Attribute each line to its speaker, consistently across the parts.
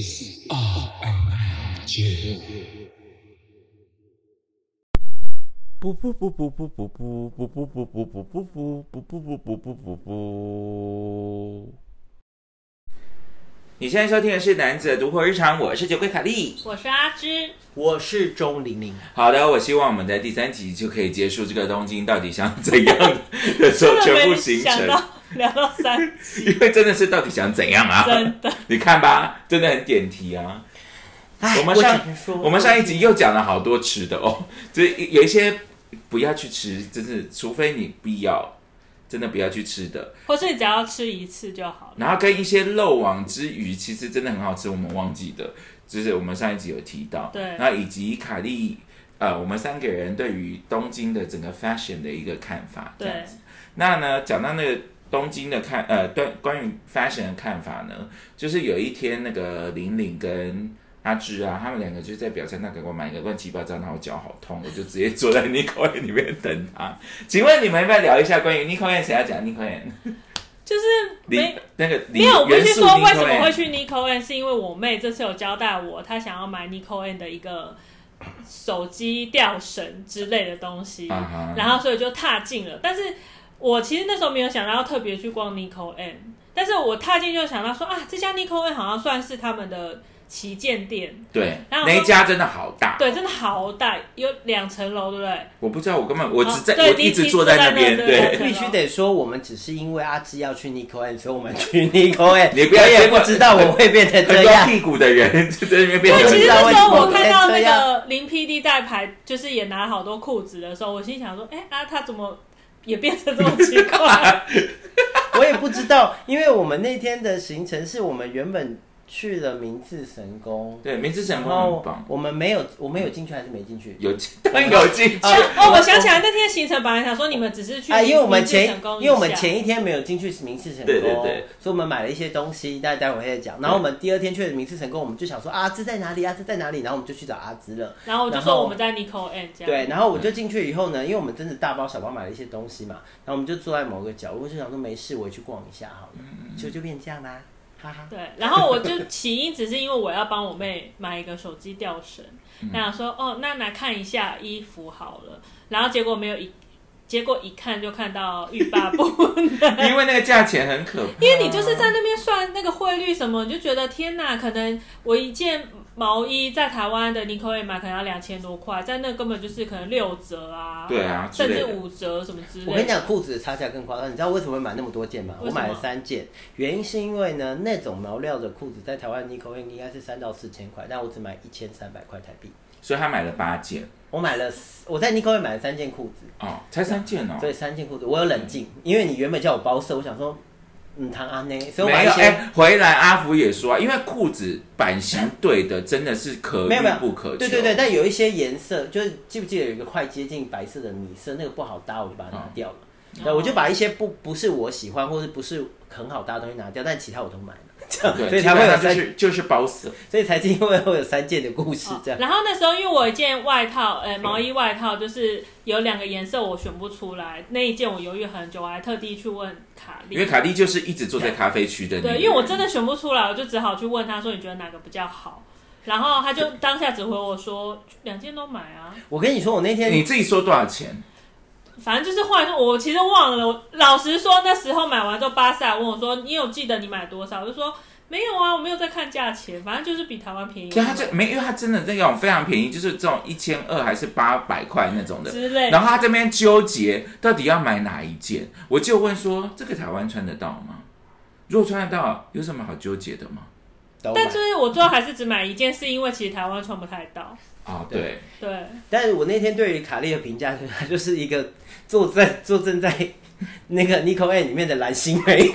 Speaker 1: 是 RMJ。
Speaker 2: 不不不不不不不不不不不不不不不不不不不不不。
Speaker 3: 你现在收听的是《男子的独活日常》，我是酒鬼凯莉。
Speaker 4: 我是阿芝，
Speaker 5: 我是钟玲玲，
Speaker 3: 好的，我希望我们在第三集就可以结束这个东京到底想怎样的
Speaker 4: 真
Speaker 3: 全
Speaker 4: 的
Speaker 3: 全部
Speaker 4: 没
Speaker 3: 行
Speaker 4: 想
Speaker 3: 程，
Speaker 4: 到聊到三
Speaker 3: 因为真的是到底想怎样啊？
Speaker 4: 真的，
Speaker 3: 你看吧，真的很点题啊。
Speaker 5: 哎
Speaker 3: 我们
Speaker 5: 我
Speaker 3: 上
Speaker 5: 只能说
Speaker 3: 我们上一集又讲了好多吃的哦，这有一些不要去吃，真是除非你必要，真的不要去吃的。
Speaker 4: 或是你只要吃一次就好了。
Speaker 3: 然后跟一些漏网之鱼，其实真的很好吃，我们忘记的，就是我们上一集有提到，
Speaker 4: 对
Speaker 3: 然后以及卡莉，呃，我们三个人对于东京的整个 fashion 的一个看法，这样
Speaker 4: 对
Speaker 3: 子。那呢，讲到那个东京的看，呃，对，关于 fashion 的看法呢，就是有一天那个玲玲跟阿芝啊，他们两个就在表参道给我买一个乱七八糟，然后我脚好痛，我就直接坐在 n i c o 里面等他。请问你们要不要聊一下关于 n i c o 谁要讲 n i c o
Speaker 4: 就是
Speaker 3: 李
Speaker 4: 没
Speaker 3: 那个李
Speaker 4: 没有，我必
Speaker 3: 元
Speaker 4: 须
Speaker 3: 素
Speaker 4: 说为
Speaker 3: Nicole
Speaker 4: 什么
Speaker 3: Ann
Speaker 4: 会去 Nico N，是因为我妹这次有交代我，她想要买 Nico N 的一个手机吊绳之类的东西，
Speaker 3: 啊哈
Speaker 4: 然后所以就踏进了。但是我其实那时候没有想到要特别去逛 Nico N，但是我踏进就想到说啊，这家 Nico N 好像算是他们的旗舰店，
Speaker 3: 对，
Speaker 4: 然后
Speaker 3: 那一家真的好大，
Speaker 4: 对，真的好大，有两层楼，对不对？
Speaker 3: 我不知道，我根本我只在、
Speaker 4: 哦对
Speaker 3: 我一直
Speaker 4: 你
Speaker 3: 坐在那边，
Speaker 4: 你坐在那
Speaker 3: 对
Speaker 4: 对
Speaker 5: 必须得说，我们只是因为阿芝要去 Nico N，所以我 们去 Nico N。
Speaker 3: 你不要
Speaker 5: 我也
Speaker 3: 结果
Speaker 5: 不知道我会变成
Speaker 3: 很
Speaker 5: 这
Speaker 3: 多
Speaker 5: 样。
Speaker 3: 屁股的人就在那边变
Speaker 4: 因为
Speaker 3: 成
Speaker 4: 其实
Speaker 3: 很大
Speaker 4: 那时候我看到
Speaker 5: 这
Speaker 4: 那
Speaker 5: 样
Speaker 4: 个林 PD 在排，就是也拿好多裤子的时候，我心想说，哎、啊，他怎么也变成这么奇 怪？
Speaker 5: 我也不知道，因为我们那天的行程是我们原本去了明治神宫，
Speaker 3: 对，明治神
Speaker 5: 然
Speaker 3: 宫很
Speaker 5: 后
Speaker 3: 棒，
Speaker 5: 我们没有，我们有进去还是没进去？
Speaker 3: 有进当然有进去，
Speaker 4: 哦，我想起来那天行程本来想说你们只是去
Speaker 5: 啊，因为我们前
Speaker 4: 明治神宫一下
Speaker 5: 因为我们前一天没有进去明治神宫，
Speaker 3: 对对对
Speaker 5: 所以我们买了一些东西，大家待会儿再讲。然后我们第二天去了明治神宫，我们就想说啊阿芝在哪里？阿芝在哪里？然后我们就去找阿芝了。
Speaker 4: 然后我就
Speaker 5: 然后
Speaker 4: 说我们在 Nico N 这样，
Speaker 5: 对，然后我就进去以后呢，因为我们真的大包小包买了一些东西嘛，然后我们就坐在某个角落，就想说没事，我也去逛一下好
Speaker 3: 嗯
Speaker 5: 了，就就变这样啦，哈哈。
Speaker 4: 对，然后我就起因只是因为我要帮我妹买一个手机吊绳，
Speaker 5: 嗯
Speaker 4: 那想说哦，那来看一下衣服好了，然后结果没有一，结果一看就看到欲罢不 能。
Speaker 3: 因为那个价钱很可怕，
Speaker 4: 因为你就是在那边算那个汇率什么，你就觉得天哪，可能我一件毛衣在台湾的 Nico A 买可能要两千多块，在那根本就是可能六折啊，
Speaker 3: 对啊
Speaker 4: 甚
Speaker 3: 之类
Speaker 4: 至
Speaker 3: 的
Speaker 4: 五折什么之类的。
Speaker 5: 我跟你讲，裤子的差价更夸张。你知道为什么会买那么多件吗？
Speaker 4: 为
Speaker 5: 我
Speaker 4: 什么
Speaker 5: 买了三件，原因是因为呢，那种毛料的裤子在台湾 Nico 应该是三到四千块，但我只买一千三百块台币。
Speaker 3: 所以他买了八件
Speaker 5: 我买了四，我在 Nico 买了三件裤子，
Speaker 3: 哦，才三件哦，
Speaker 5: 所以三件裤子我有冷静，因为你原本叫我包色，我想说，嗯，唐阿内，所以我
Speaker 3: 没
Speaker 5: 买一
Speaker 3: 有
Speaker 5: 些。
Speaker 3: 哎、回来阿福也说啊，因为裤子版型对的，真的是可
Speaker 5: 没有
Speaker 3: 遇
Speaker 5: 没有
Speaker 3: 不可求，
Speaker 5: 对对对，但有一些颜色，就是记不记得有一个快接近白色的米色，那个不好搭，我就
Speaker 3: 嗯
Speaker 5: 把它拿掉了。
Speaker 4: 哦
Speaker 5: 那、我就把一些不不是我喜欢或者不是很好搭的东西拿掉，但其他我都买了， 这样
Speaker 3: 对，
Speaker 5: 所以才会有
Speaker 3: 基本上
Speaker 5: 三，
Speaker 3: 就是就是包死，
Speaker 5: 所以才因为会有三件的故事
Speaker 4: 哦
Speaker 5: 这样。
Speaker 4: 然后那时候因为我有一件外套，呃，毛衣外套就是有两个颜色我选不出来，那一件我犹豫很久，我还特地去问卡
Speaker 3: 因为
Speaker 4: 莉。
Speaker 3: 卡莉就是一直坐在咖啡区的那个
Speaker 4: 对，
Speaker 3: 人，
Speaker 4: 因为我真的选不出来，我就只好去问他说你觉得哪个比较好，然后他就当下只回我说两件都买啊。
Speaker 5: 我跟你说，我那天
Speaker 3: 你自己说多少钱？
Speaker 4: 反正就是换，我其实忘了。我老实说，那时候买完之后，巴塞尔问我说：“你有记得你买多少？”我就说：“没有啊，我没有在看价钱，反正就是比台湾便宜
Speaker 3: 对，他这没，因为他真的那种非常便宜，就是这种一千二还是八百块那种的。
Speaker 4: 之类。”
Speaker 3: 然后他这边纠结到底要买哪一件，我就问说：这个台湾穿得到吗？如果穿得到，有什么好纠结的吗？
Speaker 5: 都买
Speaker 4: 但，就是我最后还是只买一件，是因为其实台湾穿不太到。
Speaker 3: 哦，
Speaker 5: 对
Speaker 3: 对，
Speaker 4: 对，
Speaker 5: 但是我那天对于卡莉的评价就是，她就是一个坐在坐正在 那个 Nico A 里面的蓝心湄。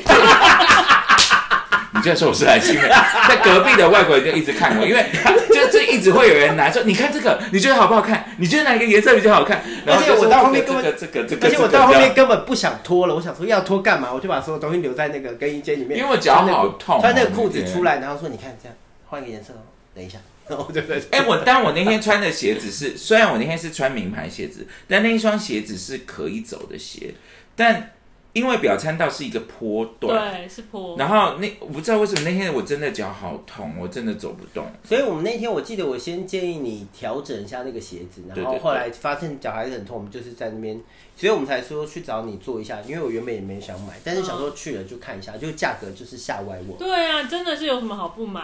Speaker 3: 你这样说我是来新人， 在隔壁的外国人就一直看我，因为 就就一直会有人拿说：你看这个，你觉得好不好看？你觉得哪一个颜色比较好看？然后
Speaker 5: 而且我
Speaker 3: 就说
Speaker 5: 到后面
Speaker 3: 这个
Speaker 5: 根
Speaker 3: 这个这个，
Speaker 5: 而且我
Speaker 3: 这个
Speaker 5: 到后
Speaker 3: 这
Speaker 5: 面
Speaker 3: 样
Speaker 5: 根本不想脱了，我想说要脱干嘛？我就把所有东西留在那个更衣间里面。
Speaker 3: 因为我脚好痛哦
Speaker 5: 穿那个裤子出来，然后说你看这样， 换一个颜色哦，等一下，然后我就在这。
Speaker 3: 哎、我但我那天穿的鞋子是， 虽然我那天是穿名牌鞋子，但那一双鞋子是可以走的鞋，但因为表参道是一个坡段，
Speaker 4: 对，是坡。
Speaker 3: 然后那我不知道为什么那天我真的脚好痛，我真的走不动。
Speaker 5: 所以我们那天我记得我先建议你调整一下那个鞋子，
Speaker 3: 对
Speaker 5: 然
Speaker 3: 对
Speaker 5: 后
Speaker 3: 对
Speaker 5: 后来发现脚还是很痛，我们就是在那边，所以我们才说去找你做一下，因为我原本也没想买，但是想说去了就看一下，就价格就是吓歪我。
Speaker 4: 对啊，真的是有什么好不买？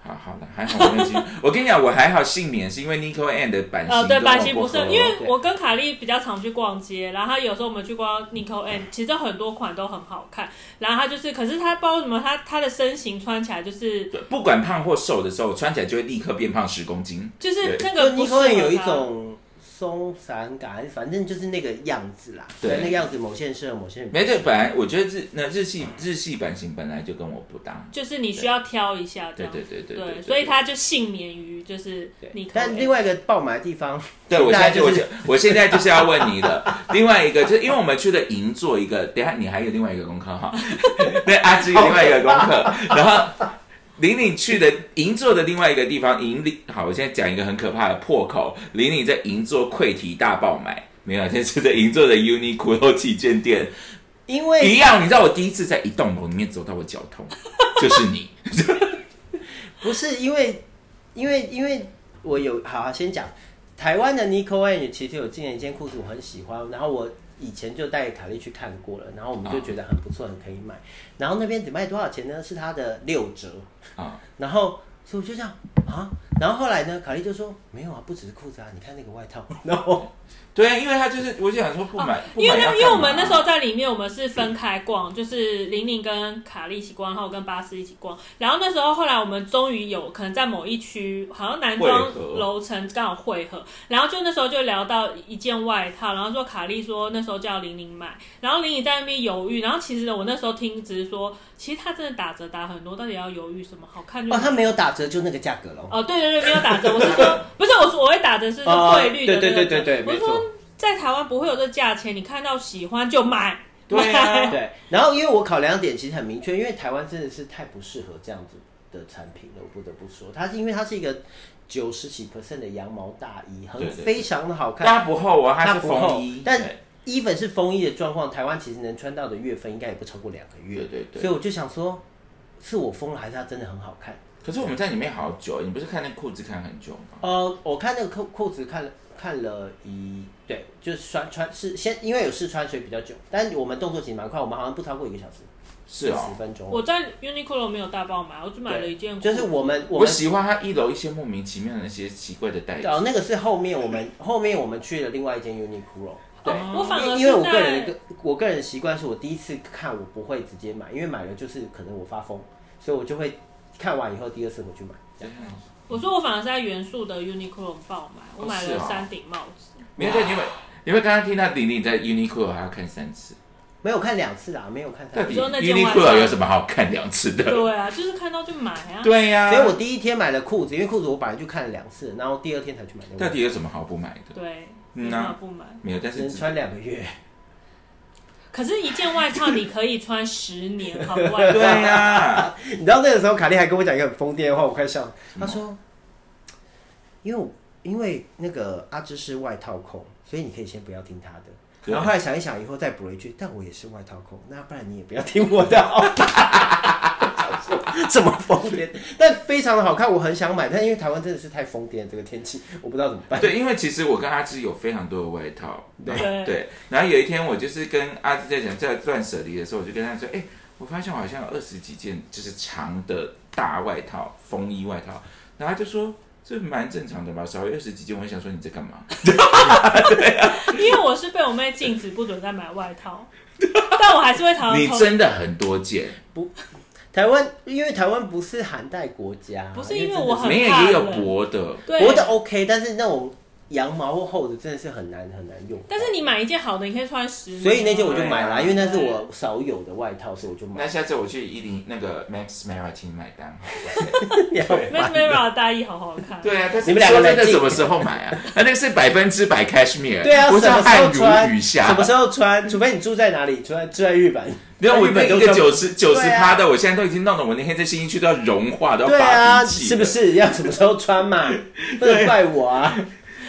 Speaker 3: 好好了，还好我 没有进。我跟你讲，我还好幸免，是因为 Nico and 的版型
Speaker 4: 呃，对，
Speaker 3: 跟
Speaker 4: 版
Speaker 3: 我
Speaker 4: 型不是
Speaker 3: 合，
Speaker 4: 因为我跟卡莉比较常去逛街，然后她有时候我们去逛 Nico and，其实很多款都很好看，然后她就是，可是她不知道为什么，她她的身形穿起来就是
Speaker 3: 对不管胖或瘦的时候，我穿起来就会立刻变胖十公斤。
Speaker 4: 就是
Speaker 3: 对
Speaker 4: 那
Speaker 5: 就
Speaker 4: 个不
Speaker 5: 你
Speaker 4: 适
Speaker 5: 可
Speaker 4: 合
Speaker 5: 能有一
Speaker 4: 她
Speaker 5: 种松散感，反正就是那个样子啦。
Speaker 3: 对
Speaker 5: 那个样子，某些人适合，某些人
Speaker 3: 没对，本来我觉得日那日系日系版型本来就跟我不搭。
Speaker 4: 就是你需要挑一下这
Speaker 3: 对
Speaker 4: 样
Speaker 3: 对
Speaker 4: 子，
Speaker 3: 对对
Speaker 4: 对
Speaker 3: 对，
Speaker 4: 所以她就幸免于就是
Speaker 5: 对
Speaker 4: Nico，
Speaker 5: 但
Speaker 4: and
Speaker 5: 另外一个爆买的地 方，
Speaker 3: 对，我现在就我
Speaker 5: 就是
Speaker 3: 现我现在就是要问你的另外一个，就是因为我们去了银座一个，等一下你还有另外一个功课哈，对，阿芝有另外一个功课，然后玲玲去的银座的另外一个地方，银里好，我现在讲一个很可怕的破口，玲玲在银座溃体大爆买，没有，这是在银座的 Uniqlo 旗舰店
Speaker 5: 因为
Speaker 3: 一样，你知道我第一次在一栋楼里面走到我脚痛，就是你，
Speaker 5: 不是因为，因为因为我有好好先讲，台湾的 Nico N 其实有进了一件裤子我很喜欢，然后我以前就带卡莉去看过了，然后我们就觉得很不错，很可以买。然后那边只卖多少钱呢？是它的六折
Speaker 3: 啊。
Speaker 5: 然后所以我就这样啊，然后后来呢，卡莉就说没有啊，不只是裤子啊，你看那个外套，然后。
Speaker 3: 对啊，因为他就是我就想说不买，不
Speaker 4: 哦因
Speaker 3: 买
Speaker 4: 为他
Speaker 3: 要
Speaker 4: 们因为我
Speaker 3: 干嘛
Speaker 4: 们那时候在里面，我们是分开逛，就是玲玲跟卡莉一起逛，然后我跟巴斯一起逛。然后那时候后来我们终于有可能在某一区，好像男
Speaker 3: 汇
Speaker 4: 装
Speaker 3: 合
Speaker 4: 楼层刚好汇合，然后就那时候就聊到一件外套，然后说卡莉说那时候叫玲玲买，然后玲玲在那边犹豫，然后其实我那时候听只是说，其实她真的打折打很多，到底要犹豫什么？好看就
Speaker 5: 哦，它没有打折就那个价格喽。
Speaker 4: 哦，对对对，没有打折，我是 说不是我说我会打折是
Speaker 5: 哦
Speaker 4: 汇率的
Speaker 5: 对
Speaker 4: 那
Speaker 5: 对
Speaker 4: 个折，
Speaker 5: 对对对
Speaker 4: 我是
Speaker 5: 没
Speaker 4: 说
Speaker 5: 错
Speaker 4: 在台湾不会有这价钱，你看到喜欢就买。
Speaker 3: 对 啊，
Speaker 5: 对，然后因为我考量点其实很明确，因为台湾真的是太不适合这样子的产品了，我不得不说，它是因为它是一个九十几 percent 的羊毛大衣，很
Speaker 3: 对对对
Speaker 5: 非常的好
Speaker 3: 但它
Speaker 5: 看。
Speaker 3: 不厚啊，它
Speaker 5: 它
Speaker 3: 是
Speaker 5: 不
Speaker 3: 风
Speaker 5: 厚
Speaker 3: 衣，，
Speaker 5: 但
Speaker 3: 对
Speaker 5: even 是风衣的状况，台湾其实能穿到的月份应该也不超过两个月。
Speaker 3: 对对对
Speaker 5: 所以我就想说，是我疯了还是它真的很好看？
Speaker 3: 可是我们在里面好久，你不是看那裤子看很久吗？
Speaker 5: 呃，我看那个 裤裤子看了看了一，对，就是穿穿是先因为有试穿所以比较久，但我们动作其实蛮快，我们好像不超过一个小时，
Speaker 3: 是
Speaker 5: 十
Speaker 3: 哦，
Speaker 5: 分钟。
Speaker 4: 我在 Uniqlo 没有大爆买，我只买了一件裤子，哦
Speaker 5: 就是我们我
Speaker 3: 我
Speaker 5: 们
Speaker 3: 喜欢它一楼一些莫名其妙的那些奇怪的袋子。
Speaker 5: 哦，那个是后面我们后面我们去了另外一间 Uniqlo。对，
Speaker 4: 哦我反而
Speaker 5: 因因为
Speaker 4: 是
Speaker 5: 我个人
Speaker 4: 在
Speaker 5: 的个我个人的习惯是我第一次看我不会直接买，因为买了就是可能我发疯，所以我就会看完以后第二次回去买。
Speaker 4: 我说我反而是在元素的 Uniqlo 爆买，我买
Speaker 5: 哦
Speaker 3: 是
Speaker 4: 了
Speaker 3: 啊
Speaker 4: 三顶帽子。
Speaker 3: 没有，对你有没有你有没有刚刚听到玲玲在 Uniqlo 还要看三次？
Speaker 5: 没有看两次啦，没有看
Speaker 3: 到
Speaker 5: 三
Speaker 3: 底
Speaker 5: 次。
Speaker 4: 说那件外套
Speaker 3: Uniqlo 有什么好看两次的？
Speaker 4: 对啊，就是看到就买啊。
Speaker 3: 对呀，
Speaker 5: 所以我第一天买了裤子，因为裤子我本来就看了两次，然后第二天才去买那
Speaker 3: 到
Speaker 5: 个。
Speaker 3: 底有什么好不买的？
Speaker 4: 对，
Speaker 3: 嗯
Speaker 4: 为什
Speaker 3: 啊
Speaker 4: 么不买？
Speaker 3: 没有，但
Speaker 5: 只
Speaker 3: 是
Speaker 5: 能穿两个月，
Speaker 4: 可是，一件外套你可以穿十年，好 不好？
Speaker 3: 对呀，
Speaker 5: 你知道那个时候卡莉还跟我讲一个很疯癫的话，我快笑了。她说，因为我因为那个阿芝是外套控，所以你可以先不要听她的。
Speaker 3: 对
Speaker 5: 然后后来想一想，以后再补了一句，但我也是外套控，那不然你也不要听我 的好了。这么疯癫，但非常的好看，我很想买，但因为台湾真的是太疯癫了，这个天气我不知道怎么 办。
Speaker 3: 对，因为其实我跟阿芝有非常多的外套，
Speaker 4: 对
Speaker 3: 对。然后有一天我就是跟阿芝在讲在断舍离的时候，我就跟她说：“哎、我发现我好像有二十几件就是长的大外套、风衣外套。”然后她就说：“这蛮正常的吧，少于二十几件。”我就想说你在干 嘛？
Speaker 4: 因为我是被我妹禁止不准再买外套，但我还是会常常
Speaker 3: 你
Speaker 4: 偷
Speaker 3: 真的很多件，
Speaker 5: 台湾因为台湾不是寒带国家，
Speaker 4: 不是因为
Speaker 5: 真的
Speaker 4: 我 很
Speaker 3: 没有
Speaker 4: 怕
Speaker 3: 也有
Speaker 4: 冷
Speaker 3: 薄的，
Speaker 4: 对
Speaker 5: 薄的 OK，但是那种羊毛或厚的真的是很难很难用。
Speaker 4: 但是你买一件好的，你可以穿十年。
Speaker 5: 所以那件我就买
Speaker 3: 对啊
Speaker 5: 了，因为那是我少有的外套，所以我就买
Speaker 3: 那
Speaker 5: 了。
Speaker 3: 下次我去一零那个 Max Marathon 买单。
Speaker 5: 你要
Speaker 4: m a
Speaker 5: 买
Speaker 4: s m e r a 大衣好好看。
Speaker 3: 对啊，但是
Speaker 5: 你们两个
Speaker 3: 说真的
Speaker 5: 冷静
Speaker 3: 什么时候买啊？啊，那个是百分之百 cashmere，
Speaker 5: 对啊，
Speaker 3: 不
Speaker 5: 什
Speaker 3: 是
Speaker 5: 么时
Speaker 3: 汗
Speaker 5: 候
Speaker 3: 如
Speaker 5: 穿？
Speaker 3: 雨下。
Speaker 5: 什么时候穿？除非你住在哪里，住在住在日本。
Speaker 3: 没有，我
Speaker 5: 日
Speaker 3: 那
Speaker 5: 本
Speaker 3: 一
Speaker 5: 都
Speaker 3: 个
Speaker 5: 穿
Speaker 3: 九十九十
Speaker 5: 对
Speaker 3: 趴
Speaker 5: 啊
Speaker 3: 的，我现在都已经弄得我那天在新一区都要融化，都要
Speaker 5: 对
Speaker 3: 发
Speaker 5: 啊，
Speaker 3: 脾气，
Speaker 5: 是不？是要什么时候穿嘛？不能怪我啊。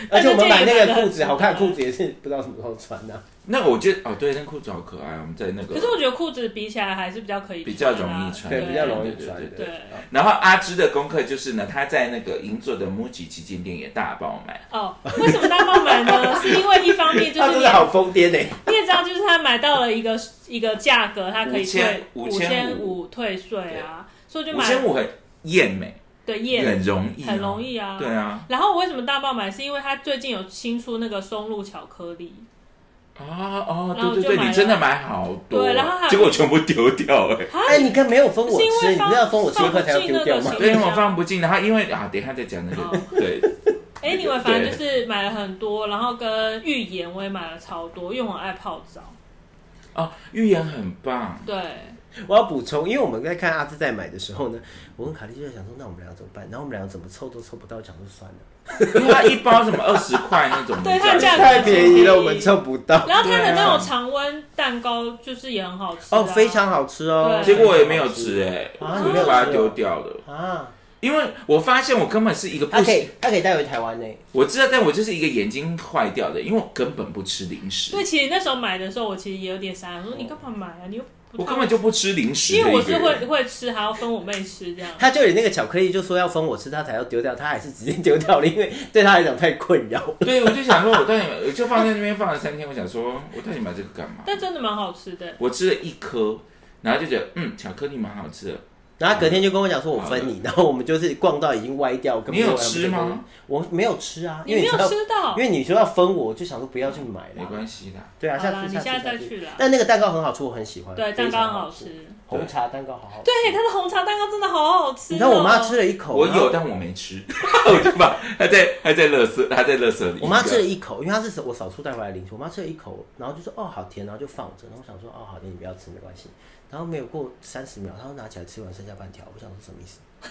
Speaker 5: 而且我们买
Speaker 4: 但是
Speaker 5: 那
Speaker 4: 这也买得
Speaker 5: 个
Speaker 4: 很
Speaker 5: 裤子，好看的裤子也是不知道什么时候穿啊的、
Speaker 3: 那我觉得哦，对，那裤子好可爱。我们在那个，
Speaker 4: 可是我觉得裤子比起来还是比较可以穿啊，
Speaker 3: 比较容易穿
Speaker 5: 对，比较容易
Speaker 3: 对
Speaker 5: 穿
Speaker 3: 对
Speaker 5: 的。
Speaker 4: 对
Speaker 3: 然后阿芝的功课就是呢，她在那个银座的 MUJI 旗舰店也大爆买。
Speaker 4: 哦，为什么大爆买呢？是因为一方面就
Speaker 5: 他
Speaker 4: 是
Speaker 5: 啊真
Speaker 4: 你
Speaker 5: 的好疯癫欸呢。
Speaker 4: 你也知道，就是他买到了一个一个价格，他可以退
Speaker 3: 五
Speaker 4: 千
Speaker 3: 千
Speaker 4: 五退税啊，所以我就
Speaker 3: 五
Speaker 4: 买
Speaker 3: 千五很艳美，
Speaker 4: 对
Speaker 3: 很
Speaker 4: 耶，
Speaker 3: 容易、
Speaker 4: 很容、易啊。
Speaker 3: 对。啊，
Speaker 4: 然后我为什么大爆买？是因为他最近有新出那个松露巧克力，
Speaker 3: 啊哦，
Speaker 4: 然后
Speaker 3: 对
Speaker 4: 就
Speaker 3: 对
Speaker 4: 买
Speaker 3: 对，
Speaker 4: 了
Speaker 3: 你真的买好多，
Speaker 4: 对然后还有
Speaker 3: 结果全部丢掉哎、
Speaker 5: 哎，你看没有分我
Speaker 4: 啊是因为
Speaker 5: 吃，你
Speaker 4: 放
Speaker 5: 知道分我吃一块才要
Speaker 4: 放不进
Speaker 5: 丢掉
Speaker 4: 那
Speaker 5: 吗
Speaker 4: 个？
Speaker 3: 对，因为我放不进，然后因为啊，等一下再讲那个，
Speaker 4: 哦
Speaker 3: 对，
Speaker 4: anyway，反正就是买了很多，然后跟浴盐我也买了超多，因为我很爱泡澡。
Speaker 3: 哦，预言很棒，
Speaker 4: 对，
Speaker 5: 我要补充，因为我们在看阿志在买的时候呢，我跟卡莉就在想说，那我们俩怎么办？然后我们俩怎么凑都凑不到，想说算了，
Speaker 3: 因为它一包什么二十块那种，
Speaker 4: 对它的价格
Speaker 5: 太便宜了，
Speaker 4: 对
Speaker 5: 我们凑不到。
Speaker 4: 然后他的那
Speaker 3: 对啊
Speaker 4: 种常温蛋糕就是也很好吃、啊、
Speaker 5: 哦，非常好吃哦。
Speaker 4: 对
Speaker 3: 结果我也没有吃哎、
Speaker 5: 啊
Speaker 3: 我
Speaker 5: 你没有
Speaker 3: 就
Speaker 5: 吃
Speaker 3: 把它丢掉了，
Speaker 5: 啊，
Speaker 3: 因为我发现我根本是一个不
Speaker 5: 他可以，他可以带回台湾呢。
Speaker 3: 我知道，但我就是一个眼睛坏掉的，因为我根本不吃零食，
Speaker 4: 对，其实那时候买的时候，我其实也有点傻，我说你干嘛买啊？你又不
Speaker 3: 我
Speaker 4: 太
Speaker 3: 根本就不吃零食的一
Speaker 4: 因
Speaker 3: 个
Speaker 4: 为
Speaker 3: 人，
Speaker 4: 我是会会吃，还要分我妹吃这样。
Speaker 5: 他就有那个巧克力，就说要分我吃，他才要丢掉，他还是直接丢掉了，因为对他来讲太困扰了。
Speaker 3: 对，我就想说，我到底买我就放在那边放了三天，我想说，我到底买这个干嘛？
Speaker 4: 但真的蛮好吃的，
Speaker 3: 我吃了一颗，然后就觉得，嗯，巧克力蛮好吃的。
Speaker 5: 然后他隔天就跟我讲说，我分你，然后我们就是逛到已经歪掉，根本
Speaker 3: 你有
Speaker 5: 就玩不
Speaker 3: 吃
Speaker 5: 了
Speaker 3: 吗？
Speaker 5: 我没有吃啊，
Speaker 4: 你
Speaker 5: 因为
Speaker 4: 没
Speaker 5: 你
Speaker 4: 有
Speaker 5: 知道，
Speaker 4: 吃到
Speaker 5: 因。为你说要分我，我就想说不要去买
Speaker 3: 没
Speaker 5: 了。
Speaker 3: 关系的。
Speaker 5: 对啊，
Speaker 4: 好
Speaker 5: 下
Speaker 4: 啦，
Speaker 5: 次
Speaker 4: 你下次再
Speaker 5: 次
Speaker 4: 去啦。
Speaker 5: 但那个蛋糕很好吃，我很喜欢。
Speaker 4: 对，蛋
Speaker 5: 非
Speaker 4: 糕
Speaker 5: 常
Speaker 4: 很好
Speaker 5: 吃，
Speaker 4: 吃。
Speaker 5: 红茶蛋糕好好吃。
Speaker 4: 对，它的红茶蛋糕真的好好吃、哦。
Speaker 5: 你知道我妈吃了一口，
Speaker 3: 我
Speaker 5: 然后
Speaker 3: 有，但我没吃， 我就把它在它在乐色，它在乐色里。
Speaker 5: 我妈吃了一口，因为她是我嫂叔带回来的零食，我妈吃了一口，然后就说哦好甜，然后就放着，然后我想说哦好甜，你不要吃没关系。然后没有过三十秒，她就拿起来吃完剩下半条，我想说什么意思？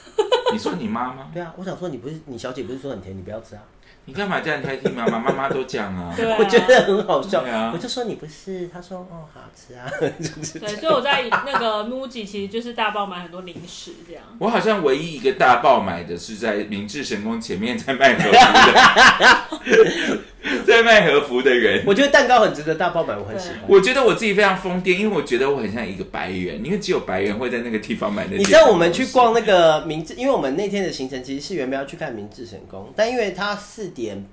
Speaker 3: 你说你妈吗？
Speaker 5: 对啊，我想说你不是你小姐不是说很甜，你不要吃啊？
Speaker 3: 你干嘛这样代替妈妈？妈妈都这样啊。
Speaker 4: 对、啊，
Speaker 5: 我觉得很好笑，
Speaker 3: 对啊
Speaker 5: 我就说你不是，她说哦好吃啊， 就是
Speaker 4: 对，所以我在那个 MUJI 其实就是大爆买很多零食这样。
Speaker 3: 我好像唯一一个大爆买的是在明治神宫前面在卖和服的， 在卖和服的人。
Speaker 5: 我觉得蛋糕很值得大爆买，我很喜欢。
Speaker 3: 我觉得我自己非常疯癫，因为我觉得我很像一个白人，因为只有白人会在那个地方买那些东西。
Speaker 5: 你知道我们去逛那个明治，因为我们那天的行程其实是原本要去看明治神宫，但因为它四点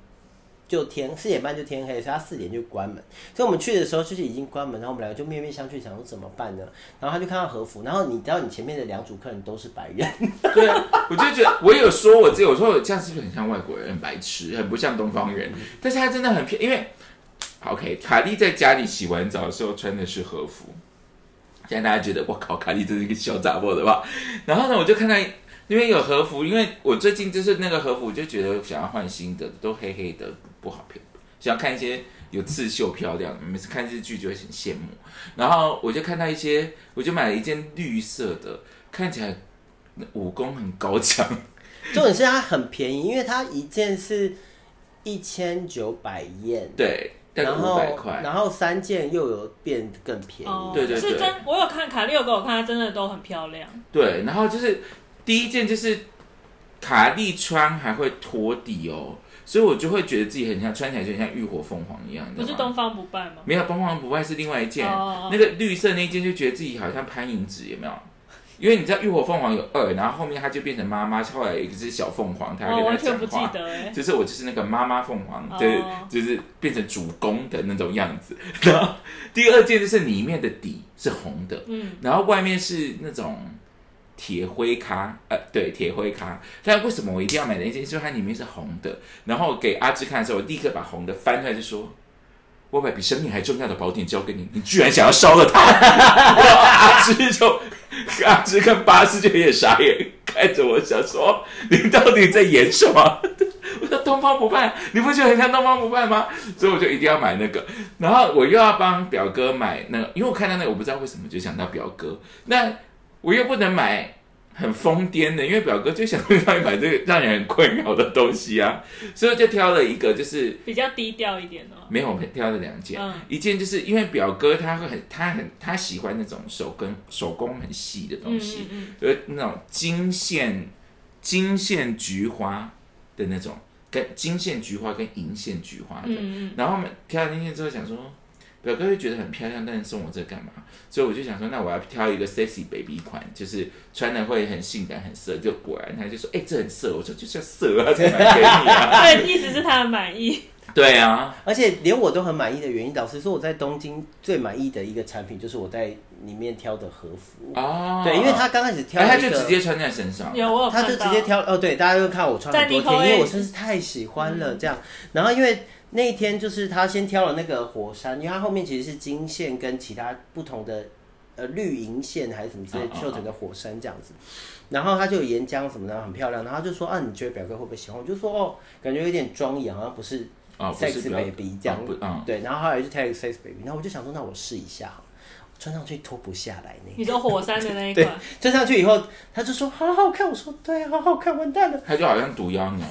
Speaker 5: 就天四点半就天黑，所以它四点就关门。所以我们去的时候就是已经关门，然后我们两个就面面相觑，想说怎么办呢？然后他就看到和服，然后你知道你前面的两组客人都是白 人，
Speaker 3: 对，我就觉得我有说我自己，我说我这样是不是很像外国人，很白痴，很不像东方人？但是他真的很偏，因为 OK，卡莉在家里洗完澡的时候穿的是和服，现在大家觉得我靠，卡莉真是一个小杂货的吧？然后呢，我就看到因为有和服，因为我最近就是那个和服，我就觉得想要换新的，都黑黑的不好漂亮，想要看一些有刺绣漂亮的。每次看日剧就会很羡慕，然后我就看到一些，我就买了一件绿色的，看起来武功很高强，
Speaker 5: 重点是它很便宜，因为它一件是一千九百燕，
Speaker 3: 对，大概
Speaker 5: 然
Speaker 3: 五
Speaker 5: 后
Speaker 3: 百块。
Speaker 5: 然后三件又有变更便宜。
Speaker 4: 哦，
Speaker 3: 对对对
Speaker 4: 是真，我有看卡莉有给我看，她真的都很漂亮。
Speaker 3: 对，然后就是第一件就是卡利穿还会拖底哦，所以我就会觉得自己很像穿起来就很像浴火凤凰一样，你知道
Speaker 4: 不是
Speaker 3: 吗
Speaker 4: 东方不败吗？
Speaker 3: 没有东方不败是另外一件，
Speaker 4: 哦
Speaker 3: 那个绿色那一件就觉得自己好像潘迎紫有没有？因为你知道浴火凤凰有二，然后后面它就变成妈妈，后来有一个是小凤凰，它
Speaker 4: 哦，
Speaker 3: 跟它
Speaker 4: 完全
Speaker 3: 讲
Speaker 4: 不记
Speaker 3: 话。
Speaker 4: 得哎、
Speaker 3: 就是我就是那个妈妈凤凰，
Speaker 4: 哦
Speaker 3: 对，就是变成主公的那种样子。然后第二件就是里面的底是红的，
Speaker 4: 嗯，
Speaker 3: 然后外面是那种铁灰咖，呃，对，铁灰咖。但为什么我一定要买那件？就是它里面是红的。然后给阿芝看的时候，我立刻把红的翻出来，就说：“我把比生命还重要的宝典交给你，你居然想要烧了它！”然后阿芝就，阿芝跟巴斯就有点傻眼，看着我想说：“你到底在演什么？”我说东方不败，你不觉得很像东方不败吗？所以我就一定要买那个，然后我又要帮表哥买那个，因为我看到那个，我不知道为什么就想到表哥，那我又不能买很疯癫的，因为表哥就想让你买这个让人很困扰的东西啊，所以我就挑了一个，就是
Speaker 4: 比较低调一点哦。
Speaker 3: 没有我们挑了两件，
Speaker 4: 嗯
Speaker 3: 一件就是因为表哥他会很他很他喜欢那种手工手工很细的东
Speaker 4: 嗯
Speaker 3: 西，
Speaker 4: 嗯嗯，
Speaker 3: 呃，那种金线金线菊花的那种，跟金线菊花跟银线菊花的。
Speaker 4: 嗯
Speaker 3: 然后我们挑了那些之后想说，表哥会觉得很漂亮，但是送我这干嘛？所以我就想说，那我要挑一个 sexy baby 款，就是穿的会很性感、很色。就果然他就说，哎、这很色。我说就是要色啊，才买给你 啊。
Speaker 4: 对，意思是他很满意。
Speaker 3: 对啊，
Speaker 5: 而且连我都很满意的原因，老实说，我在东京最满意的一个产品就是我在里面挑的和服。
Speaker 3: 哦，
Speaker 5: 对，因为他刚开始挑
Speaker 3: 哎，
Speaker 5: 了
Speaker 3: 他
Speaker 5: 一个，
Speaker 3: 就直接穿在身上。
Speaker 4: 有我有
Speaker 5: 他
Speaker 4: 看
Speaker 5: 就
Speaker 4: 到，
Speaker 5: 直接挑哦，对，大家就看我穿很多
Speaker 4: 在 Nico
Speaker 5: 天，因
Speaker 4: A
Speaker 5: 为我真是太喜欢
Speaker 3: 嗯
Speaker 5: 了这样。然后因为那一天就是他先挑了那个火山，因为他后面其实是金线跟其他不同的呃绿银线还是什么之类
Speaker 3: 嗯嗯，
Speaker 5: 绣整个火山这样子。然后他就有岩浆什么的很漂亮，然后他就说啊，你觉得表哥会不会喜欢？我就说哦，感觉有点庄严，好像不是
Speaker 3: 哦，不是
Speaker 5: sex
Speaker 3: 表
Speaker 5: baby 这样
Speaker 3: 哦不，嗯，
Speaker 5: 对。然后后来就挑一个 sex baby，然后我就想说，那我试一下好了，穿上去脱不下来那个。
Speaker 4: 你说火山的那一
Speaker 5: 对
Speaker 4: 款，，
Speaker 5: 穿上去以后，他就说好好看，我说对，啊好好看，完蛋了，
Speaker 3: 他就好像毒妖鸟。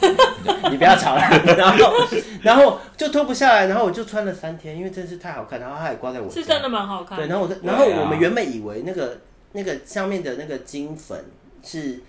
Speaker 5: 你不要吵了。 然后，然后就脱不下来，然后我就穿了三天，因为真是太好看，然后它也挂在我
Speaker 4: 是
Speaker 5: 家
Speaker 4: 真的蛮好看
Speaker 5: 对，
Speaker 4: 的。
Speaker 5: 然后我在，然后
Speaker 3: 对啊
Speaker 5: 我们原本以为那个那个上面的那个金粉是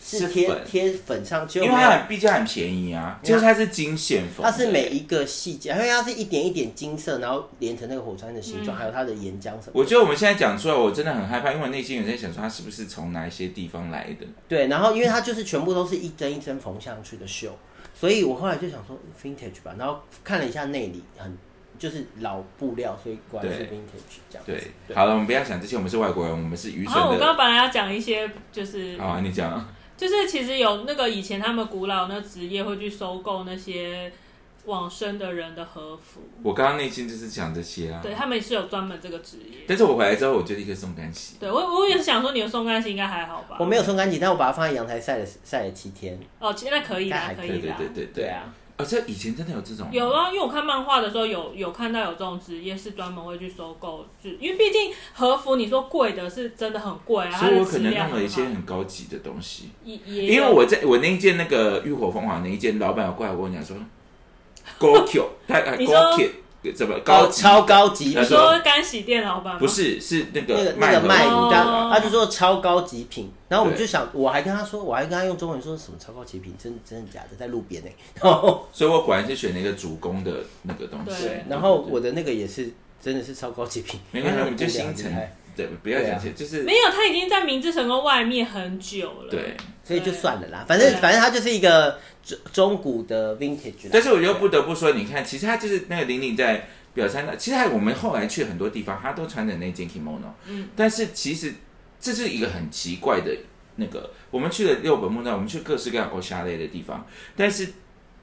Speaker 3: 是
Speaker 5: 是贴
Speaker 3: 粉
Speaker 5: 贴粉上去，
Speaker 3: 因为它很毕竟它很便宜啊，就是它是金线缝的，
Speaker 5: 它是每一个细节，因为它是一点一点金色，然后连成那个火山的形
Speaker 3: 嗯
Speaker 5: 状，还有它的岩浆什么的。
Speaker 3: 我觉得我们现在讲出来，我真的很害怕，因为我内心有在想说，它是不是从哪一些地方来的？
Speaker 5: 对，然后因为它就是全部都是一针一针缝上去的绣，所以我后来就想说 vintage 吧，然后看了一下内里很就是老布料，所以果然是
Speaker 3: 对
Speaker 5: vintage 这样子。
Speaker 3: 对，好了，我们不要想这些，我们是外国人，我们是愚
Speaker 4: 然
Speaker 3: 蠢
Speaker 4: 后啊我
Speaker 3: 的。
Speaker 4: 刚刚本来要讲一些，就是
Speaker 3: 好啊，你讲啊。
Speaker 4: 就是其实有那个以前他们古老那职业会去收购那些往生的人的和服，
Speaker 3: 我刚刚内心就是讲这些啊。
Speaker 4: 对他们是有专门这个职业。
Speaker 3: 但是我回来之后，我就立刻送干洗。
Speaker 4: 对我我也是想说，你的送干洗应该还好吧？
Speaker 5: 我没有送干净，但我把它放在阳台晒了晒了七天。
Speaker 4: 哦，其实那可以
Speaker 5: 应该
Speaker 4: 啦，
Speaker 5: 还可
Speaker 4: 可
Speaker 5: 以
Speaker 3: 对
Speaker 4: 以
Speaker 3: 对
Speaker 4: 啦。
Speaker 3: 对对对。
Speaker 5: 啊，
Speaker 3: 哦，这以前真的有这种。
Speaker 4: 有。啊，因为我看漫画的时候有有看到有这种职业是专门会去收购，就因为毕竟和服你说贵的是真的很贵啊，
Speaker 3: 所以我
Speaker 4: 它的
Speaker 3: 可
Speaker 4: 质
Speaker 3: 能
Speaker 4: 量
Speaker 3: 弄了一些
Speaker 4: 很好
Speaker 3: 很高级的东西，
Speaker 4: 也也
Speaker 3: 因为
Speaker 4: 有
Speaker 3: 我在我那一件那个浴火凤凰那一件，老板有过来跟我讲说高 Q，他 呃
Speaker 4: 你
Speaker 3: 高
Speaker 4: 说
Speaker 3: Q 怎么
Speaker 5: 高
Speaker 3: 高级？
Speaker 5: 超高级
Speaker 3: 那
Speaker 4: 你
Speaker 3: 时
Speaker 5: 品，
Speaker 3: 候
Speaker 4: 说干洗店老板吗
Speaker 3: 不是，是那
Speaker 5: 那个
Speaker 3: 个
Speaker 5: 那个卖
Speaker 3: 卖
Speaker 5: 你
Speaker 4: 哦
Speaker 5: 当，他就说超高级品，然后我们就想，我还跟他说，我还跟他用中文说什么超高级品，真的真的假的，在路边呢、欸 然后
Speaker 3: 所以我果然是选了一个主攻的那个东西。
Speaker 4: 对
Speaker 5: 然后我的那个也是真的是超高级品，
Speaker 3: 没关系，
Speaker 5: 因为
Speaker 3: 我们
Speaker 5: 它的
Speaker 3: 就
Speaker 5: 布料
Speaker 3: 新
Speaker 5: 很
Speaker 3: 城
Speaker 5: 厉害，啊
Speaker 3: 对，不要讲这，就是
Speaker 4: 没有，他已经在明治神宫外面很久了。
Speaker 3: 对。
Speaker 5: 所以就算了啦，反正
Speaker 4: 对
Speaker 5: 反正它就是一个中中古的 vintage 啦。
Speaker 3: 但是我又不得不说，你看，其实他就是那个玲玲在表参道，其实还我们后来去很多地方，她都穿着那件 kimono。嗯，但是其实这是一个很奇怪的那个，我们去了六本木那，我们去各式各样 o s h a 类的地方，但是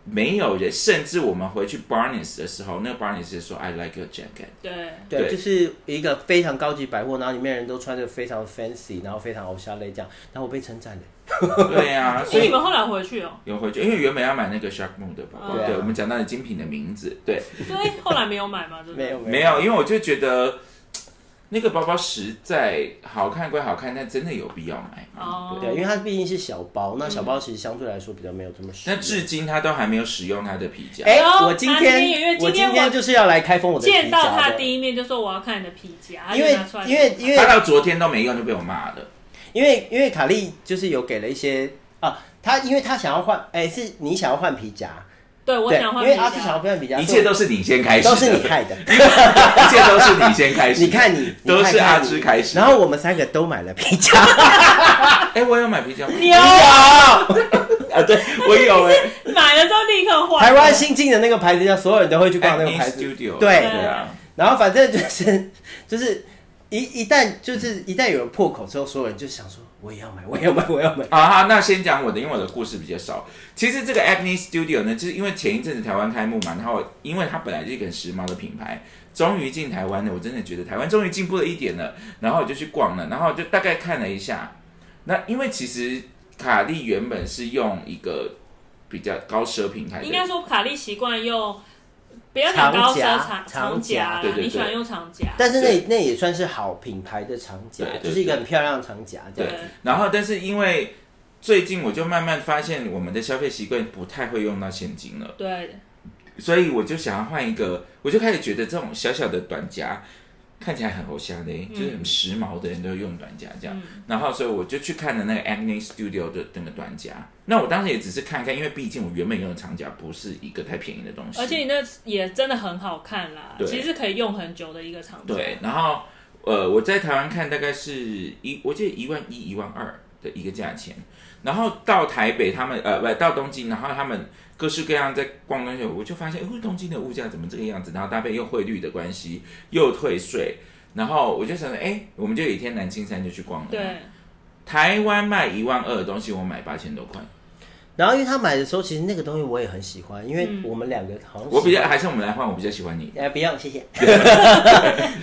Speaker 3: 没有人，甚至我们回去 Barnes 的时候，那个 Barnes 是说 I like your jacket。
Speaker 4: 对，
Speaker 5: 对，
Speaker 3: 对
Speaker 5: 就是一个非常高级百货，然后里面人都穿着非常 fancy，然后非常偶像类这样，然后我被称赞的。
Speaker 3: 对呀、啊，
Speaker 4: 所
Speaker 3: 所
Speaker 4: 以你
Speaker 3: 以
Speaker 4: 们后来回去哦，
Speaker 3: 有回去，因为原本要买那个 Shark Moon 的包包，
Speaker 5: 对啊
Speaker 3: 对，我们讲到了精品的名字，对，
Speaker 4: 所以后来没有买嘛，对不对？
Speaker 5: 没有
Speaker 3: 没有，因为我就觉得那个包包实在好看归好看，但真的有必要买吗？
Speaker 4: 哦
Speaker 3: 对。
Speaker 5: 对，因为它毕竟是小包，那小包其实相对来说比较没有这么实
Speaker 3: 那
Speaker 5: 用。
Speaker 3: 至今他都还没有使用他的皮夹。
Speaker 5: 哎、
Speaker 4: 哎呦
Speaker 5: 我今
Speaker 4: 那今天因为
Speaker 5: 天
Speaker 4: 今天
Speaker 5: 今天
Speaker 4: 我
Speaker 5: 就是要来开封我的皮夹
Speaker 4: 见到他
Speaker 5: 的
Speaker 4: 第一面就说我要看你的皮夹，
Speaker 5: 因为
Speaker 4: 他就拿出来
Speaker 5: 因为因为
Speaker 3: 他到昨天都没用，就被我骂了。
Speaker 5: 因为因为卡莉就是有给了一些啊，他因为他想要换，哎、是你想要换皮夹，
Speaker 4: 对我
Speaker 5: 对，
Speaker 4: 想
Speaker 5: 因
Speaker 4: 换
Speaker 5: 为
Speaker 4: 皮
Speaker 5: 阿志想
Speaker 4: 夹，
Speaker 5: 要换皮夹，
Speaker 3: 一切都是你先开始的，
Speaker 5: 都是你害的。
Speaker 3: 一切都是你先开始的。
Speaker 5: 你看你，你
Speaker 3: 都是
Speaker 5: 看
Speaker 3: 阿
Speaker 5: 看你
Speaker 3: 芝开始的。
Speaker 5: 然后我们三个都买了皮夹，
Speaker 3: 哎，我有买皮夹吗？
Speaker 4: 有
Speaker 3: 啊，对，我有哎。
Speaker 4: 买了之后立刻换。
Speaker 5: 台湾新进的那个牌子叫所有人都会去逛那个
Speaker 3: Acne
Speaker 5: 牌子，
Speaker 3: 哎 Studio
Speaker 5: 对
Speaker 3: 对啊，
Speaker 5: 然后反正就是 就是一一旦就是一旦有人破口之后，所有人就想说我也要买，我也要买，我也要买。
Speaker 3: 啊，好那先讲我的，因为我的故事比较少。其实这个 Acne Studio 呢，就是因为前一阵子台湾开幕嘛，然后因为它本来就是一个很时髦的品牌，终于进台湾了，我真的觉得台湾终于进步了一点了。然后我就去逛了，然后就大概看了一下。那因为其实卡莉原本是用一个比较高奢平台的，
Speaker 4: 应该说卡莉习惯用，不要讲高奢
Speaker 5: 长夹
Speaker 4: 长
Speaker 5: 长夹
Speaker 4: 夹啦
Speaker 3: 对对对
Speaker 4: 你喜欢用长夹，
Speaker 5: 但是那那也算是好品牌的长夹
Speaker 3: 对，对
Speaker 5: 就是一个很漂亮的长夹这
Speaker 3: 对
Speaker 5: 样。，
Speaker 3: 然后但是因为最近我就慢慢发现我们的消费习惯不太会用到现金了。
Speaker 4: 对，
Speaker 3: 所以我就想要换一个，我就开始觉得这种小小的短夹看起来很偶像的，
Speaker 4: 嗯
Speaker 3: 就是很时髦的人都用短夹这样。然后所以我就去看了那个 Agnes Studio 的那个短夹。那我当时也只是看看，因为毕竟我原本用的长夹不是一个太便宜的东西。
Speaker 4: 而且你那也真的很好看啦，
Speaker 3: 对
Speaker 4: 其实可以用很久的一个长夹。
Speaker 3: 对，然后呃，我在台湾看大概是一，我记得一万一、一万二的一个价钱。然后到台北，他们呃不到东京，然后他们各式各样在逛东西，我就发现，哎、东京的物价怎么这个样子？然后搭配又汇率的关系，又退税，然后我就想着，哎、我们就有一天南青山就去逛了。
Speaker 4: 对，
Speaker 3: 台湾卖一万二的东西，我买八千多块。
Speaker 5: 然后因为他买的时候，其实那个东西我也很喜欢，因为我们两个好像
Speaker 3: 我比较
Speaker 5: 喜欢
Speaker 3: 还是我们来换，我比较喜欢你。
Speaker 5: 哎不要谢 谢。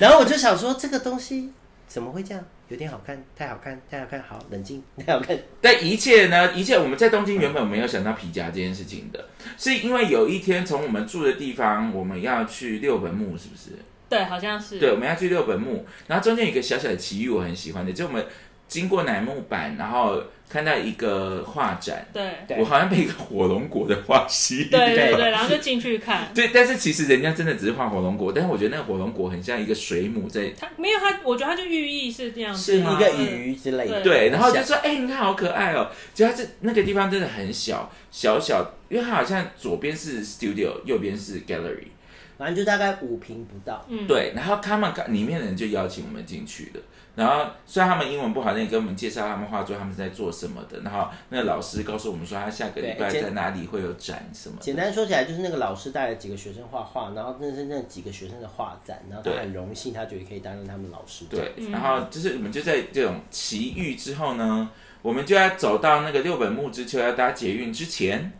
Speaker 5: 然后我就想说这个东西怎么会这样？有点好看，太好看，太好看，好冷静， 太好看。
Speaker 3: 但一切呢？一切我们在东京原本没有想到皮夹这件事情的，是因为有一天从我们住的地方，我们要去六本木，是不是？
Speaker 4: 对，好像是。
Speaker 3: 对，我们要去六本木，然后中间有一个小小的奇遇，我很喜欢的，就我们经过乃木坂，然后看到一个画展，
Speaker 4: 对
Speaker 5: 对
Speaker 3: 我好像被一个火龙果的画吸引
Speaker 4: 对对
Speaker 3: 了
Speaker 4: 对，然后就进去看。
Speaker 3: 对，但是其实人家真的只是画火龙果，但是我觉得那个火龙果很像一个水母在
Speaker 4: 它没有它，我觉得它就寓意是这样子，
Speaker 5: 是一个
Speaker 4: 嗯
Speaker 5: 鱼之类 的。
Speaker 3: 对，然后就
Speaker 5: 像
Speaker 3: 说，哎、你看好可爱哦、结果它这那个地方真的很小，小小，因为它好像左边是 studio，右边是 gallery。
Speaker 5: 反正就大概五平不到。
Speaker 3: 对，然后他们里面的人就邀请我们进去的。然后虽然他们英文不好，但也给我们介绍他们画作他们是在做什么的。然后那个老师告诉我们说，他下个礼
Speaker 5: 对
Speaker 3: 拜
Speaker 5: 简
Speaker 3: 在哪里会有展什么的。
Speaker 5: 简单说起来，就是那个老师带了几个学生画画，然后那是那几个学生的画展，然后他
Speaker 3: 对
Speaker 5: 很荣幸，他觉得可以担任他们老师。，
Speaker 3: 对，然后就是我们就在这种奇遇之后呢，我们就要走到那个六本木之丘要搭捷运之前，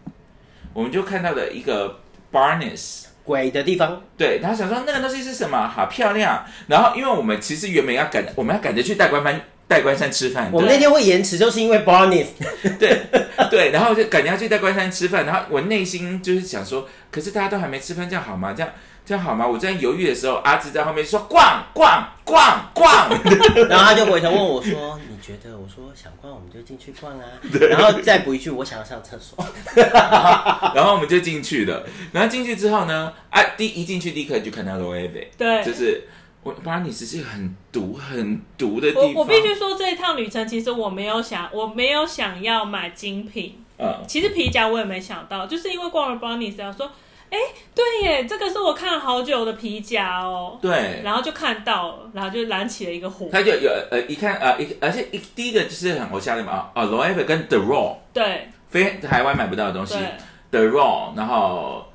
Speaker 3: 我们就看到了一个 Barnes。
Speaker 5: 鬼的地方，
Speaker 3: 对，然后想说那个东西是什么，好漂亮。然后因为我们其实原本要赶，我们要赶着去代官山代官山吃饭，
Speaker 5: 我们那天会延迟，就是因为 Barney
Speaker 3: 对，然后就赶着要去代官山吃饭。然后我内心就是想说，可是大家都还没吃饭，这样好吗？这样这样好吗？我在犹豫的时候，阿志在后面说逛逛逛逛，
Speaker 5: 然后他就回头问我说：“你觉得？”我说：“想逛我们就进去逛啊。”然后再补一句：“我想要上厕所。
Speaker 3: 然后我们就进去了。然后进去之后呢，啊，第一进去立刻就看到 l o e v
Speaker 4: 对，
Speaker 3: 就是我巴尼斯是很毒很毒的地
Speaker 4: 我
Speaker 3: 方。
Speaker 4: 我必须说这一趟旅程，其实我没有想，我没有想要买精品，
Speaker 3: 嗯，
Speaker 4: 其实皮夹我也没想到，就是因为逛了 Bonnie 然后说，哎、对耶，这个是我看了好久的皮夹哦，
Speaker 3: 对。
Speaker 4: 然后就看到了，然后就燃起了一个火，
Speaker 3: 他就有呃一看呃一而且一第一个就是很偶像的嘛哦 l o e v 跟 The Raw
Speaker 4: 对
Speaker 3: 非台湾买不到的东西
Speaker 4: 对
Speaker 3: The Raw，然后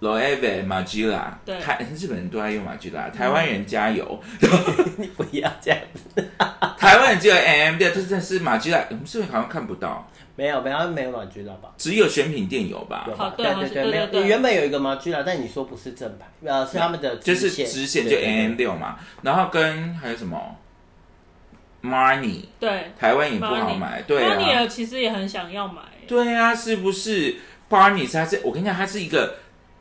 Speaker 3: Loewe Magilla，
Speaker 4: 对嗯
Speaker 3: 台日本人都爱用 Magilla，台湾人加油，”
Speaker 5: 你不要这样子，
Speaker 3: 台湾人只有 M M 的，这真的是 Magilla，我们是不是好像看不到？
Speaker 5: 没有没有没有马居拉吧？
Speaker 3: 只有选品店有吧
Speaker 5: 有？
Speaker 4: 好
Speaker 5: 吧
Speaker 4: 对好
Speaker 5: 对
Speaker 4: 对
Speaker 5: 没
Speaker 4: 对对
Speaker 5: 有。原本有一个马居拉，但你说不是正牌，呃，是他们的
Speaker 3: 就是
Speaker 5: 线
Speaker 3: 直线就
Speaker 5: 对
Speaker 3: M M 六嘛，然后跟还有什么 Marni，
Speaker 4: 对。
Speaker 3: 台湾也不好买，对
Speaker 4: 那你
Speaker 3: 啊，
Speaker 4: 也其实也很想要买，
Speaker 3: 对啊，是不是 Barney 它是我跟你讲，它是一个。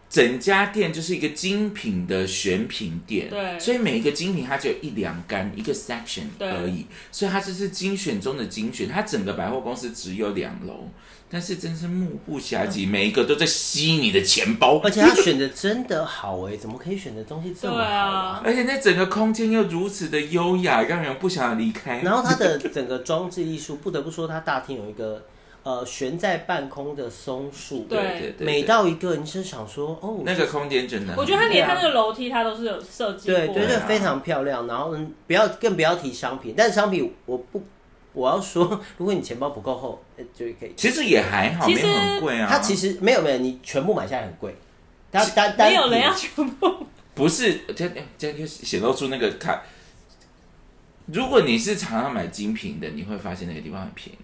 Speaker 3: 整家店就是一个精品的选品店，
Speaker 4: 对
Speaker 3: 所以每一个精品它只有一两杆一个 section
Speaker 4: 对
Speaker 3: 而已，所以它这是精选中的精选，它整个百货公司只有两楼，但是真是目不暇给，每一个都在吸你的钱包，
Speaker 5: 而且他选的真的好哎，怎么可以选的东西这么好啊？
Speaker 3: 而且那整个空间又如此的优雅，让人不想离开。
Speaker 5: 然后它的整个装置艺术，不得不说，它大厅有一个呃悬在半空的松树，
Speaker 4: 对
Speaker 3: 对对对，
Speaker 5: 美到一个，你是想说哦，
Speaker 3: 那个空间真的很，
Speaker 4: 我觉得他连
Speaker 5: 对
Speaker 4: 他
Speaker 5: 啊
Speaker 4: 那个楼梯他都是有设计过
Speaker 5: 对
Speaker 4: 的，
Speaker 5: 对
Speaker 3: 对
Speaker 5: 对，
Speaker 3: 啊
Speaker 5: 非常漂亮。然后嗯不要更不要提商品，但商品我不我要说，如果你钱包不够厚，呃就可以。
Speaker 3: 其实也还好，
Speaker 4: 其
Speaker 3: 没
Speaker 4: 实
Speaker 3: 有很贵啊。
Speaker 5: 它其实没有没有，你全部买下来很贵。它单单
Speaker 4: 没有人要
Speaker 5: 品
Speaker 4: 全部，
Speaker 3: 不是，这这样就显露出那个卡。如果你是常常买精品的，你会发现那个地方很便宜。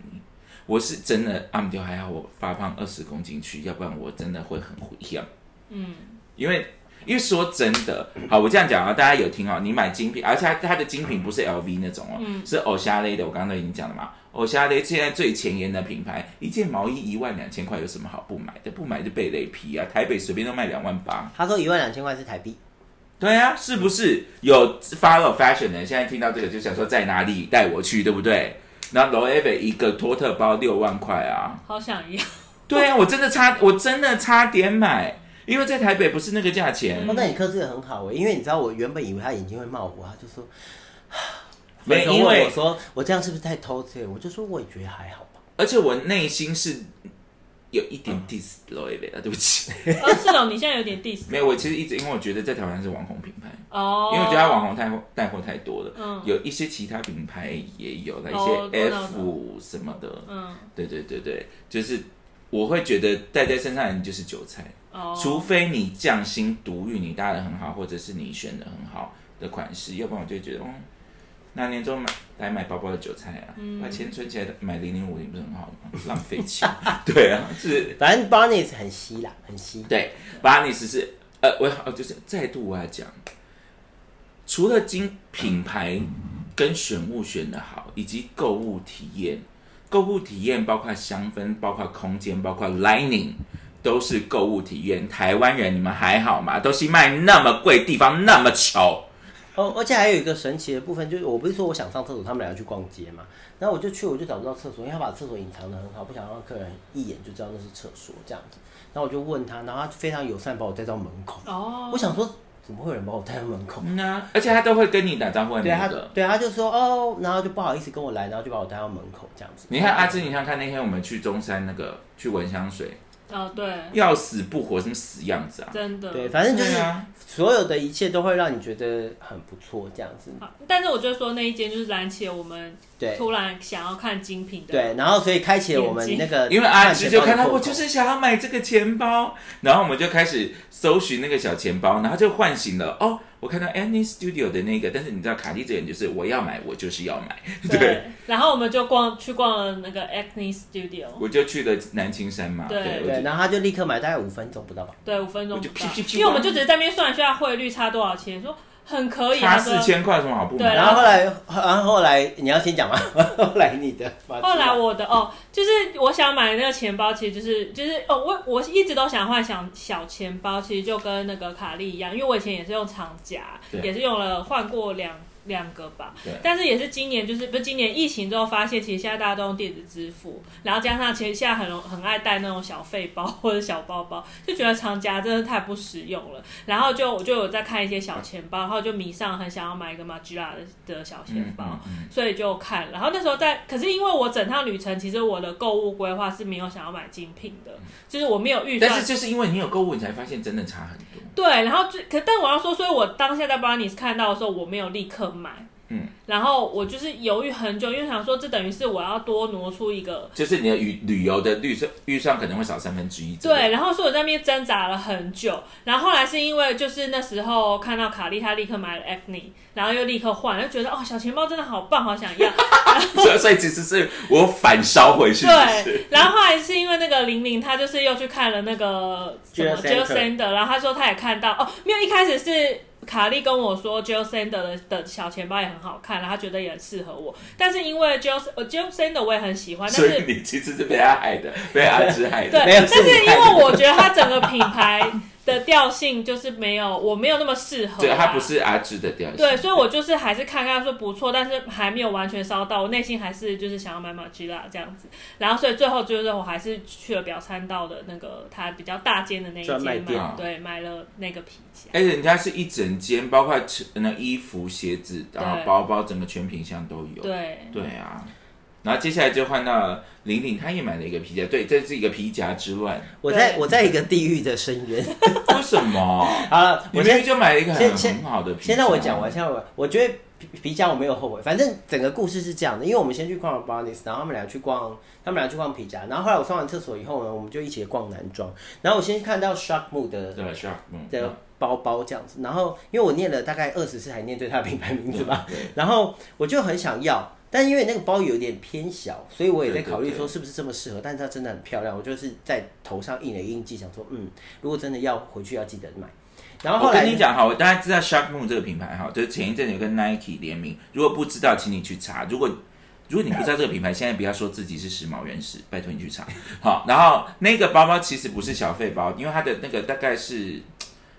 Speaker 3: 我是真的按掉，还好我发胖二十公斤去，要不然我真的会很灰样。嗯，因为因为说真的，好，我这样讲啊，大家有听哦，你买精品，而且它它的精品不是 LV 那种哦，是偶像类的，我刚刚都已经讲了嘛。偶像类现在最前沿的品牌，一件毛衣一万两千块，有什么好不买的？不买就被雷劈啊！台北随便都卖两万八。
Speaker 5: 他说一万两千块是台币，
Speaker 3: 对啊，是不是有 follow fashion 的人现在听到这个就想说在哪里带我去，对不对？然后 l o e v 一个托特包六万块啊！
Speaker 4: 好想要，
Speaker 3: 对啊，我真的差，我真的差点买，因为在台北不是那个价钱，
Speaker 4: 嗯
Speaker 5: 哦，那你克制的很好诶，因为你知道我原本以为他眼睛会冒火，他就说，
Speaker 3: 没
Speaker 5: 他就
Speaker 3: 因
Speaker 5: 问
Speaker 3: 为
Speaker 5: 我说我这样是不是太偷窃？我就说我也觉得还好吧。
Speaker 3: 而且我内心是有一
Speaker 4: 嗯
Speaker 3: 点 diss 罗 o 的，对不起，
Speaker 4: 哦，是哦，你现在有点 diss，
Speaker 3: 没有，我其实一直因为我觉得在台湾是网红品牌，
Speaker 4: 哦，
Speaker 3: 因为我觉得它网红带货带货太多了，
Speaker 4: 嗯
Speaker 3: 有一些其他品牌也有的一
Speaker 4: 哦
Speaker 3: 些
Speaker 4: 我懂
Speaker 3: F 什么的，
Speaker 4: 嗯
Speaker 3: 对对对对，就是我会觉得戴在身上的人就是韭菜，
Speaker 4: 哦，
Speaker 3: 除非你匠心独运，你搭的很好，或者是你选的很好的款式，要不然我就会觉得，哦，那年终买来买包包的韭菜啊，把钱存起来买零零五零不是很好吗？浪费钱， 对啊，是，
Speaker 5: 反正 Barney 是很稀啦，很稀。
Speaker 3: 对，把你只是，呃，我要就是再度我要讲，除了精品牌跟选物选的好，以及购物体验，购物体验包括香氛，包括空间，包括 lining，都是购物体验。台湾人你们还好吗？都是卖那么贵，地方那么丑。
Speaker 5: 哦，而且还有一个神奇的部分，就是我不是说我想上厕所，他们俩要去逛街嘛，然后我就去，我就找不到厕所，因为他把厕所隐藏的很好，不想让客人一眼就知道那是厕所这样子。然后我就问他，然后他非常友善把我带到门口。
Speaker 4: 哦，
Speaker 5: 我想说，怎么会有人把我带到门口？
Speaker 3: 嗯呐、而且他都会跟你打招呼的
Speaker 5: 啊对啊
Speaker 3: 那
Speaker 5: 他
Speaker 3: 个。
Speaker 5: 对啊他就说哦，然后就不好意思跟我来，然后就把我带到门口这样子。
Speaker 3: 你看阿芝，你像看那天我们去中山那个去闻香水，
Speaker 4: 哦对，
Speaker 3: 要死不活，什么死样子啊？
Speaker 4: 真的
Speaker 5: 对，反正就是
Speaker 3: 对啊
Speaker 5: 所有的一切都会让你觉得很不错这样子。
Speaker 4: 好但是我就说那一间就是燃起了我们
Speaker 5: 对
Speaker 4: 哦突然想要看精品的，
Speaker 5: 对，然后所以开启了我们那个
Speaker 3: 因为阿芝
Speaker 5: 芝
Speaker 3: 就看到我就是想要买这个钱包，然后我们就开始搜寻那个小钱包，然后就唤醒了哦，我看到 Annie Studio 的那个，但是你知道卡蒂这人就是我要买，我就是要买，对，
Speaker 4: 然后我们就逛去逛了那个 Acne Studio，
Speaker 3: 我就去了南青山嘛，
Speaker 4: 对
Speaker 3: 对，我
Speaker 5: 对，
Speaker 3: 就
Speaker 5: 然后他就立刻买，大概五分钟不到吧。
Speaker 4: 对，五分钟
Speaker 3: 我
Speaker 4: 不
Speaker 3: 就
Speaker 4: 到
Speaker 3: 噼噼噼
Speaker 4: 因为我们就只是在那边算一下汇率差多少钱，说很可以，
Speaker 3: 差
Speaker 4: 他说
Speaker 3: 四千块有什么好不
Speaker 4: 对
Speaker 3: 买？嗯
Speaker 5: 然后后来，然后后来你要先讲吗？ 后来你的，
Speaker 4: 后来我的哦，就是我想买的那个钱包，其实就是就是哦，我我一直都想换小小钱包，其实就跟那个卡利一样，因为我以前也是用长夹，
Speaker 3: 对
Speaker 4: 也是用了换过两两个吧
Speaker 3: 对，
Speaker 4: 但是也是今年就是不是今年疫情之后发现，其实现在大家都用电子支付，然后加上其实现在很容很爱带那种小费包或者小包包，就觉得长夹真的太不实用了。然后就我就有在看一些小钱包，然后就迷上很想要买一个 Magilla 的的小钱包，
Speaker 3: 嗯
Speaker 4: 所以就看。然后那时候在，可是因为我整趟旅程，其实我的购物规划是没有想要买精品的，就是我没有预
Speaker 3: 嗯
Speaker 4: 算。
Speaker 3: 但是就是因为你有购物，你才发现真的差很多。
Speaker 4: 对，然后就可，但我要说，所以我当下在 Barney's 看到的时候，我没有立刻买。
Speaker 3: 嗯，
Speaker 4: 然后我就是犹豫很久，因为想说这等于是我要多挪出一个
Speaker 3: 就是你的旅旅游的预算预算可能会少三分之一。
Speaker 4: 对，，然后所以我在那边挣扎了很久，然后后来是因为就是那时候看到卡莉，她立刻买了 Acne，然后又立刻换，就觉得哦小钱包真的好棒，好想要。
Speaker 3: 所以所以其实是我反烧回去，是不是
Speaker 4: 对，然后后来是因为那个玲玲，她就是又去看了那个什
Speaker 5: Jill
Speaker 4: 么 Jill
Speaker 5: Sander
Speaker 4: Sander，然后她说她也看到哦，没有，一开始是卡莉跟我说 Jill Sander 的的小钱包也很好看，然后她觉得也很适合我，但是因为 Jill 呃 Jill Sander 我也很喜欢，但
Speaker 3: 所
Speaker 4: 是
Speaker 3: 以你其实是被他害的，被阿芝害的。
Speaker 4: 对，
Speaker 5: 没有
Speaker 4: 但
Speaker 5: 是
Speaker 4: 是因
Speaker 5: 你
Speaker 4: 为我觉得它整个品牌的调性就是没有，我没有那么适合、啊。
Speaker 3: 对，它不。是阿芝的调性。
Speaker 4: 对，所以我就是还是看看说不错，但是还没有完全烧到，我内心还是就是想要买马吉拉这样子。然后所以最后就是我还是去了表参道的那个它比较大间的那一间
Speaker 5: 专卖店
Speaker 4: 买，对，买了那个皮夹。
Speaker 3: 哎、人家是一整间，包括呃那衣服、鞋子，然后
Speaker 4: 对
Speaker 3: 包包，整个全品相都有。
Speaker 4: 对，
Speaker 3: 对啊，然后接下来就换到了玲玲，她也买了一个皮夹。对，这是一个皮夹之 乱。
Speaker 5: 我在
Speaker 4: 对
Speaker 5: 我在一个地狱的深 渊。
Speaker 3: 为什么？
Speaker 5: 好了，
Speaker 3: 我
Speaker 5: 我
Speaker 3: 明
Speaker 5: 先
Speaker 3: 明就买了一个很
Speaker 5: 先先
Speaker 3: 很好的皮夹。
Speaker 5: 先让我讲完，先让我，我觉得皮皮夹我没有后悔，反正整个故事是这样的，因为我们先去逛了 Barney's，然后他们俩去逛，他们俩去逛皮夹，然后后来我上完厕所以后呢，我们就一起逛男装，然后我先看到 Shark Mood 的
Speaker 3: 对，Shark，嗯，
Speaker 5: 的包包这样子。然后因为我念了大概二十次才念对它的品牌名字吧
Speaker 3: 嗯对对，
Speaker 5: 然后我就很想要，但因为那个包有点偏小，所以我也在
Speaker 3: 对对
Speaker 5: 考虑
Speaker 3: 对
Speaker 5: 说是不是这么适合。但是它真的很漂亮，我就是在头上印了印记，想说嗯，如果真的要回去要记得买。然
Speaker 3: 我
Speaker 5: 后啊后来
Speaker 3: 哦跟你讲哈，我大家知道 Shark Moon 这个品牌哈，就是前一阵有跟 Nike 联名，如果不知道，请你去查。如果如果你不知道这个品牌，现在不要说自己是时髦人士， 拜托你去查。好，然后那个包包其实不是小费包，因为它的那个大概是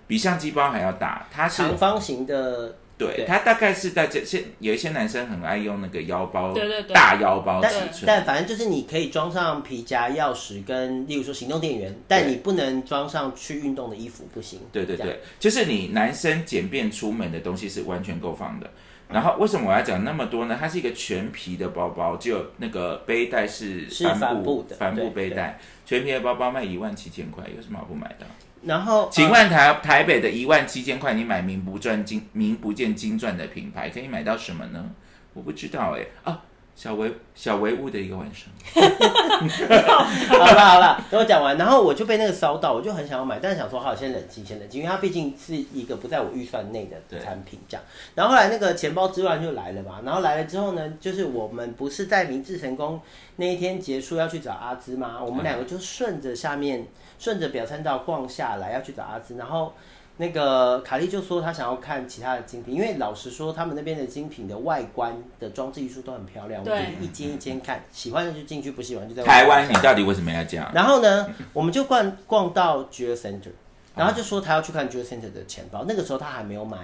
Speaker 3: 比相机包还要大，它是
Speaker 5: 长方形的
Speaker 3: 对
Speaker 5: 对
Speaker 3: 他大概是大家现有一些男生很爱用那个腰包，
Speaker 4: 对对对
Speaker 3: 大腰包尺
Speaker 5: 但
Speaker 3: 寸，
Speaker 5: 但反正就是你可以装上皮夹、钥匙跟，例如说行动电源，但
Speaker 3: 对
Speaker 5: 你不能装上去运动的衣服，不行。
Speaker 3: 对对
Speaker 5: 这样
Speaker 3: 对，就是你男生简便出门的东西是完全够放的。然后为什么我要讲那么多呢？它是一个全皮的包包，只有那个背带是
Speaker 5: 是
Speaker 3: 帆布
Speaker 5: 帆布的
Speaker 3: 帆布
Speaker 5: 对
Speaker 3: 背带，全皮的包包卖一万七千块，有什么好不买的？
Speaker 5: 然后，
Speaker 3: 请
Speaker 5: 呃
Speaker 3: 问台台北的一万七千块，你买名不赚金名不见经传的品牌，可以买到什么呢？我不知道哎、啊，小唯小唯物的一个晚上，
Speaker 5: 哦 好了好了，等我讲完，然后我就被那个骚到，我就很想要买，但是想说好，先冷静，先冷静，因为它毕竟是一个不在我预算内
Speaker 3: 对
Speaker 5: 的产品，这样。然后后来那个钱包之乱就来了嘛，然后来了之后呢，就是我们不是在明治成功那一天结束要去找阿芝吗？我们两个就顺着下面，顺着表参道逛下来，要去找阿芝，然后。那个卡莉就说她想要看其他的精品，因为老实说，他们那边的精品的外观的装置艺术都很漂亮，我们
Speaker 4: 对
Speaker 5: 就一间一间看，喜欢的就进去，不喜欢就在外面
Speaker 3: 台湾
Speaker 5: 看
Speaker 3: 你到底为什么要这样？哦
Speaker 5: 然后呢，我们就逛逛到 Jewel Center，然
Speaker 3: 啊
Speaker 5: 后就说他要去看 Jewel Center 的钱包。那个时候他还没有买，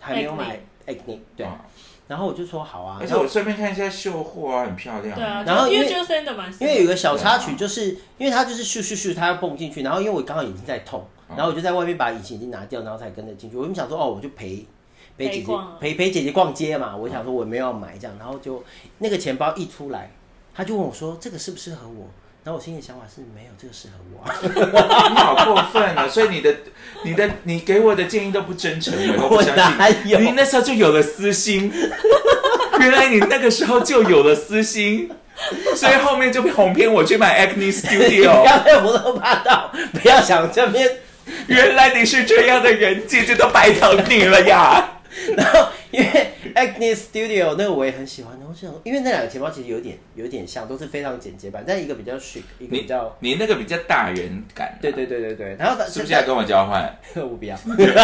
Speaker 5: 还没有买 Acne，对。
Speaker 3: 啊
Speaker 5: 然后我就说好啊，
Speaker 3: 而且
Speaker 5: 然后
Speaker 3: 我顺便看一下秀货啊，很漂亮。
Speaker 4: 对啊，
Speaker 5: 然后
Speaker 4: 就因为
Speaker 5: 因为
Speaker 4: Jill s a n d 蛮，
Speaker 5: 因为有一个小插
Speaker 3: 啊
Speaker 5: 曲，就是因为他就是咻咻咻，他要蹦进去，然后因为我刚好眼睛在痛，
Speaker 3: 啊
Speaker 5: 然后我就在外面把隐形眼镜拿掉，然后才跟着进去。我就想说哦，我就陪。陪姐
Speaker 4: 陪
Speaker 5: 姐
Speaker 4: 逛啊
Speaker 5: 陪陪姐姐逛街嘛，我
Speaker 3: 啊
Speaker 5: 想说我没有要买这样，然后就那个钱包一出来，他就问我说这个适不适合我，然后我心里想法是没有这个适合我、啊，
Speaker 3: 你好过分啊！所以你的、你的、你给我的建议都不真诚，我都不相
Speaker 5: 我哪有
Speaker 3: 信。你那时候就有了私心，原来你那个时候就有了私心，所以后面就被哄骗我去买 Acne
Speaker 5: 你不
Speaker 3: Studio。
Speaker 5: 要再胡说八道，不要想这边。
Speaker 3: 原来你是这样的人，姐姐都白疼你了呀！
Speaker 5: 然后因为 Acne Studio 那个我也很喜欢，然后就想说，因为那两个钱包其实有点有点像，都是非常简洁版，但一个比较 chic，一个比
Speaker 3: 你
Speaker 5: 较。
Speaker 3: 你那个比较大人感、
Speaker 5: 对对，对对对，然后反
Speaker 3: 是不是要跟我交换？
Speaker 5: 我不要？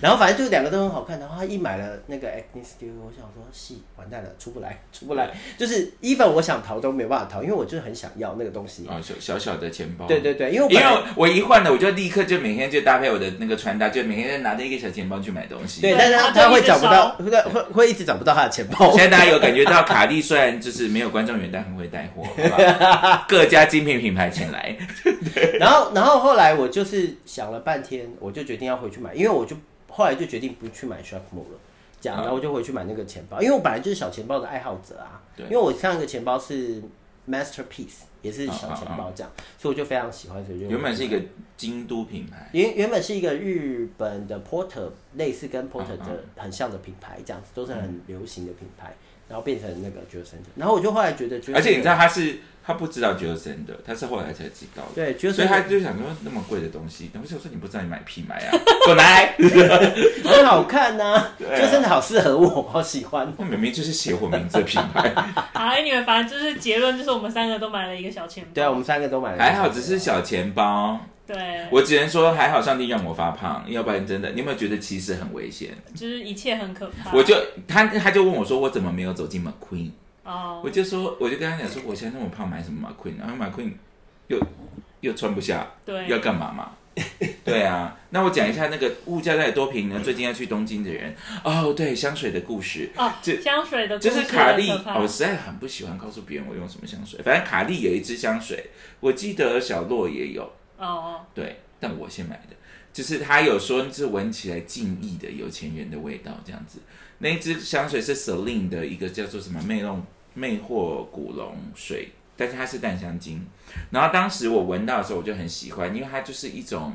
Speaker 5: 然后反正就两个都很好看，然后他一买了那个 Acne Studio，我想说是完蛋了，出不来，出不来， 就是 even 我想逃都没办法逃，因为我就是很想要那个东西。
Speaker 3: 啊、小小小的钱包。
Speaker 5: 对对对，因为我
Speaker 3: 因
Speaker 5: 本
Speaker 3: 为
Speaker 5: 来
Speaker 3: 我一换了，我就立刻就每天就搭配我的那个穿搭，就每天就拿着一个小钱包去买东西。
Speaker 5: 对，
Speaker 4: 对
Speaker 5: 但是
Speaker 4: 他
Speaker 5: 他
Speaker 4: 就
Speaker 5: 他
Speaker 4: 一
Speaker 5: 会
Speaker 4: 直
Speaker 5: 找不到，
Speaker 4: 烧
Speaker 5: 会会会一直找不到他的钱包
Speaker 3: 现。在大家有感觉到卡莉虽然就是没有观众缘，但很会带货，好吧 各家精品品牌前来。
Speaker 5: 然后，然后后来我就是想了半天，我就决定要回去买，因为我就后来就决定不去买 Sharkmo 了，这样，
Speaker 3: 啊
Speaker 5: 然后我就回去买那个钱包，因为我本来就是小钱包的爱好者啊，
Speaker 3: 对
Speaker 5: 因为我上一个钱包是 Masterpiece，也是小钱
Speaker 3: 啊啊
Speaker 5: 包这样，所以我就非常喜欢，所以就
Speaker 3: 原本是一个京都品牌，
Speaker 5: 原原本是一个日本的 Porter，类似跟 Porter
Speaker 3: 嗯
Speaker 5: 的很像的品牌，这样子都是很流行的品牌，然后变成那个 j u s o n 然后我就后来觉得 j u s o n
Speaker 3: 而且你知道他是他不知道 j o s e n 的，他是后来才知道的。
Speaker 5: 对 j u s
Speaker 3: 所
Speaker 5: o
Speaker 3: 以
Speaker 5: n
Speaker 3: 他就想说那么贵的东西，但我想说你不知道你买屁买啊，滚来！
Speaker 5: 很好看呐、啊 j
Speaker 3: 对啊
Speaker 5: u s o n 好适合我，好喜欢。哦
Speaker 3: 我明明就是写我名字的品 牌，
Speaker 4: 好，你们反正就是结论就是我们三个都买了一个小钱包，
Speaker 5: 对啊，我们三个都买了。
Speaker 3: 还好只是小钱包。
Speaker 4: 对，
Speaker 3: 我只能说还好上帝让我发胖，要不然真的，你有没有觉得其实很危险？
Speaker 4: 就是一切很可怕。
Speaker 3: 我就他他就问我说我怎么没有走进 McQueen，
Speaker 4: 哦
Speaker 3: 我，就说我就跟他讲说我现在那么胖买什么 McQueen，然后 McQueen 又又穿不下，
Speaker 4: 对，
Speaker 3: 要干嘛嘛？对啊，那我讲一下那个物价到底多便宜呢？最近要去东京的人哦，对香水的故事，
Speaker 4: 哦
Speaker 3: 这，
Speaker 4: 香水的故
Speaker 3: 就
Speaker 4: 事
Speaker 3: 是卡莉，
Speaker 4: 很可怕
Speaker 3: 哦我实在很不喜欢告诉别人我用什么香水。反正卡莉有一支香水，我记得小洛也有，
Speaker 4: 哦，
Speaker 3: 对，但我先买的，就是他有说是闻起来敬意的有钱人的味道这样子。那一支香水是 Celine 的一个叫做什么魅弄魅惑古龙水，但是它是淡香精。然后当时我闻到的时候，我就很喜欢，因为它就是一种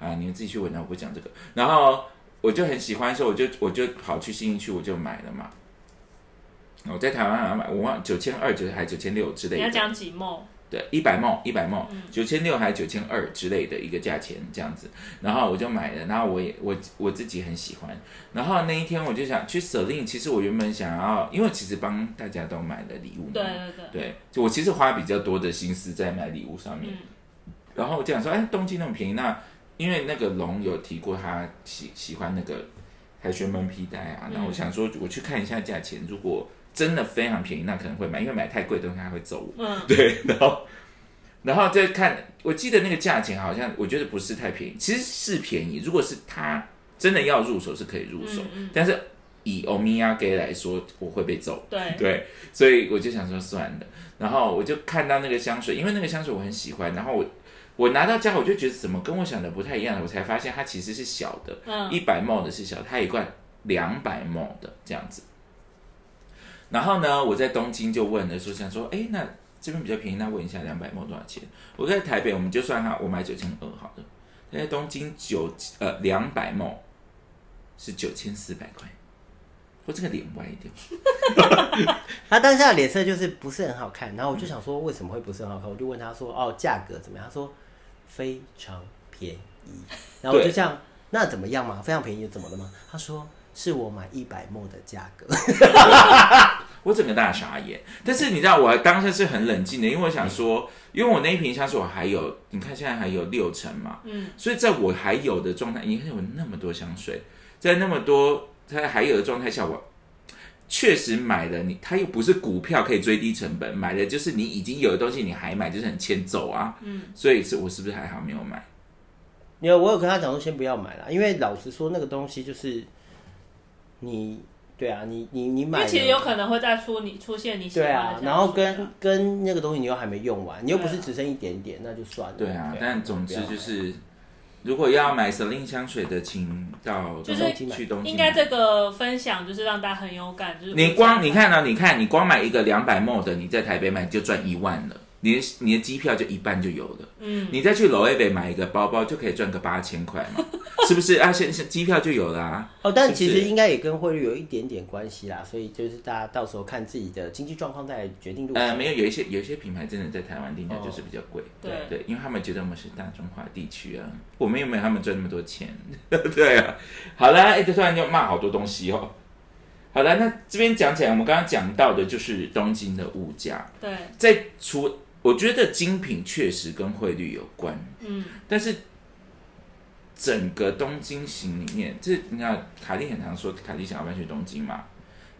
Speaker 3: 啊，你们自己去闻啊，我不讲这个。然后我就很喜欢，所以我就我就跑去新义区，我就买了嘛。我在台湾好像买，我忘九千二九还九千六之类的。
Speaker 4: 你要讲几梦？
Speaker 3: 对，一百梦，一百梦，
Speaker 4: 嗯
Speaker 3: 九千六还九千二之类的一个价钱这样子，然后我就买了，然后我也我我自己很喜欢，然后那一天我就想去 Celine，其实我原本想要，因为其实帮大家都买了礼物嘛，
Speaker 4: 对对对，
Speaker 3: 对，就我其实花比较多的心思在买礼物上面。
Speaker 4: 嗯
Speaker 3: 然后我就想说，哎，东京那么便宜，那因为那个龙有提过他喜喜欢那个海旋门皮带
Speaker 4: 嗯
Speaker 3: 啊，那我想说我去看一下价钱，如果真的非常便宜，那可能会买，因为买太贵的东西他会揍我。
Speaker 4: 嗯，
Speaker 3: 对，然后然后再看，我记得那个价钱好像我觉得不是太便宜，其实是便宜，如果是他真的要入手是可以入手，
Speaker 4: 嗯嗯
Speaker 3: 但是以欧米亚给来说，我会被揍。
Speaker 4: 对
Speaker 3: 对，所以我就想说算了，然后我就看到那个香水，因为那个香水我很喜欢，然后我我拿到家我就觉得怎么跟我想的不太一样，我才发现它其实是小的，
Speaker 4: 嗯
Speaker 3: 一百毛的是小，它一罐两百毛的这样子。然后呢，我在东京就问了，说想说，哎，那这边比较便宜，那问一下两百毛多少钱？我在台北，我们就算哈，我买九千二好了，在东京九呃两百毛是九千四百块，我这个脸歪掉。
Speaker 5: 他当下的脸色就是不是很好看，然后我就想说为什么会不是很好看，我就问他说
Speaker 3: 嗯
Speaker 5: 哦价格怎么样？他说非常便 宜，然后我就
Speaker 3: 对
Speaker 5: 这样那怎么样嘛？非常便宜怎么了吗？他说是我买一百墨的价格，
Speaker 3: 我整个大傻眼。但是你知道，我当下是很冷静的，因为我想说，因为我那一瓶香水我还有，你看现在还有六成嘛，
Speaker 4: 嗯，
Speaker 3: 所以在我还有的状态，你看有那么多香水，在那么多它还有的状态下，我确实买了你，它又不是股票可以最低成本买的，就是你已经有的东西你还买，就是很欠揍啊。
Speaker 4: 嗯，
Speaker 3: 所以是我是不是还好没有买？
Speaker 5: 因为我有跟他讲说先不要买啦，因为老实说那个东西就是你对啊，你你你
Speaker 4: 因
Speaker 5: 买
Speaker 4: 为
Speaker 5: 了
Speaker 4: 其实有可能会再出你出现你喜欢
Speaker 5: 对
Speaker 4: 的
Speaker 5: 啊
Speaker 4: 香，水
Speaker 5: 然后跟跟那个东西你又还没用完，你又不是
Speaker 4: 对啊
Speaker 5: 只剩一点点，那就算了。
Speaker 3: 对啊，但总之就
Speaker 5: 不要买
Speaker 3: 是。如果要买 Celine 香水的，请到
Speaker 4: 就是
Speaker 3: 东京去东京
Speaker 4: 应
Speaker 3: 买
Speaker 4: 该这个分享就是让大家很有感，就是
Speaker 3: 你光你看呢、你看你光买一个两百 ml 的，你在台北买就赚一万了，你的你的机票就一半就有了。
Speaker 4: 嗯，
Speaker 3: 你再去 l o e v e 买一个包包就可以赚个八千块 嘛，是不是啊？现现机票就有了啊。
Speaker 5: 哦，但
Speaker 3: 是不
Speaker 5: 其
Speaker 3: 是
Speaker 5: 实应该也跟汇率有一点点关系啦，所以就是大家到时候看自己的经济状况再决定入手。
Speaker 3: 呃，没有，有一些有一些品牌真的在台湾定价就是比较贵，
Speaker 4: 嗯对
Speaker 3: 对，因为他们觉得我们是大中华地区啊，我们又没有他们赚那么多钱， 对啊。好啦，哎、这突然就骂好多东西哦。好了，那这边讲起来，我们刚刚讲到的就是东京的物价，
Speaker 4: 对，
Speaker 3: 在除我觉得精品确实跟汇率有关，
Speaker 4: 嗯，
Speaker 3: 但是整个东京行里面，这你看卡莉很常说卡莉想要搬去东京嘛，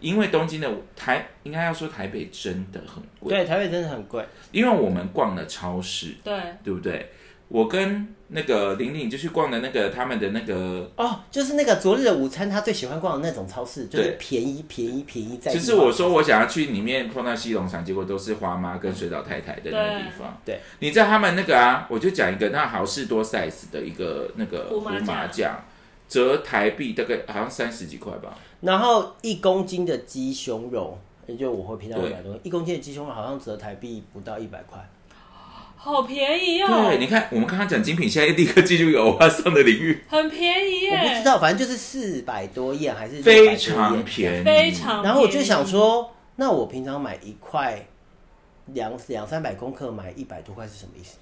Speaker 3: 因为东京的台应该要说台北真的很贵，
Speaker 5: 对，台北真的很贵，
Speaker 3: 因为我们逛了超市，
Speaker 4: 对，
Speaker 3: 对不对？我跟那个玲玲就去逛的那个他们的那个，
Speaker 5: 哦，就是那个昨日的午餐，他最喜欢逛的那种超市，就是
Speaker 3: 对
Speaker 5: 便宜便宜便宜在。
Speaker 3: 就是我说我想要去里面碰到西龙场，结果都是花妈跟水岛太太的那个地方。
Speaker 5: 对，
Speaker 3: 你知道他们那个啊，我就讲一个，那好事多 size 的一个那个
Speaker 4: 胡麻酱
Speaker 3: 麻酱，折台币大概好像三十几块吧，
Speaker 5: 然后一公斤的鸡胸肉，也就我会平常会
Speaker 3: 对
Speaker 5: 买东西，一公斤的鸡胸肉好像折台币不到一百块。
Speaker 4: 好便宜哦
Speaker 3: 对，，你看我们刚刚讲精品，现在立刻进入有欧巴桑的领域，
Speaker 4: 很便宜
Speaker 5: 我不知
Speaker 4: 耶，
Speaker 5: 道，反正就是四百多页还是
Speaker 3: 非
Speaker 5: 600多
Speaker 3: 常
Speaker 5: 页
Speaker 3: 便宜，
Speaker 4: 非常。
Speaker 5: 然后我就想，说，那我平常买一块两两三百公克，买一百多块是什么意思？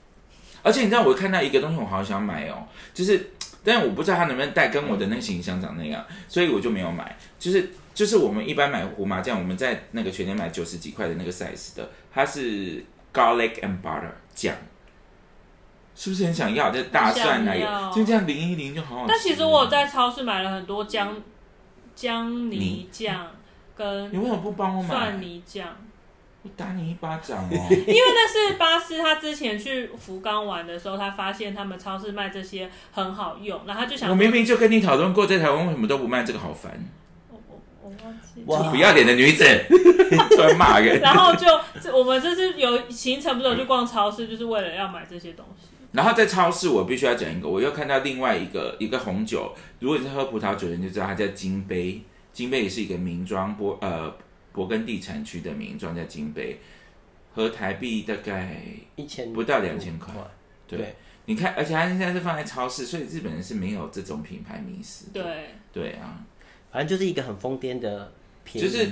Speaker 3: 而且你知道，我看到一个东西，我好想买哦，就是，但我不知道它能不能带跟我的那个行李箱长那样，所以我就没有买。就是就是我们一般买胡麻酱，我们在那个全年买九十几块的那个 size 的，它是 garlic and butter 酱，是不是很想要？这大蒜奶
Speaker 4: 很想
Speaker 3: 油，
Speaker 4: 要
Speaker 3: 就这样淋一淋就好好吃。
Speaker 4: 但其实我，在超市买了很多姜姜泥酱跟
Speaker 3: 你为什么不帮我买？
Speaker 4: 蒜泥酱，
Speaker 3: 我打你一巴 掌哦！
Speaker 4: 因为那是巴斯他之前去福冈玩的时候，他发现他们超市卖这些很好用，然后他就想
Speaker 3: 我
Speaker 4: 说，
Speaker 3: 明明就跟你讨论过，在台湾为什么都不卖这个，好烦！
Speaker 4: 我我我忘记了。
Speaker 5: 哇
Speaker 3: 不要脸的 女子， 突然骂人。
Speaker 4: 然后就这我们这次有行程，不是有去逛超市，就是为了要买这些东西。
Speaker 3: 然后在超市，我必须要讲一个，我又看到另外一个一个红酒，如果你是喝葡萄酒的人就知道，它叫金杯。金杯也是一个名庄，勃呃勃艮第产区的名庄叫金杯，合台币大概
Speaker 5: 一千
Speaker 3: 不到2000块对。
Speaker 5: 对
Speaker 3: 你看，而且它现在是放在超市，所以日本人是没有这种品牌迷思的。
Speaker 4: 对，
Speaker 3: 对啊，
Speaker 5: 反正就是一个很疯癫的便宜。
Speaker 3: 就是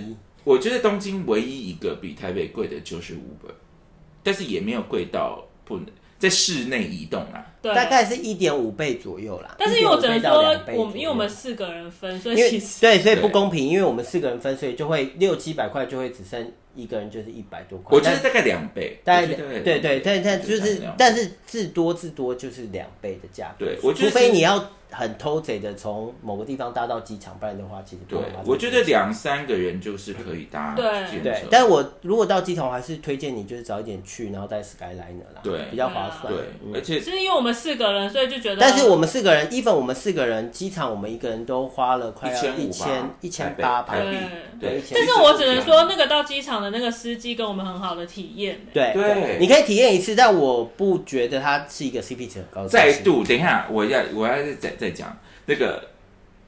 Speaker 3: 我觉得东京唯一一个比台北贵的就是 Uber，但是也没有贵到不能在室内移动啊啦、
Speaker 4: 对，
Speaker 5: 大。概是一点五倍左右啦，
Speaker 4: 但是因为我只能说
Speaker 5: 1.5倍到2倍，
Speaker 4: 我们因为我们
Speaker 5: 左右
Speaker 4: 四个人分，所
Speaker 5: 因
Speaker 4: 以
Speaker 5: 为
Speaker 4: 其实
Speaker 5: 对，所以
Speaker 3: 对
Speaker 5: 不公平，因为我们四个人分，所以就会六七百块就会只剩一个人就是一百多块。
Speaker 3: 我觉得大概两倍，
Speaker 5: 但
Speaker 3: 我觉
Speaker 5: 但
Speaker 3: 得大概
Speaker 5: 对
Speaker 3: 两倍
Speaker 5: 对对，但但就
Speaker 3: 差不
Speaker 5: 是
Speaker 3: 多，
Speaker 5: 但是至多至多就是两倍的价格。
Speaker 3: 对我觉
Speaker 5: 除
Speaker 3: 得
Speaker 5: 非
Speaker 3: 是
Speaker 5: 你要很偷贼的从某个地方搭到机场，不然的话其实不
Speaker 3: 对
Speaker 5: 用花这个，
Speaker 3: 我觉得两三个人就是可以搭
Speaker 4: 对
Speaker 3: 计程
Speaker 5: 对
Speaker 3: 车，
Speaker 5: 但我如果到机场，我还是推荐你就是早一点去，然后带 Skyliner 啦，
Speaker 3: 对
Speaker 5: 比较划算。
Speaker 3: 对，而且
Speaker 4: 是因为我们四个人，所以就觉得。
Speaker 5: 但是我们四个人，even 我们四个人，机场我们一个人都花了快要一
Speaker 3: 一
Speaker 5: 千
Speaker 3: 千
Speaker 5: 一千八吧
Speaker 3: 台。币
Speaker 5: 对
Speaker 3: 对
Speaker 5: 对。
Speaker 4: 但是我只能说，那个到机场的那个司机跟我们很好的体验、欸。
Speaker 5: 对
Speaker 3: 对
Speaker 5: 你可以体验一次，但我不觉得它是一个 CP 值很高的东
Speaker 3: 再
Speaker 5: 西。
Speaker 3: 度，等一下，我要我要再再讲那个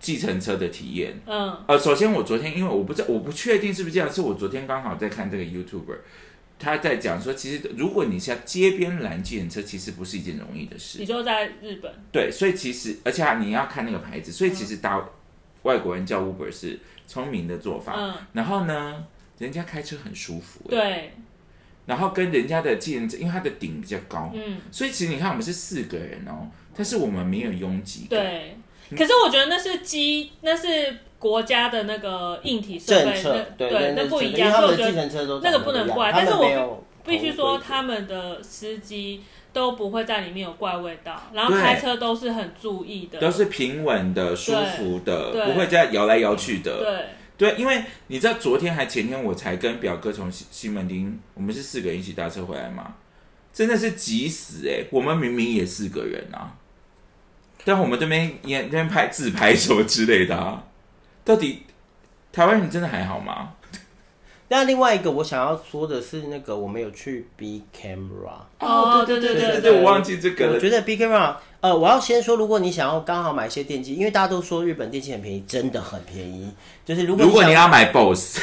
Speaker 3: 计程车的体验。
Speaker 4: 嗯，
Speaker 3: 呃，首先我昨天因为我不知道，我不确定是不是这样，是我昨天刚好在看这个 YouTuber，他在讲说，其实如果你像街边拦计程车，其实不是一件容易的事
Speaker 4: 你。就在日本，
Speaker 3: 对，所以其实而且啊你要看那个牌子，所以其
Speaker 4: 嗯
Speaker 3: 实打外国人叫 Uber 是聪明的做法。
Speaker 4: 嗯
Speaker 3: 然后呢，人家开车很舒服、欸。。
Speaker 4: 对，
Speaker 3: 然后跟人家的计程车，因为它的顶比较高，
Speaker 4: 嗯，
Speaker 3: 所以其实你看我们是四个人哦，但是我们没有拥挤感。
Speaker 4: 对。可是我觉得那是机，那是国家的那个硬体设
Speaker 5: 政
Speaker 4: 备，
Speaker 5: 策
Speaker 4: 那
Speaker 5: 对，
Speaker 4: 那不
Speaker 5: 是
Speaker 4: 一
Speaker 5: 因为
Speaker 4: 样。
Speaker 5: 他
Speaker 4: 所以我
Speaker 5: 们
Speaker 4: 觉
Speaker 5: 的计
Speaker 4: 得
Speaker 5: 程车都
Speaker 4: 那个不能怪但是我
Speaker 5: 我
Speaker 4: 必须说，他们的司机都不会在里面有怪味道，然后
Speaker 3: 对
Speaker 4: 开车都是很注意的，
Speaker 3: 都是平稳的、舒服
Speaker 4: 对
Speaker 3: 的，不会这样摇来摇去的。
Speaker 4: 对，
Speaker 3: 对，因为你知道，昨天还前天我才跟表哥从西西门町，我们是四个人一起搭车回来嘛，真的是急死哎、我们明明也四个人啊，但我们这边也那边拍自拍什么之类的啊，到底台湾人真的还好吗？
Speaker 5: 那另外一个我想要说的是，那个我们有去 B Camera，
Speaker 4: 哦对对
Speaker 3: 对
Speaker 4: 对
Speaker 3: 对，我忘记这个
Speaker 5: 我
Speaker 3: 了。
Speaker 5: 觉得 B Camera，呃，我要先说，如果你想要刚好买一些电器，因为大家都说日本电器很便宜，真的很便宜。就是如果
Speaker 3: 如果
Speaker 5: 想
Speaker 3: 你要买 BOSS，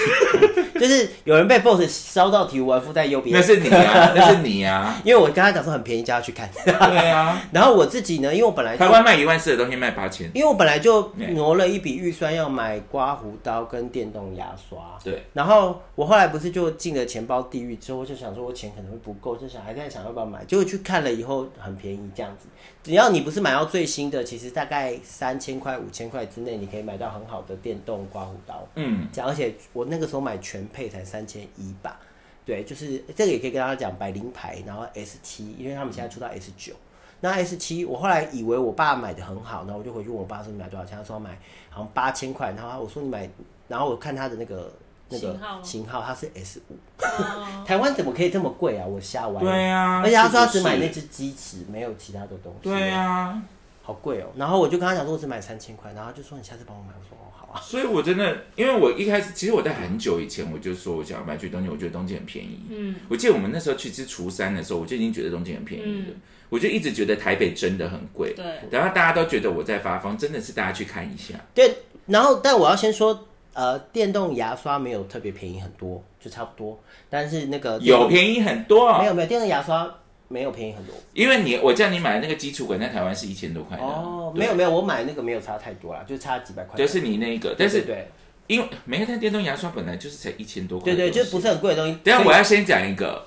Speaker 3: 就是
Speaker 5: 有人被 BOSS 烧到体无完肤在右边
Speaker 3: 那，是你啊，那是你啊，
Speaker 5: 因为我跟他讲说很便宜，叫他去看。
Speaker 3: 对啊，
Speaker 5: 然后我自己呢，因为我本来就
Speaker 3: 台湾卖一万四的东西卖八千，
Speaker 5: 因为我本来就
Speaker 3: 对
Speaker 5: 挪了一笔预算要买刮胡刀跟电动牙刷，
Speaker 3: 对。
Speaker 5: 然后我后来不是就进了钱包地狱之后，就想说我钱可能会不够，就想还在想要不要买，结果去看了以后很便宜，这样子。只要你不是买到最新的，其实大概三千块、五千块之内，你可以买到很好的电动刮胡刀。
Speaker 3: 嗯，
Speaker 5: 这样而且我那个时候买全配才三千一吧，对，就是这个也可以跟大家讲，百灵牌，然后 S 七，因为他们现在出到 S 九。那 S 七，我后来以为我爸买的很好，然后我就回去问我爸说你买多少钱，他说他买好像八千块，然后我说你买，然后我看他的那个那个
Speaker 4: 型号吗
Speaker 5: 型号，它是 S 五，
Speaker 4: 哦
Speaker 5: 台湾怎么可以这么贵啊？我瞎玩。
Speaker 3: 对啊
Speaker 5: 而且他说他只买
Speaker 3: 是不
Speaker 5: 那
Speaker 3: 是
Speaker 5: 只鸡翅，没有其他的东西。
Speaker 3: 对，啊，
Speaker 5: 好贵哦。然后我就跟他讲说我只买三千块，然后他就说你下次帮我买，我说哦好啊。
Speaker 3: 所以我真的，因为我一开始其实我在很久以前我就说我想要买去东京，我觉得东京很便宜。
Speaker 4: 嗯，
Speaker 3: 我记得我们那时候去吃厨山的时候，我就已经觉得东京很便宜了。
Speaker 4: 嗯
Speaker 3: 我就一直觉得台北真的很贵，
Speaker 4: 对
Speaker 3: 然后大家都觉得我在发疯，真的是大家去看一下。
Speaker 5: 对，然后但我要先说，呃，电动牙刷没有特别便宜很多，就差不多。但是那个
Speaker 3: 有便宜很多，
Speaker 5: 没有没有电动牙刷没有便宜很多
Speaker 3: 因为你我叫你买那个基础款，在台湾是一千多块的，啊
Speaker 5: 哦，
Speaker 3: 哎对
Speaker 5: 没有没有，我买那个没有差太多啦，就差几百块。
Speaker 3: 就是你那个，
Speaker 5: 对
Speaker 3: 但是
Speaker 5: 对
Speaker 3: 因为没有，但电动牙刷本来就是才一千多块
Speaker 5: 对
Speaker 3: 的东
Speaker 5: 对，
Speaker 3: 西，
Speaker 5: 就不是很贵的东西。
Speaker 3: 等一下
Speaker 5: 所以
Speaker 3: 我要先讲一个，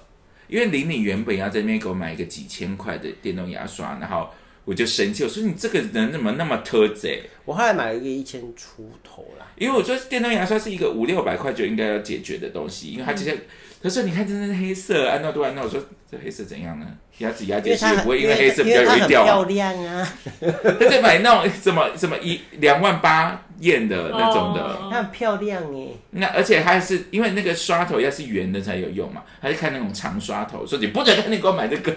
Speaker 3: 因为玲玲原本要在那边给我买一个几千块的电动牙刷，然后我就生气，我说你这个人怎么那么偷贼？
Speaker 5: 我后来买了一个一千出头啦，
Speaker 3: 因为我说电动牙刷是一个五六百块就应该要解决的东西，因为它
Speaker 5: 嗯
Speaker 3: 其实他说你看真的是黑色，安诺多安诺，我说这黑色怎样呢？牙齿牙
Speaker 5: 因为
Speaker 3: 结石
Speaker 5: 它
Speaker 3: 也
Speaker 5: 很
Speaker 3: 不会
Speaker 5: 因
Speaker 3: 因为黑色比较
Speaker 5: 为它
Speaker 3: 容易
Speaker 5: 很
Speaker 3: 掉
Speaker 5: 漂
Speaker 3: 啊，
Speaker 5: 亮啊，
Speaker 3: 他在买那种什么什么一两万八验的那种的。
Speaker 4: 哦
Speaker 5: 它很漂亮哎。
Speaker 3: 那而且还是因为那个刷头要是圆的才有用嘛，还是看那种长刷头，说你不准看你给我买这个，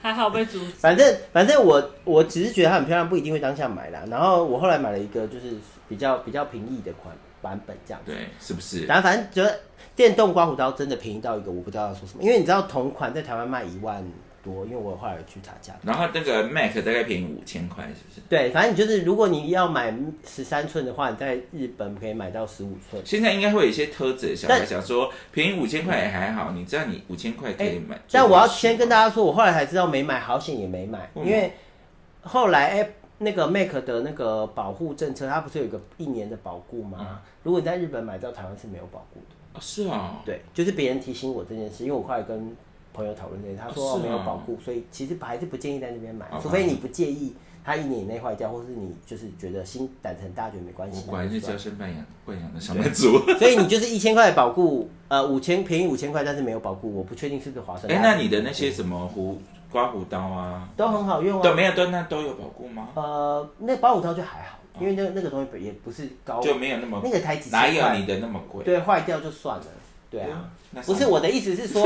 Speaker 4: 还好被阻止。
Speaker 5: 反正反正我我只是觉得它很漂亮，不一定会当下买啦。然后我后来买了一个就是比较比较平易的款版本这样子。
Speaker 3: 对，是不是？
Speaker 5: 然后反正觉得电动刮胡刀真的便宜到一个我不知道要说什么，因为你知道同款在台湾卖一万多，因为我后来有去查价格。
Speaker 3: 然后那个 Mac 大概便宜五千块，是不是？
Speaker 5: 对，反正你就是如果你要买十三寸的话，你在日本可以买到十五寸。
Speaker 3: 现在应该会有一些特子的小孩
Speaker 5: 但
Speaker 3: 想说，便宜五千块也还好，你知道你五千块可以买。
Speaker 5: 但我要先跟
Speaker 3: 家，
Speaker 5: 大家说，我后来才知道没买，好险也没买，
Speaker 3: 嗯
Speaker 5: 因为后来哎、那个 Mac 的那个保护政策，它不是有一个一年的保固吗？如果你在日本买到台湾是没有保固的。
Speaker 3: 哦是哦，
Speaker 5: 对，就是别人提醒我这件事，因为我后来跟朋友讨论这个，他
Speaker 3: 哦
Speaker 5: 说、
Speaker 3: 是吗
Speaker 5: 没有保固，所以其实还是不建议在那边买
Speaker 3: 哦，
Speaker 5: 除非你不介意它一年以内坏掉，或是你就是觉得心胆子很大，觉得没关
Speaker 3: 我
Speaker 5: 系。
Speaker 3: 果
Speaker 5: 那
Speaker 3: 然
Speaker 5: 就是算
Speaker 3: 娇生惯养惯养的小满族。
Speaker 5: 所以你就是一千块的保固，呃，五千便宜五千块，但是没有保固，我不确定是不是划算。
Speaker 3: 哎，那你的那些什么胡刮胡刀啊，
Speaker 5: 都很好用啊。
Speaker 3: 都没有都那都有保护吗？
Speaker 5: 呃，那保五刀就还好，因为那那个东西也不是高，
Speaker 3: 就没有那么
Speaker 5: 哦那个才几千
Speaker 3: 哪
Speaker 5: 块，
Speaker 3: 有你的那么贵？啊
Speaker 5: 对坏掉就算了，对啊。
Speaker 3: 那
Speaker 5: 不是我的意思 是说，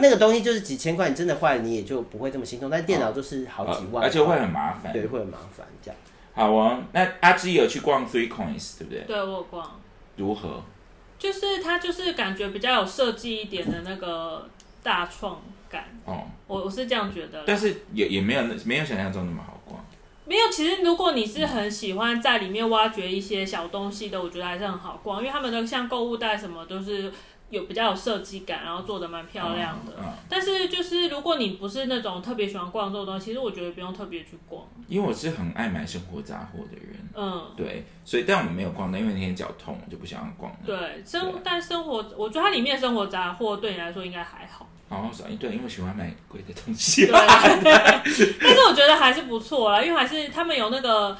Speaker 5: 那个东西就是几千块，你真的坏了你也就不会这么心痛。但电脑就是好几万，
Speaker 3: 啊哦而且会很麻烦。
Speaker 5: 对会很麻烦这样。
Speaker 3: 好哦，那阿芝有去逛 Three Coins 对不对？
Speaker 4: 对我有逛，
Speaker 3: 如何？
Speaker 4: 就是它就是感觉比较有设计一点的那个大创感，
Speaker 3: 哦，
Speaker 4: 我我是这样觉得啦。
Speaker 3: 但是也也没有那没有想象中那么好逛。
Speaker 4: 没有，其实如果你是很喜欢在里面挖掘一些小东西的，我觉得还是很好逛，因为他们的像购物袋什么都是有比较有设计感，然后做的蛮漂亮的。
Speaker 3: 嗯嗯
Speaker 4: 但是就是如果你不是那种特别喜欢逛这种东西，其实我觉得不用特别去逛。
Speaker 3: 因为我是很爱买生活杂货的人，
Speaker 4: 嗯，
Speaker 3: 对，所以但我没有逛到，因为那天脚痛，我就不想要逛了。，
Speaker 4: 对，生
Speaker 3: 对
Speaker 4: 但生活，我觉得它里面的生活杂货对你来说应该 还好。
Speaker 3: 好少，对，因为我喜欢买贵的东西。
Speaker 4: 对，对但是我觉得还是不错啦，因为还是他们有那个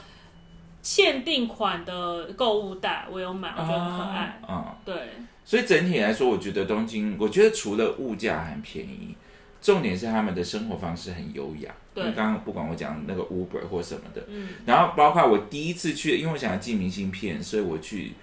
Speaker 4: 限定款的购物袋，我有买，我觉得很可爱。
Speaker 3: 啊、嗯
Speaker 4: 对。
Speaker 3: 所以整体来说，我觉得东京，我觉得除了物价很便宜，重点是他们的生活方式很优雅。
Speaker 4: 对
Speaker 3: 因为刚刚不管我讲那个 Uber 或什么的，
Speaker 4: 嗯，
Speaker 3: 然后包括我第一次去，因为我想要寄明信片，所以我去，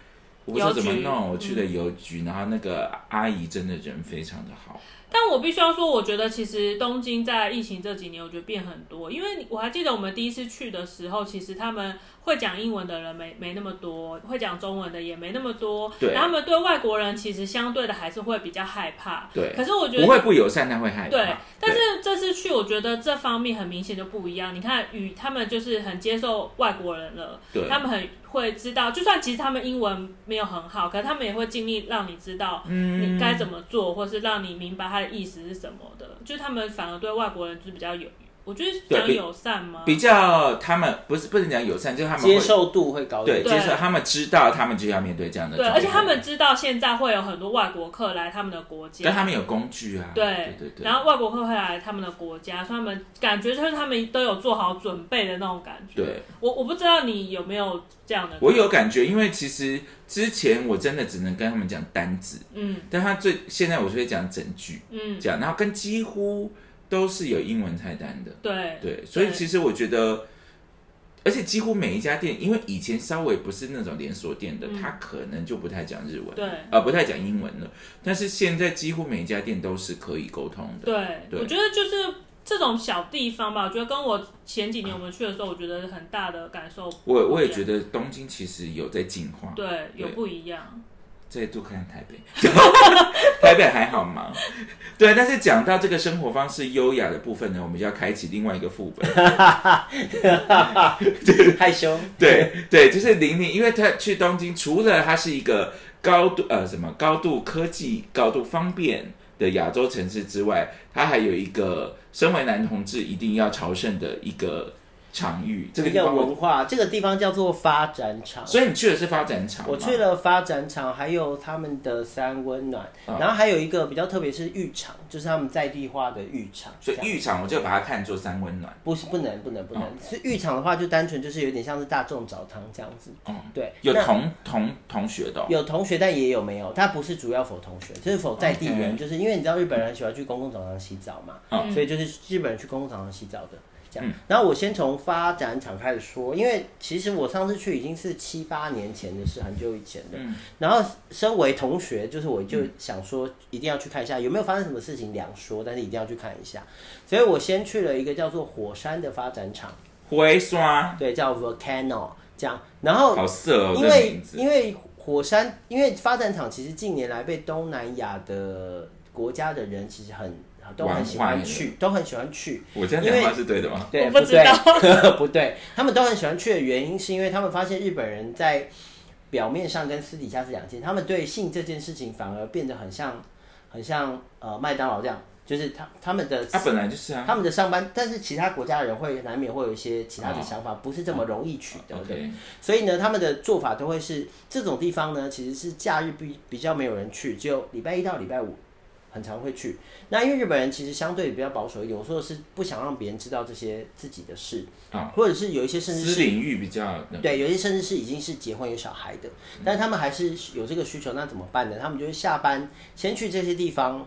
Speaker 3: 我不知道怎么弄，
Speaker 4: 邮局嗯
Speaker 3: 我去了邮局，然后那个阿姨真的人非常的好，
Speaker 4: 但我必须要说，我觉得其实东京在疫情这几年，我觉得变很多。因为我还记得我们第一次去的时候，其实他们会讲英文的人没没那么多，会讲中文的也没那么多。
Speaker 3: 对
Speaker 4: 然后他们对外国人其实相对的还是会比较害怕。
Speaker 3: 对
Speaker 4: 可是我觉得
Speaker 3: 不会不友善，但会害怕。
Speaker 4: 对，但是这次去，我觉得这方面很明显就不一样。你看，与他们就是很接受外国人了，
Speaker 3: 对
Speaker 4: 他们很会知道，就算其实他们英文没有很好，可是他们也会尽力让你知道
Speaker 3: 嗯
Speaker 4: 你该怎么做，或是让你明白他的意思是什么
Speaker 3: 嗯
Speaker 4: 的。就是他们反而对外国人就是比较有，我觉得
Speaker 3: 对
Speaker 4: 讲
Speaker 3: 比
Speaker 4: 友善吗？
Speaker 3: 比较他们不是不能讲友善，就是他们会
Speaker 5: 接受度会高一
Speaker 3: 对
Speaker 5: 点。
Speaker 4: 对
Speaker 3: 接受，他们知道他们就要面对这样的
Speaker 4: 对，
Speaker 3: 状
Speaker 4: 而
Speaker 3: 况，
Speaker 4: 且他们知道现在会有很多外国客来他们的国家
Speaker 3: 但，他们有工具啊，
Speaker 4: 对
Speaker 3: 对对对，
Speaker 4: 然后外国客会来他们的国家，所以他们感觉就是他们都有做好准备的那种感觉。
Speaker 3: 对，
Speaker 4: 我我不知道你有没有这样的，
Speaker 3: 我有感觉，因为其实之前我真的只能跟他们讲单字，
Speaker 4: 嗯
Speaker 3: 但他最现在我就会讲整句
Speaker 4: 嗯，
Speaker 3: 这样，然后跟几乎都是有英文菜单的，
Speaker 4: 对
Speaker 3: 对，所以其实我觉得，而且几乎每一家店，因为以前稍微不是那种连锁店的，
Speaker 4: 嗯
Speaker 3: 他可能就不太讲日文，
Speaker 4: 对
Speaker 3: 呃，不太讲英文了，但是现在几乎每一家店都是可以沟通的，
Speaker 4: 对
Speaker 3: 对
Speaker 4: 我觉得就是这种小地方吧，我觉得跟我前几年我们去的时候，我觉得很大的感受不一样，
Speaker 3: 我我也觉得东京其实有在进化，
Speaker 4: 对有
Speaker 3: 对
Speaker 4: 不一样，
Speaker 3: 再多看看台北， 台北还好吗？对，但是讲到这个生活方式优雅的部分呢，我们就要开启另外一个副本。
Speaker 5: 害羞。
Speaker 3: 对对，就是玲玲，因为她去东京，除了它是一个高度呃什么高度科技、高度方便的亚洲城市之外，它还有一个身为男同志一定要朝圣的一个场域，这个
Speaker 5: 一
Speaker 3: 地
Speaker 5: 个
Speaker 3: 方
Speaker 5: 文
Speaker 3: 我。
Speaker 5: 化，这个地方叫做发展场。
Speaker 3: 所以你去的是发展场吗，
Speaker 5: 我去了发展场，还有他们的三温暖，
Speaker 3: 啊
Speaker 5: 然后还有一个比较特别是浴场，就是他们在地化的浴场。
Speaker 3: 所以
Speaker 5: 这样
Speaker 3: 浴啊场我就把它看作三温暖，
Speaker 5: 不是不能不能不能，是浴场的话就单纯就是有点像是大众澡堂这样子。
Speaker 3: 哦
Speaker 5: 对，
Speaker 3: 有
Speaker 5: 那
Speaker 3: 同同同学的哦、
Speaker 5: 有同学，但也有没有，他不是主要否同学，就是否在地人
Speaker 3: OK
Speaker 5: 就是因为你知道日本人很喜欢去公共澡堂洗澡嘛，
Speaker 3: 嗯
Speaker 5: 所以就是日本人去公共澡堂洗澡的这样。
Speaker 3: 嗯
Speaker 5: 然后我先从发展场开始说，因为其实我上次去已经是七八年前的事，很久以前的。
Speaker 3: 嗯
Speaker 5: 然后身为同学，就是我就想说一定要去看一下有没有发生什么事情两说，但是一定要去看一下，所以我先去了一个叫做火山的发展场，
Speaker 3: 回刷，
Speaker 5: 对，叫 Volcano 这样。然后
Speaker 3: 好色哦，
Speaker 5: 因
Speaker 3: 这个
Speaker 5: 为
Speaker 3: 名字
Speaker 5: 因为火山，因为发展厂其实近年来被东南亚的国家的人其实很都很喜
Speaker 3: 玩坏
Speaker 5: 欢
Speaker 3: 了
Speaker 5: 去，都很喜欢去。
Speaker 3: 我这样讲话是对的吗？
Speaker 5: 对，
Speaker 4: 我不知道
Speaker 5: 对 不对，他们都很喜欢去的原因是因为他们发现日本人在表面上跟私底下是两件，他们对性这件事情反而变得很像很像呃麦当劳这样，就是他他们的
Speaker 3: 他、本来就是啊。
Speaker 5: 他们的上班，但是其他国家的人会难免会有一些其他的想法，不是这么容易取得的。
Speaker 3: OK，
Speaker 5: 所以呢，他们的做法都会是这种地方呢，其实是假日比比较没有人去，只有礼拜一到礼拜五很常会去。那因为日本人其实相对比较保守一点，我说的是不想让别人知道这些自己的事，
Speaker 3: 啊
Speaker 5: 或者是有一些甚至
Speaker 3: 私
Speaker 5: 是
Speaker 3: 领域比较那个
Speaker 5: 对，有些甚至是已经是结婚有小孩的，
Speaker 3: 嗯
Speaker 5: 但是他们还是有这个需求，那怎么办呢？他们就是下班先去这些地方，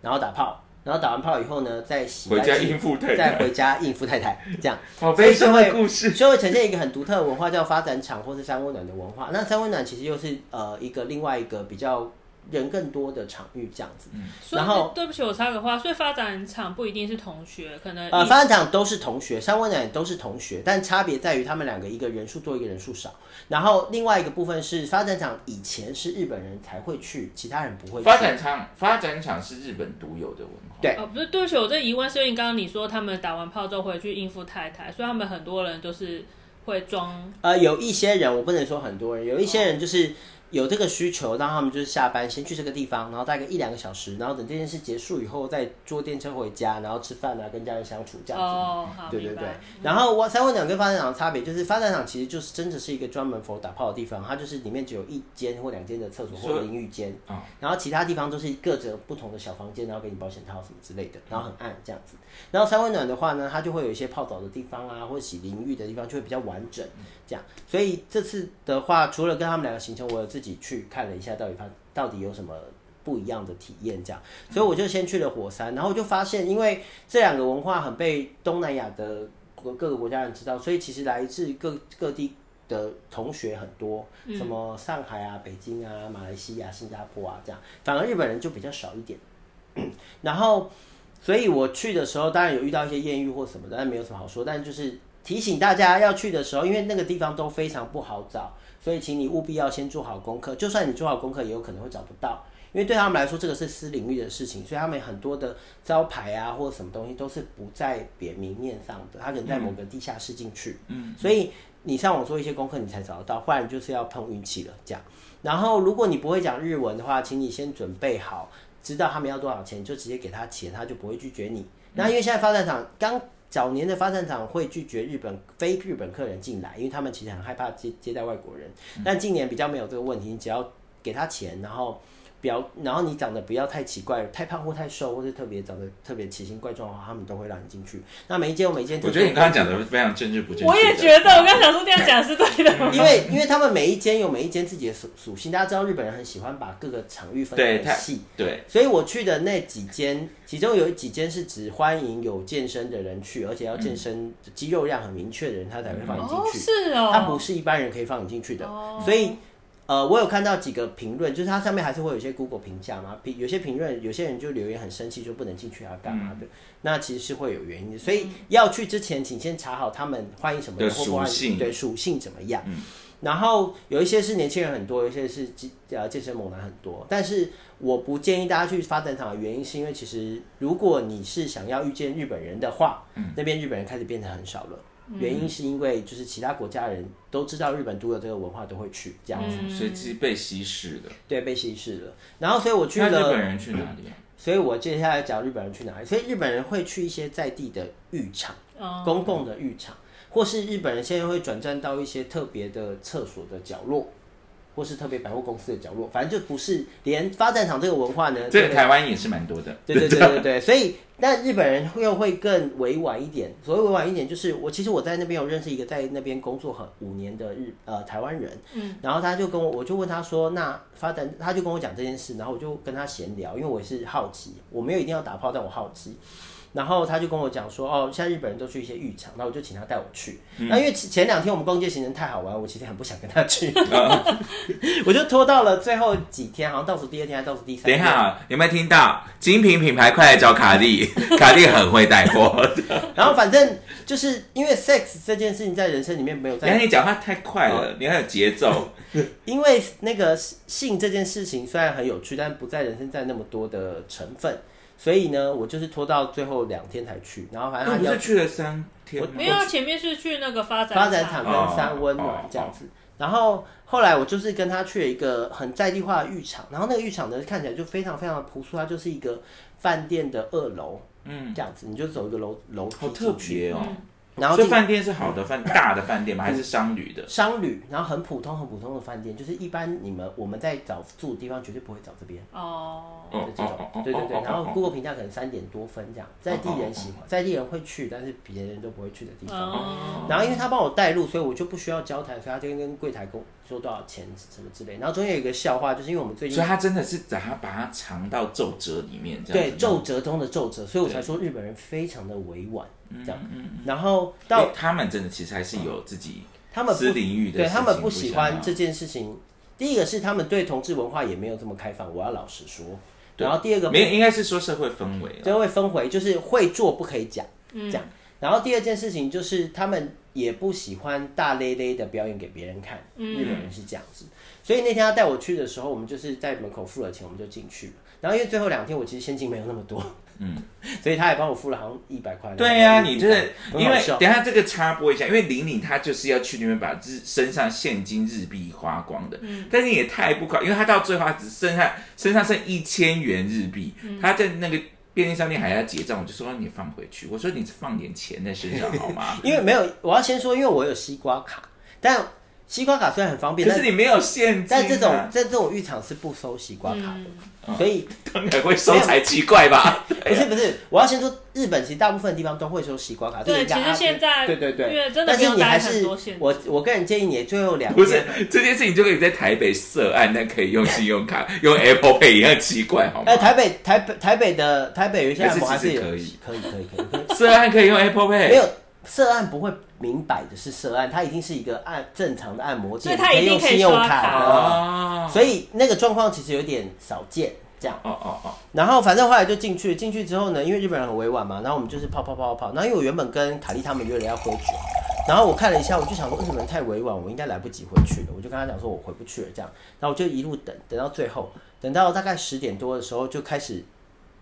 Speaker 5: 然后打炮，然后打完炮以后呢，再洗
Speaker 3: 回家
Speaker 5: 干净
Speaker 3: 应付太太
Speaker 5: 再回家应付太太，这样。
Speaker 3: 好
Speaker 5: 所以
Speaker 3: 悲
Speaker 5: 就
Speaker 3: 伤
Speaker 5: 会
Speaker 3: 的故事。
Speaker 5: 就会呈现一个很独特的文化，叫发展场或是三温暖的文化。那三温暖其实又是呃一个另外一个比较人更多的场域这样子。
Speaker 3: 嗯
Speaker 4: 所以
Speaker 5: 然后
Speaker 4: 对不起，我插个话，所以发展场不一定是同学，可能哦
Speaker 5: 呃，
Speaker 4: 一
Speaker 5: 发展场都是同学，三温暖也都是同学，但差别在于他们两个一个人数多，一个人数少。然后另外一个部分是发展场以前是日本人才会去，其他人不会去
Speaker 3: 发展场发展场是日本独有的文化。
Speaker 5: 对
Speaker 4: 哦，不是，对不起，我这疑问是因为刚刚你说他们打完炮之后回去应付太太，所以他们很多人都是会装
Speaker 5: 呃，有一些人，我不能说很多人，有一些人就是有这个需求，让他们就是下班先去这个地方，然后大概一两个小时，然后等这件事结束以后再坐电车回家，然后吃饭啊，跟家人相处这样子。
Speaker 4: 哦，好，
Speaker 5: 对对
Speaker 4: 明白
Speaker 5: 对，然后我三温暖跟发展场的差别就是，发展场其实就是真的是一个专门否打炮的地方，它就是里面只有一间或两间的厕所或
Speaker 3: 所以
Speaker 5: 淋浴间，
Speaker 3: 啊
Speaker 5: 然后其他地方都是各着不同的小房间，然后给你保险套什么之类的，然后很暗这样子。然后三温暖的话呢，它就会有一些泡澡的地方啊，或者洗淋浴的地方就会比较完整这样。所以这次的话，除了跟他们两个行程，我有自己去看了一下到底发到底有什么。不一样的体验，这样，所以我就先去了火山，然后我就发现，因为这两个文化很被东南亚的各各个国家人知道，所以其实来自各各地的同学很多，什么上海啊、北京啊、马来西亚、新加坡啊这样，反而日本人就比较少一点。 然后，所以我去的时候，当然有遇到一些艳遇或什么的，但没有什么好说。但就是提醒大家要去的时候，因为那个地方都非常不好找，所以请你务必要先做好功课。就算你做好功课，也有可能会找不到，因为对他们来说，这个是私领域的事情，所以他们很多的招牌啊或者什么东西都是不在别明面上的，他可能在某个地下室进去。
Speaker 3: 嗯，
Speaker 5: 所以你上网做一些功课，你才找得到，不然就是要碰运气了这样。然后，如果你不会讲日文的话，请你先准备好，知道他们要多少钱，你就直接给他钱，他就不会拒绝
Speaker 3: 嗯
Speaker 5: 你。那因为现在发展厂刚早年的发展厂会拒绝日本非日本客人进来，因为他们其实很害怕接接待外国人。
Speaker 3: 嗯
Speaker 5: 但近年比较没有这个问题，你只要给他钱，然后不要，然后你长得不要太奇怪，太胖或太瘦，或是特别长得特别奇形怪状的话，他们都会让你进去。那每一间有每一间特
Speaker 3: 我
Speaker 5: 色，
Speaker 3: 觉得你刚刚讲的非常政治不正确。
Speaker 4: 我也觉得，我刚想说这样讲是对的。
Speaker 5: 因为因为他们每一间有每一间自己的属属性，大家知道日本人很喜欢把各个场域分
Speaker 3: 对
Speaker 5: 得
Speaker 3: 太
Speaker 5: 很细，
Speaker 3: 对，
Speaker 5: 所以我去的那几间，其中有几间是只欢迎有健身的人去，而且要健身肌肉量很明确的人，他才会放你进
Speaker 4: 哦，
Speaker 5: 去。
Speaker 4: 是哦，
Speaker 5: 它不是一般人可以放你进去的。所以，呃，我有看到几个评论，就是它上面还是会有一些 Google 评价嘛，评有些评论，有些人就留言很生气，就不能进去啊，干嘛
Speaker 3: 嗯
Speaker 5: 的？那其实是会有原因的。所以要去之前，请先查好他们欢迎什么人，
Speaker 3: 的
Speaker 5: 或不欢
Speaker 3: 属性
Speaker 5: 迎，对属性怎么样。然后有一些是年轻人很多，有一些是健呃健身猛男很多。但是我不建议大家去发展场的原因，是因为其实如果你是想要遇见日本人的话，
Speaker 3: 嗯
Speaker 5: 那边日本人开始变得很少了。原因是因为就是其他国家人都知道日本独有这个文化，都会去这样子，
Speaker 4: 嗯
Speaker 3: 所以是被稀释的。
Speaker 5: 对，被稀释了。然后所以我去
Speaker 3: 那日
Speaker 5: 了
Speaker 3: 本，人去哪里啊？
Speaker 5: 所以我接下来讲日本人去哪里。所以日本人会去一些在地的浴场，
Speaker 4: 哦
Speaker 5: 公共的浴场，或是日本人现在会转战到一些特别的厕所的角落，或是特别百货公司的角落，反正就不是连发展场这个文化呢，
Speaker 3: 这个
Speaker 5: 都没
Speaker 3: 台湾也是蛮多的。
Speaker 5: 对对对对对，所以但日本人又会更委婉一点。所谓委婉一点，就是我其实我在那边有认识一个在那边工作很五年的日呃台湾人，嗯，然后他就跟我我就问他说，那发展他就跟我讲这件事，然后我就跟他闲聊，因为我也是好奇，我没有一定要打炮，但我好奇。然后他就跟我讲说，哦，现在日本人都去一些浴场，那我就请他带我去。
Speaker 3: 嗯
Speaker 5: 那、因为前两天我们逛街行程太好玩，我其实很不想跟他去，
Speaker 3: 啊
Speaker 5: 我就拖到了最后几天，好像倒数第二天还是倒数第三
Speaker 3: 等一
Speaker 5: 天。
Speaker 3: 下啊，有没有听到精品品牌？快来找卡 莉，卡莉很会带货。
Speaker 5: 然后反正就是因为 sex 这件事情在人生里面没有
Speaker 3: 你看
Speaker 5: 在，
Speaker 3: 你讲话太快了，你很有节奏。
Speaker 5: 因为那个性这件事情虽然很有趣，但不在人生占那么多的成分，所以呢，我就是拖到最后两天才去，然后反
Speaker 3: 那
Speaker 5: 正
Speaker 3: 不
Speaker 5: 他要
Speaker 3: 是去了三天
Speaker 5: 我
Speaker 4: 没
Speaker 3: 吗？
Speaker 4: 有，啊前面是去那个发展
Speaker 5: 发展场
Speaker 3: 哦
Speaker 5: 跟三温暖这样子。然后后来我就是跟他去了一个很在地化的浴场，然后那个浴场呢看起来就非常非常的朴素，它就是一个饭店的二楼，
Speaker 3: 嗯，
Speaker 5: 这样子你就走一个楼楼梯
Speaker 3: 好特
Speaker 5: 进
Speaker 4: 嗯
Speaker 5: 去
Speaker 3: 别哦。
Speaker 5: 然后嗯
Speaker 3: 所以
Speaker 5: 进
Speaker 3: 饭店是好的饭，大的饭店吗？还是商旅的？
Speaker 5: 商旅，然后很普通很普通的饭店，就是一般你们我们在找住的地方绝对不会找这边。
Speaker 4: 哦，
Speaker 3: 哦
Speaker 5: 这种，对对对，然后 Google 评价可能三点多分这样，在地人
Speaker 3: 哦
Speaker 5: 喜欢，在地人会去，但是别人都不会去的地方。
Speaker 4: 嗯，
Speaker 5: 然后因为他帮我带路，所以我就不需要交谈，所以他就跟柜台跟我说多少钱什么之类。然后中间有一个笑话，就是因为我们最近
Speaker 3: 所以他真的是把它把它藏到皱褶里面，这样
Speaker 5: 对
Speaker 3: 子
Speaker 5: 皱
Speaker 3: 吗
Speaker 5: 褶中的皱褶，所以我才说日本人非常的委婉这样。然
Speaker 3: 嗯
Speaker 5: 后
Speaker 3: 诶
Speaker 5: 到
Speaker 3: 他们真的其实还是有自己
Speaker 5: 他们不
Speaker 3: 私领域的
Speaker 5: 对
Speaker 3: 事情
Speaker 5: 他们不
Speaker 3: 不
Speaker 5: 喜
Speaker 3: 想
Speaker 5: 欢
Speaker 3: 要
Speaker 5: 这件事情。第一个是他们对同志文化也没有这么开放，我要老实说。然后第二个
Speaker 3: 没有，应该是说社会氛围啊了。
Speaker 5: 就会分回，就是会做不可以讲，
Speaker 4: 嗯
Speaker 5: 这样。然后第二件事情就是他们也不喜欢大咧咧的表演给别人看，日本人是这样子。所以那天他带我去的时候，我们就是在门口付了钱，我们就进去了。然后因为最后两天我其实现金没有那么多，嗯， 所以他也帮我付了好像一百块。
Speaker 3: 对呀、
Speaker 5: 100
Speaker 3: 你这个
Speaker 5: 嗯很好
Speaker 3: 因为
Speaker 5: 笑
Speaker 3: 等一下这个插播一下，因为玲玲她就是要去那边把日身上现金日币花光的，
Speaker 5: 嗯
Speaker 3: 但是也太不考，因为她到最后她只剩下身上剩一千元日币，她在那个便利商店还要结账，我就说你放回去，我说你放点钱在身上好
Speaker 5: ？
Speaker 3: 吗
Speaker 5: 因为没有，我要先说，因为我有西瓜卡，但西瓜卡虽然很方便，
Speaker 3: 可
Speaker 5: 但
Speaker 3: 是你没有现金、啊，
Speaker 5: 但这种在这种浴场是不收西瓜卡的，
Speaker 4: 嗯
Speaker 5: 所以
Speaker 3: 当然会收才奇怪吧？
Speaker 5: 不是不是，我要先说，日本其实大部分地方都会收西瓜卡。
Speaker 4: 对
Speaker 5: 这个大
Speaker 4: 其
Speaker 5: 家
Speaker 4: 实现在
Speaker 5: 对对对，
Speaker 4: 因为真的
Speaker 5: 但是
Speaker 4: 没有
Speaker 5: 你
Speaker 4: 带
Speaker 5: 还
Speaker 4: 很
Speaker 5: 是
Speaker 4: 多现金
Speaker 5: 我我个人建议你最后两
Speaker 3: 不是
Speaker 5: 天
Speaker 3: 这件事情就跟你在台北涉案，但可以用信用卡、用 Apple Pay 一样奇怪好吗
Speaker 5: 呃，？台北台北台北的台北有一些按摩
Speaker 3: 还
Speaker 5: 还
Speaker 3: 哎是
Speaker 5: 是
Speaker 3: 其实
Speaker 5: 有
Speaker 3: 可
Speaker 5: 可
Speaker 3: 以
Speaker 5: 以可以可以可以，
Speaker 3: 涉案可以用 Apple Pay，
Speaker 5: 没有涉案不会明摆的是涉案，它一定是一个按正常的按摩
Speaker 4: 所
Speaker 5: 店，
Speaker 4: 以他一
Speaker 5: 你
Speaker 4: 定
Speaker 5: 用
Speaker 4: 可以
Speaker 5: 信用
Speaker 4: 刷卡
Speaker 5: 卡，
Speaker 3: 哦
Speaker 5: 所以那个状况其实有点少见这样。
Speaker 3: 哦哦哦，
Speaker 5: 然后反正后来就进去，进去之后呢，因为日本人很委婉嘛，然后我们就是泡泡泡泡泡。然后因为我原本跟凯莉他们约了要喝酒，然后我看了一下，我就想说嗯日本人太委婉，我应该来不及回去了。我就跟他讲说我回不去了这样，然后我就一路等，等到最后，等到大概十点多的时候就开始，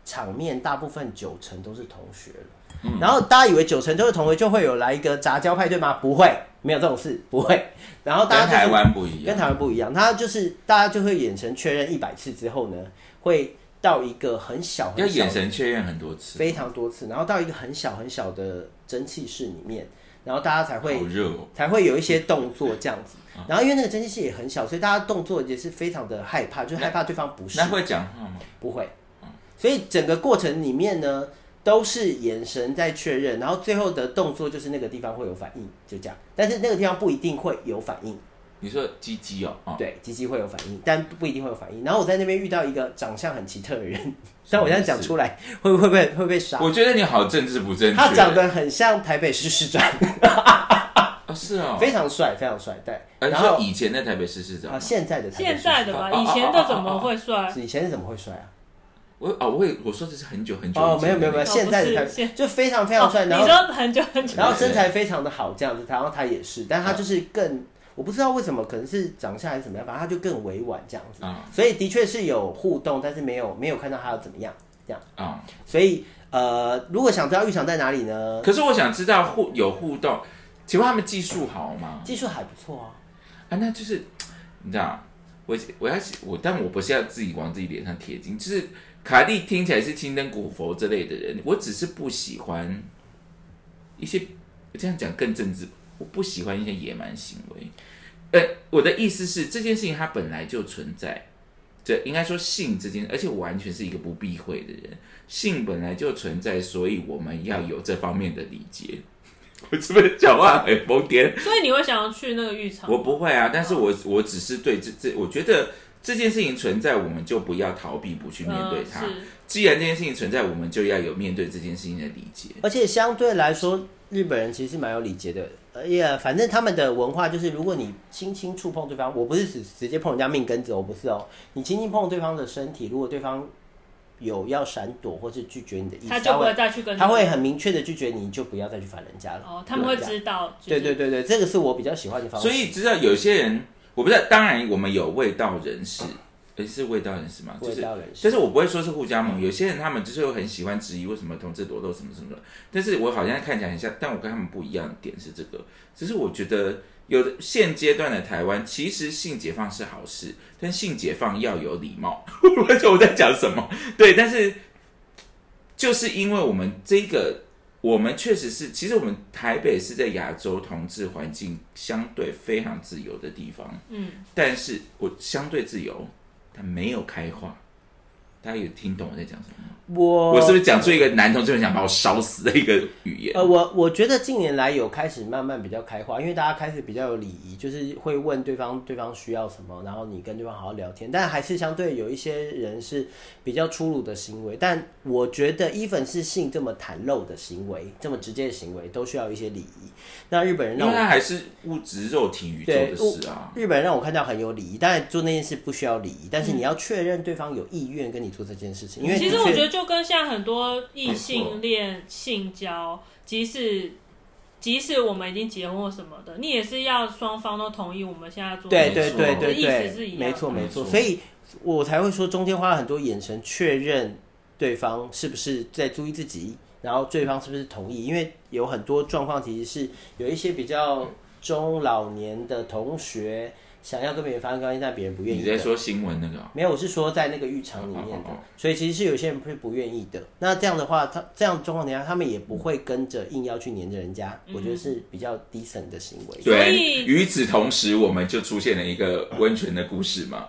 Speaker 5: 场面大部分九成都是同学了。
Speaker 3: 嗯
Speaker 5: 然后大家以为九成都是同学，就会有来一个杂交派对吗？不会，没有这种事，不会。然后大家、
Speaker 3: 跟
Speaker 5: 就是、
Speaker 3: 台湾不一
Speaker 5: 跟
Speaker 3: 样。
Speaker 5: 台湾不一样，他就是大家就会眼神确认一百次之后呢，会到一个很小
Speaker 3: 要
Speaker 5: 很小
Speaker 3: 眼神确认很多次，
Speaker 5: 非常多次，然后到一个很小很小的蒸汽室里面，然后大家才会
Speaker 3: 好热啊哦。
Speaker 5: 才会有一些动作这样子。然后因为那个蒸汽室也很小，所以大家动作也是非常的害怕，就是害怕对方不是
Speaker 3: 那会嗯讲话吗？
Speaker 5: 不会。所以整个过程里面呢，都是眼神在确认，然后最后的动作就是那个地方会有反应，就这样。但是那个地方不一定会有反应。
Speaker 3: 你说鸡鸡哦，哦，
Speaker 5: 对，鸡鸡会有反应，但不一定会有反应。然后我在那边遇到一个长相很奇特的人，但我现在讲出来会会被会被杀。
Speaker 3: 我觉得你好政治不正确。
Speaker 5: 他长得很像台北市市长，
Speaker 3: 哦是哦，
Speaker 5: 非常帅，非常帅。对，
Speaker 3: 呃你
Speaker 5: 然
Speaker 3: 说
Speaker 5: 后
Speaker 3: 以前的台北市市长
Speaker 5: 啊，
Speaker 3: 吗，
Speaker 5: 现在的台北市
Speaker 4: 现
Speaker 5: 市
Speaker 4: 在的吧，以前的怎么会帅？
Speaker 5: 长以前是怎么会帅啊？
Speaker 3: 我哦，我也我说这是很久很久
Speaker 5: 哦，
Speaker 3: 以前
Speaker 5: 没有没有没有，
Speaker 4: 哦不
Speaker 5: 现在的
Speaker 4: 是
Speaker 5: 台北
Speaker 4: 现
Speaker 5: 就非常非常帅，
Speaker 4: 哦
Speaker 5: 然
Speaker 4: 你
Speaker 5: 后
Speaker 4: 说很久很久，
Speaker 5: 然后身材非常的好这样子，然后他也是，但他就是
Speaker 3: 啊
Speaker 5: 更。我不知道为什么，可能是长相还是怎么样，反正他就更委婉这样子，
Speaker 3: 啊
Speaker 5: 所以的确是有互动，但是没有没有看到他要怎么样这样。
Speaker 3: 啊。
Speaker 5: 所以呃，如果想知道浴场在哪里呢？
Speaker 3: 可是我想知道互有互动，请问他们技术好吗？
Speaker 5: 技术还不错啊，
Speaker 3: 啊，那就是你知道，我我要我，但我不是要自己往自己脸上贴金，就是卡蒂听起来是清灯古佛这类的人，我只是不喜欢一些这样讲更政治，我不喜欢一些野蛮行为。呃，我的意思是这件事情它本来就存在。这应该说性这件，而且我完全是一个不避讳的人，性本来就存在，所以我们要有这方面的理解。 我是不是讲话很疯癫？
Speaker 4: 所以你会想要去那个浴场？
Speaker 3: 我不会啊，但是我我只是对这这，我觉得这件事情存在，我们就不要逃避，不去面对它。
Speaker 4: 嗯是
Speaker 3: 既然这件事情存在，我们就要有面对这件事情的理解。
Speaker 5: 而且相对来说，日本人其实蛮有礼节的。哎呀，反正他们的文化就是，如果你轻轻触碰对方，我不是直直接碰人家命根子，我不是哦，你轻轻碰对方的身体，如果对方有要闪躲或是拒绝你的意思，
Speaker 4: 他就不
Speaker 5: 会
Speaker 4: 会再去跟
Speaker 5: 他会很明确的拒绝你，你就不要再去烦人家了。
Speaker 4: 哦，他们会
Speaker 5: 对
Speaker 4: 知道，就
Speaker 5: 对
Speaker 4: 是
Speaker 5: 对对对，这个是我比较喜欢的方式。
Speaker 3: 所以知道有些人，我不知道，当然我们有味道人士，诶是味道人士吗？就是
Speaker 5: 味道人士
Speaker 3: 但是我不会说是互加盟。有些人他们就是会很喜欢质疑为什么同志裸露什么什么的，但是我好像看起来很像，但我跟他们不一样的点是这个，只是我觉得有的现阶段的台湾，其实性解放是好事，但性解放要有礼貌。我不知道我在讲什么，对，但是就是因为我们这个我们确实是，其实我们台北是在亚洲同志环境相对非常自由的地方，
Speaker 4: 嗯，
Speaker 3: 但是我相对自由，但没有开化。大家有听懂我在讲什么吗？
Speaker 5: 我
Speaker 3: 我是不是讲出一个男同志很想把我烧死的一个语言？
Speaker 5: 呃，我我觉得近年来有开始慢慢比较开化，因为大家开始比较有礼仪，就是会问对方对方需要什么，然后你跟对方好好聊天。但还是相对有一些人是比较粗鲁的行为，但我觉得 even 是性这么袒露的行为，这么直接的行为，都需要一些礼仪。那日本人
Speaker 3: 因
Speaker 5: 让
Speaker 3: 为
Speaker 5: 我
Speaker 3: 它还是物质肉体宇宙
Speaker 5: 对
Speaker 3: 的事啊。
Speaker 5: 日本人让我看到很有礼仪，当然做那件事不需要礼仪，但是你要确认对方有意愿跟你做这件事情，因为
Speaker 4: 嗯其实
Speaker 5: 的
Speaker 4: 我
Speaker 5: 确
Speaker 4: 觉得就跟现在很多异
Speaker 3: 没错
Speaker 4: 性恋性交，即使即使我们已经结婚或什么的，你也是要双方都同意我们现在做
Speaker 5: 对
Speaker 4: 的
Speaker 5: 对
Speaker 4: 事
Speaker 5: 对对
Speaker 4: 意思是
Speaker 5: 对，
Speaker 4: 一样的
Speaker 5: 没错没
Speaker 3: 没错
Speaker 5: 错，所以我才会说中间花了很多眼神确认对方是不是在注意自己，然后对方是不是同意，因为有很多状况其实是有一些比较中老年的同学想要跟别人发生关系，但别人不愿意
Speaker 3: 你
Speaker 5: 的
Speaker 3: 在。说新闻那个啊、
Speaker 5: 没有，我是说在那个浴场里面的
Speaker 3: 哦哦哦，
Speaker 5: 所以其实是有些人是不愿意的。那这样的话，他这样状况底下，他们也不会跟着硬要去黏着人家，我
Speaker 4: 嗯
Speaker 5: 觉得是比较 decent 的行为。
Speaker 4: 所
Speaker 3: 对，
Speaker 4: 以
Speaker 3: 与此同时，我们就出现了一个温泉的故事 嘛。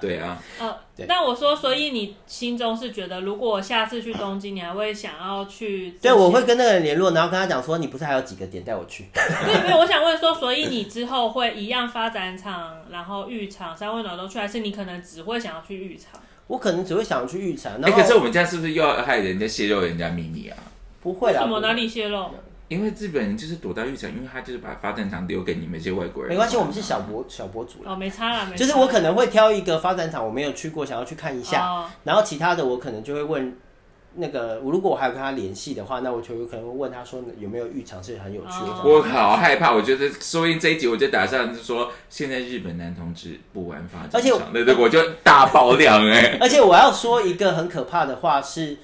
Speaker 3: 对啊，
Speaker 4: 呃
Speaker 5: 对，
Speaker 4: 那我说，所以你心中是觉得，如果我下次去东京，你还会想要去？
Speaker 5: 对，我会。跟那个人联络，然后跟他讲说，你不是还有几个点带我去？
Speaker 4: 对，没有，我想问说，所以你之后会一样发展场，然后浴场、三温暖都去，还是你可能只会想要去浴场？
Speaker 5: 我可能只会想去预产，
Speaker 3: 哎、
Speaker 5: 然后、
Speaker 3: 可是我们这样是不是又要害人家泄露人家秘密啊？
Speaker 5: 不会啦，
Speaker 4: 什么
Speaker 5: 不会
Speaker 4: 哪里泄露？
Speaker 3: 因为日本人就是躲到浴场，因为他就是把发展场留给你们这些外国人。
Speaker 5: 没关系，我们是小博小博主啦。
Speaker 4: 哦，没差啦，没差。
Speaker 5: 啊就是我可能会挑一个发展场我没有去过，想要去看一下，
Speaker 4: 哦
Speaker 5: 然后其他的我可能就会问那个，如果我还有跟他联系的话，那我就有可能会问他说有没有浴场是很有趣的。
Speaker 4: 哦
Speaker 3: 我好害怕，我觉得说不定这一集我就打算说，现在日本男同志不玩发展
Speaker 5: 而且我
Speaker 3: 场，对对，我就大爆量哎、
Speaker 4: 啊
Speaker 5: 而且我要说一个很可怕的话是，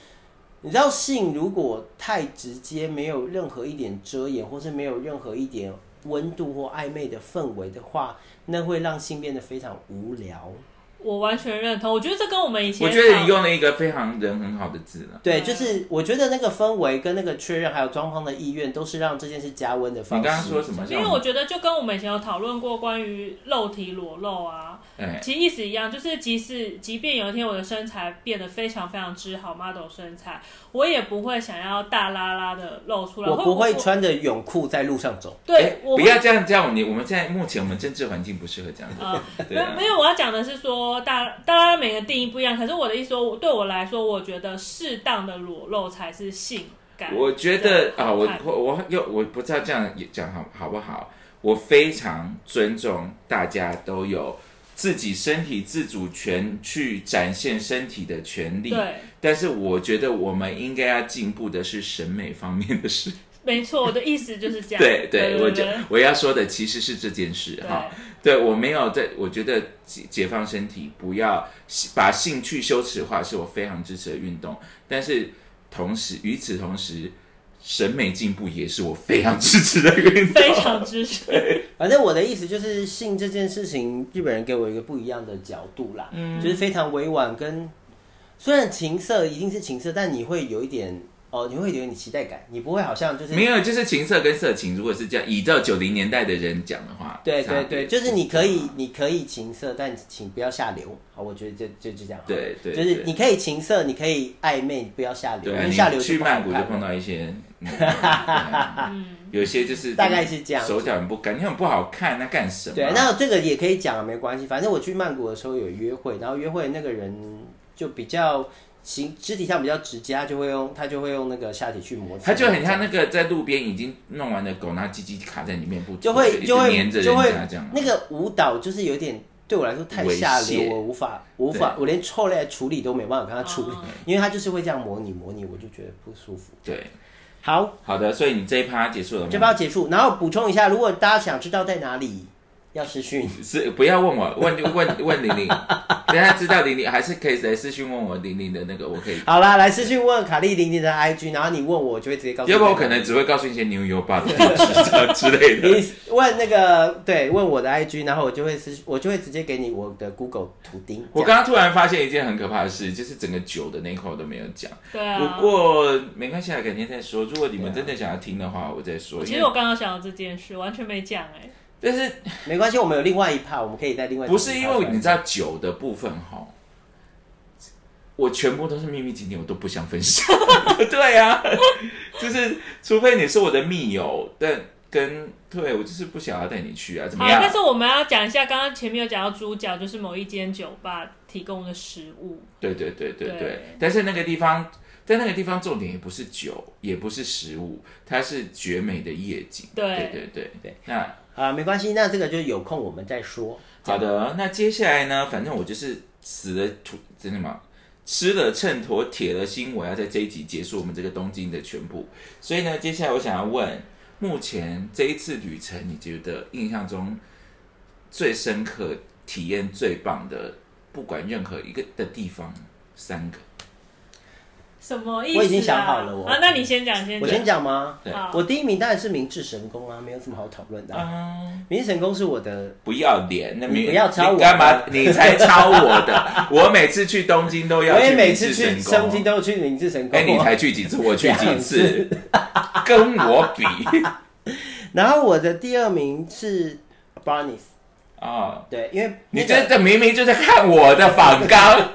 Speaker 5: 你知道性如果太直接，没有任何一点遮掩，或是没有任何一点温度或暧昧的氛围的话，那会让性变得非常无聊。
Speaker 4: 我完全认同，我觉得这跟我们以前
Speaker 3: 我觉得你用了一个非常人很好的字了。
Speaker 5: 对，
Speaker 4: 嗯
Speaker 5: 就是我觉得那个氛围跟那个确认，还有双方的意愿，都是让这件事加温的方
Speaker 3: 你
Speaker 5: 式。
Speaker 3: 刚刚说什么？
Speaker 4: 因为我觉得就跟我们以前有讨论过关于肉体裸露啊，
Speaker 3: 哎，
Speaker 4: 其实意思一样，就是即使即便有一天我的身材变得非常非常之好 model 身材，我也不会想要大拉拉的露出来，
Speaker 5: 我不会
Speaker 4: 我
Speaker 5: 穿着泳裤在路上走。
Speaker 4: 对
Speaker 3: 哎，
Speaker 4: 我
Speaker 3: 不
Speaker 4: 会
Speaker 3: 要这样这样，你我们现在目前我们政治环境不适合这样子。
Speaker 4: 啊，没
Speaker 3: 对
Speaker 4: 有
Speaker 3: 啊
Speaker 4: 没，有，我要讲的是说，大大家每个定义不一样，可是我的意思说，我对我来说，我觉得适当的裸露才是性感。
Speaker 3: 我觉得
Speaker 4: 对
Speaker 3: 啊，我
Speaker 4: 好看
Speaker 3: 我我又我不知道这样讲好好不好。我非常尊重大家都有自己身体自主权去展现身体的权利，
Speaker 4: 对，
Speaker 3: 但是我觉得我们应该要进步的是审美方面的 事。
Speaker 4: 没错，我的意思就是这样。
Speaker 3: 对对，
Speaker 4: 对，
Speaker 3: 我
Speaker 4: 对
Speaker 3: 觉得我要说的其实是这件事
Speaker 4: 对
Speaker 3: 哈。对我没有在，我觉得解解放身体，不要把兴趣羞耻化，是我非常支持的运动。但是同时，与此同时，审美进步也是我非常支持的运动。
Speaker 4: 非常支持。
Speaker 5: 反正我的意思就是，性这件事情，日本人给我一个不一样的角度啦，
Speaker 3: 嗯
Speaker 5: 就是非常委婉跟，虽然情色一定是情色，但你会有一点哦，你会有一点期待感，你不会好像就 是
Speaker 3: 没有，就是情色跟色情，如果是这样，以照九零年代的人讲的话，
Speaker 5: 对
Speaker 3: 差别
Speaker 5: 对对，就是你可以，你可以情色，但请不要下流。好，我觉得就就就这样好了。
Speaker 3: 对对
Speaker 5: 就是
Speaker 3: 对
Speaker 5: 你可以情色，你可以暧昧，不要下流，
Speaker 3: 对
Speaker 5: 因
Speaker 3: 啊，
Speaker 5: 为下流
Speaker 3: 你
Speaker 5: 是
Speaker 3: 去
Speaker 5: 不好
Speaker 3: 曼
Speaker 5: 看
Speaker 3: 谷
Speaker 5: 的
Speaker 3: 就碰到一些，嗯 对啊有些就是
Speaker 5: 大概是这样子
Speaker 3: 手脚很不干，你很不好看，那干什么？啊
Speaker 5: 对，那这个也可以讲，没关系。反正我去曼谷的时候有约会，然后约会那个人就比较行，肢体上比较直接，他就会用他就会用那个下体去摩擦，
Speaker 3: 他就很像那个在路边已经弄完的狗，拿鸡鸡卡在里面不出
Speaker 5: 就会
Speaker 3: 一直
Speaker 5: 就会
Speaker 3: 黏着
Speaker 5: 就
Speaker 3: 人
Speaker 5: 会
Speaker 3: 家这样。啊
Speaker 5: 那个舞蹈就是有点对我来说太下
Speaker 3: 猥亵
Speaker 5: 流，我无法无法，我连错来处理都没办法跟他处理，
Speaker 3: 哦
Speaker 5: 因为他就是会这样模拟模拟，我就觉得不舒服。
Speaker 3: 对，
Speaker 5: 好，
Speaker 3: 好的，所以你这一趴结束了吗？
Speaker 5: 这边要结束，然后补充一下，如果大家想知道在哪里。要私讯，
Speaker 3: 是不要问我，问就问问玲 玲，等下知道玲玲还是可以来私讯问我玲玲的那个，我可以，
Speaker 5: 好啦，来私讯问卡莉玲玲的 IG，然后你问我，我就会直接告诉你。
Speaker 3: 要不然我可能只会告诉一些牛油吧的地址啊 之类的。
Speaker 5: 你问那个对，问我的 IG，然后我就会私，我就会直接给你我的 Google 图钉。
Speaker 3: 我
Speaker 5: 这样
Speaker 3: 刚刚突然发现一件很可怕的事，就是整个酒的那一块我都没有讲。
Speaker 4: 对啊。
Speaker 3: 不过没关系啊，改天再说。如果你们真的想要听的话，我再说。
Speaker 4: 啊其
Speaker 3: 因
Speaker 4: 实
Speaker 3: 为
Speaker 4: 我刚刚想到这件事，完全没讲哎、
Speaker 3: 但是
Speaker 5: 没关系，我们有另外一趴，我们可以在另外一
Speaker 3: 不是因为你知
Speaker 5: 道
Speaker 3: 道酒的部分哈，我全部都是秘密景点，我都不想分 享。对啊，就是除非你是我的密友，但跟对我就是不想要带你去啊，怎
Speaker 4: 好，
Speaker 3: 么样
Speaker 4: 但？是我们要讲一下，刚刚前面有讲到猪脚，就是某一间酒吧提供的食物。
Speaker 3: 对对对对对，
Speaker 4: 对
Speaker 3: 但是那个地方，但那个地方重点也不是酒，也不是食物，它是绝美的夜景。
Speaker 4: 对
Speaker 3: 对对对
Speaker 5: 对，
Speaker 3: 那。
Speaker 5: 啊，没关系，那这个就有空我们再说。
Speaker 3: 好的，那接下来呢？反正我就是死了土，真的吗？吃了秤砣，铁了心，我要在这一集结束我们这个东京的全部。所以呢，接下来我想要问，目前这一次旅程，你觉得印象中最深刻、体验最棒的，不管任何一个的地方，三个。
Speaker 4: 什么意思、啊？
Speaker 5: 我已经想好了我
Speaker 4: 啊，那你先讲，先
Speaker 5: 我
Speaker 4: 讲
Speaker 5: 先。讲吗？
Speaker 3: 对
Speaker 4: 好
Speaker 5: 我第一名当然是明治神功啊，没有什么好讨论的啊、
Speaker 3: 嗯，
Speaker 5: 明治神功是我的
Speaker 3: 不要脸，那没
Speaker 5: 你不要抄我
Speaker 3: 你干嘛？你才抄我的！我每次去东京都要
Speaker 5: 我
Speaker 3: 去
Speaker 5: 也每
Speaker 3: 明治
Speaker 5: 次去
Speaker 3: 神
Speaker 5: 东
Speaker 3: 宫。
Speaker 5: 京都有去明治神 宫、
Speaker 3: 哎、你才去几次？我去几
Speaker 5: 两
Speaker 3: 次？ 跟我 比
Speaker 5: 然后我的第二名是 Barnes，
Speaker 3: 哦，
Speaker 5: 对，因为、
Speaker 3: 你
Speaker 5: 真
Speaker 3: 真的明明就在看我的仿 纲，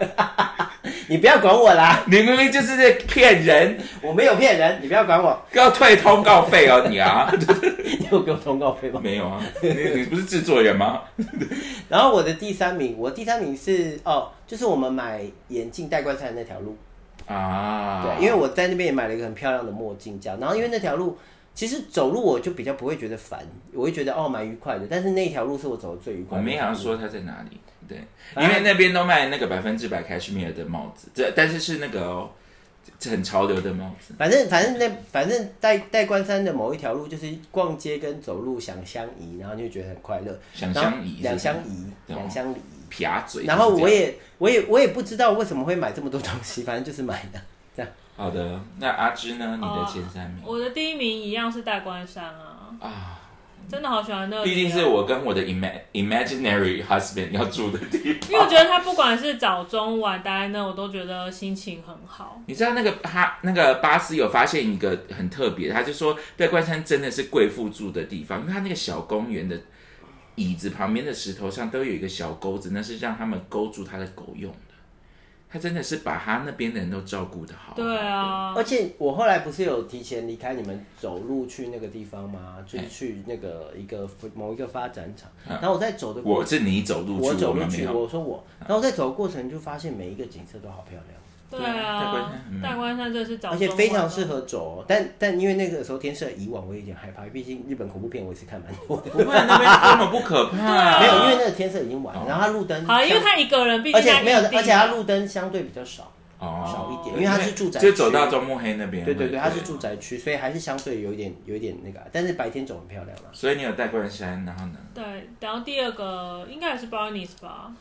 Speaker 5: 你不要管我啦，
Speaker 3: 你明明就是在骗人，
Speaker 5: 我没有骗人，你不要管我，
Speaker 3: 要退通告费哦，你 啊，
Speaker 5: 你有给我通告费吗？
Speaker 3: 没有啊，你你不是制作人吗？
Speaker 5: 然后我的第三名，我第三名是哦，就是我们买眼镜戴冠赛的那条路，
Speaker 3: 啊，
Speaker 5: 对，因为我在那边也买了一个很漂亮的墨镜，这样。然后因为那条路，其实走路我就比较不会觉得烦，我会觉得哦蛮愉快的。但是那条路是我走的最愉
Speaker 3: 我
Speaker 5: 快的。
Speaker 3: 们也要说他在哪里，对，
Speaker 5: 反
Speaker 3: 因
Speaker 5: 正
Speaker 3: 为那边都卖那个百分之百 cashmere 的帽子，这但是是那个哦，这很潮流的帽子，
Speaker 5: 反正反正那反正在在关山的某一条路，就是逛街跟走路想相宜，然后就觉得很快乐。
Speaker 3: 想
Speaker 5: 然后
Speaker 3: 相宜，
Speaker 5: 两相宜，
Speaker 3: 对哦
Speaker 5: 两相宜。
Speaker 3: 撇嘴，
Speaker 5: 然后
Speaker 3: 就是这样
Speaker 5: 我也我也我也不知道为什么会买这么多东西，反正就是买的这样。
Speaker 3: 好的，那阿芝呢？你的前三名、
Speaker 4: 我的第一名一样是大关山啊，
Speaker 3: 啊。
Speaker 4: 真的好喜欢那个地
Speaker 3: 毕
Speaker 4: 方。
Speaker 3: 竟是我跟我的 ima- imaginary husband 要住的地方。
Speaker 4: 因为我觉得他不管是早中晚待在那，我都觉得心情很好。
Speaker 3: 你知道那个他那个巴斯有发现一个很特别，他就说在关山真的是贵妇住的地方，因为他那个小公园的椅子旁边的石头上都有一个小钩子，那是让他们勾住他的狗用的。他真的是把他那边的人都照顾的好。
Speaker 4: 对，啊，
Speaker 5: 而且我后来不是有提前离开你们走路去那个地方
Speaker 3: 哎
Speaker 5: 吗？就是去那个一个某一个发展场，然后我在走的过
Speaker 3: 嗯我是你走路去，
Speaker 5: 我走路
Speaker 3: 们没
Speaker 5: 去，
Speaker 3: 有。嗯
Speaker 5: 我说我，然后在走的过程就发现每一个景色都好漂亮，
Speaker 4: 对
Speaker 3: 大关
Speaker 4: 啊
Speaker 3: 山很，美
Speaker 4: 大关山这是早
Speaker 5: 嗯而
Speaker 4: 中
Speaker 5: 且
Speaker 4: 晚啊
Speaker 5: 非常适。合
Speaker 3: 嗯
Speaker 5: 走哦。但但因为那个时候天色已晚，我有点害怕，毕竟日本恐怖片我也是看蛮多 的。
Speaker 3: 不会，那边根本不可
Speaker 4: 啊
Speaker 3: 怕。
Speaker 5: 没有，因为那个天色已经晚
Speaker 3: 哦，
Speaker 5: 然后它路灯
Speaker 4: 好，因为
Speaker 5: 相
Speaker 4: 他一个人，毕
Speaker 5: 而
Speaker 4: 竟
Speaker 5: 且
Speaker 4: 他
Speaker 5: 没有，
Speaker 4: 异地
Speaker 5: 而且它路灯相对比较少
Speaker 3: 哦，
Speaker 5: 少一点，因为它是住宅区，
Speaker 3: 就走到中目黑那边。
Speaker 5: 对对对，它是住宅区，所以还是相对有一点有一点那个啊，但是白天走很漂亮啦。
Speaker 3: 所以你有带关山，然后呢？
Speaker 4: 对，然后第二个应该也是 Barnes 吧，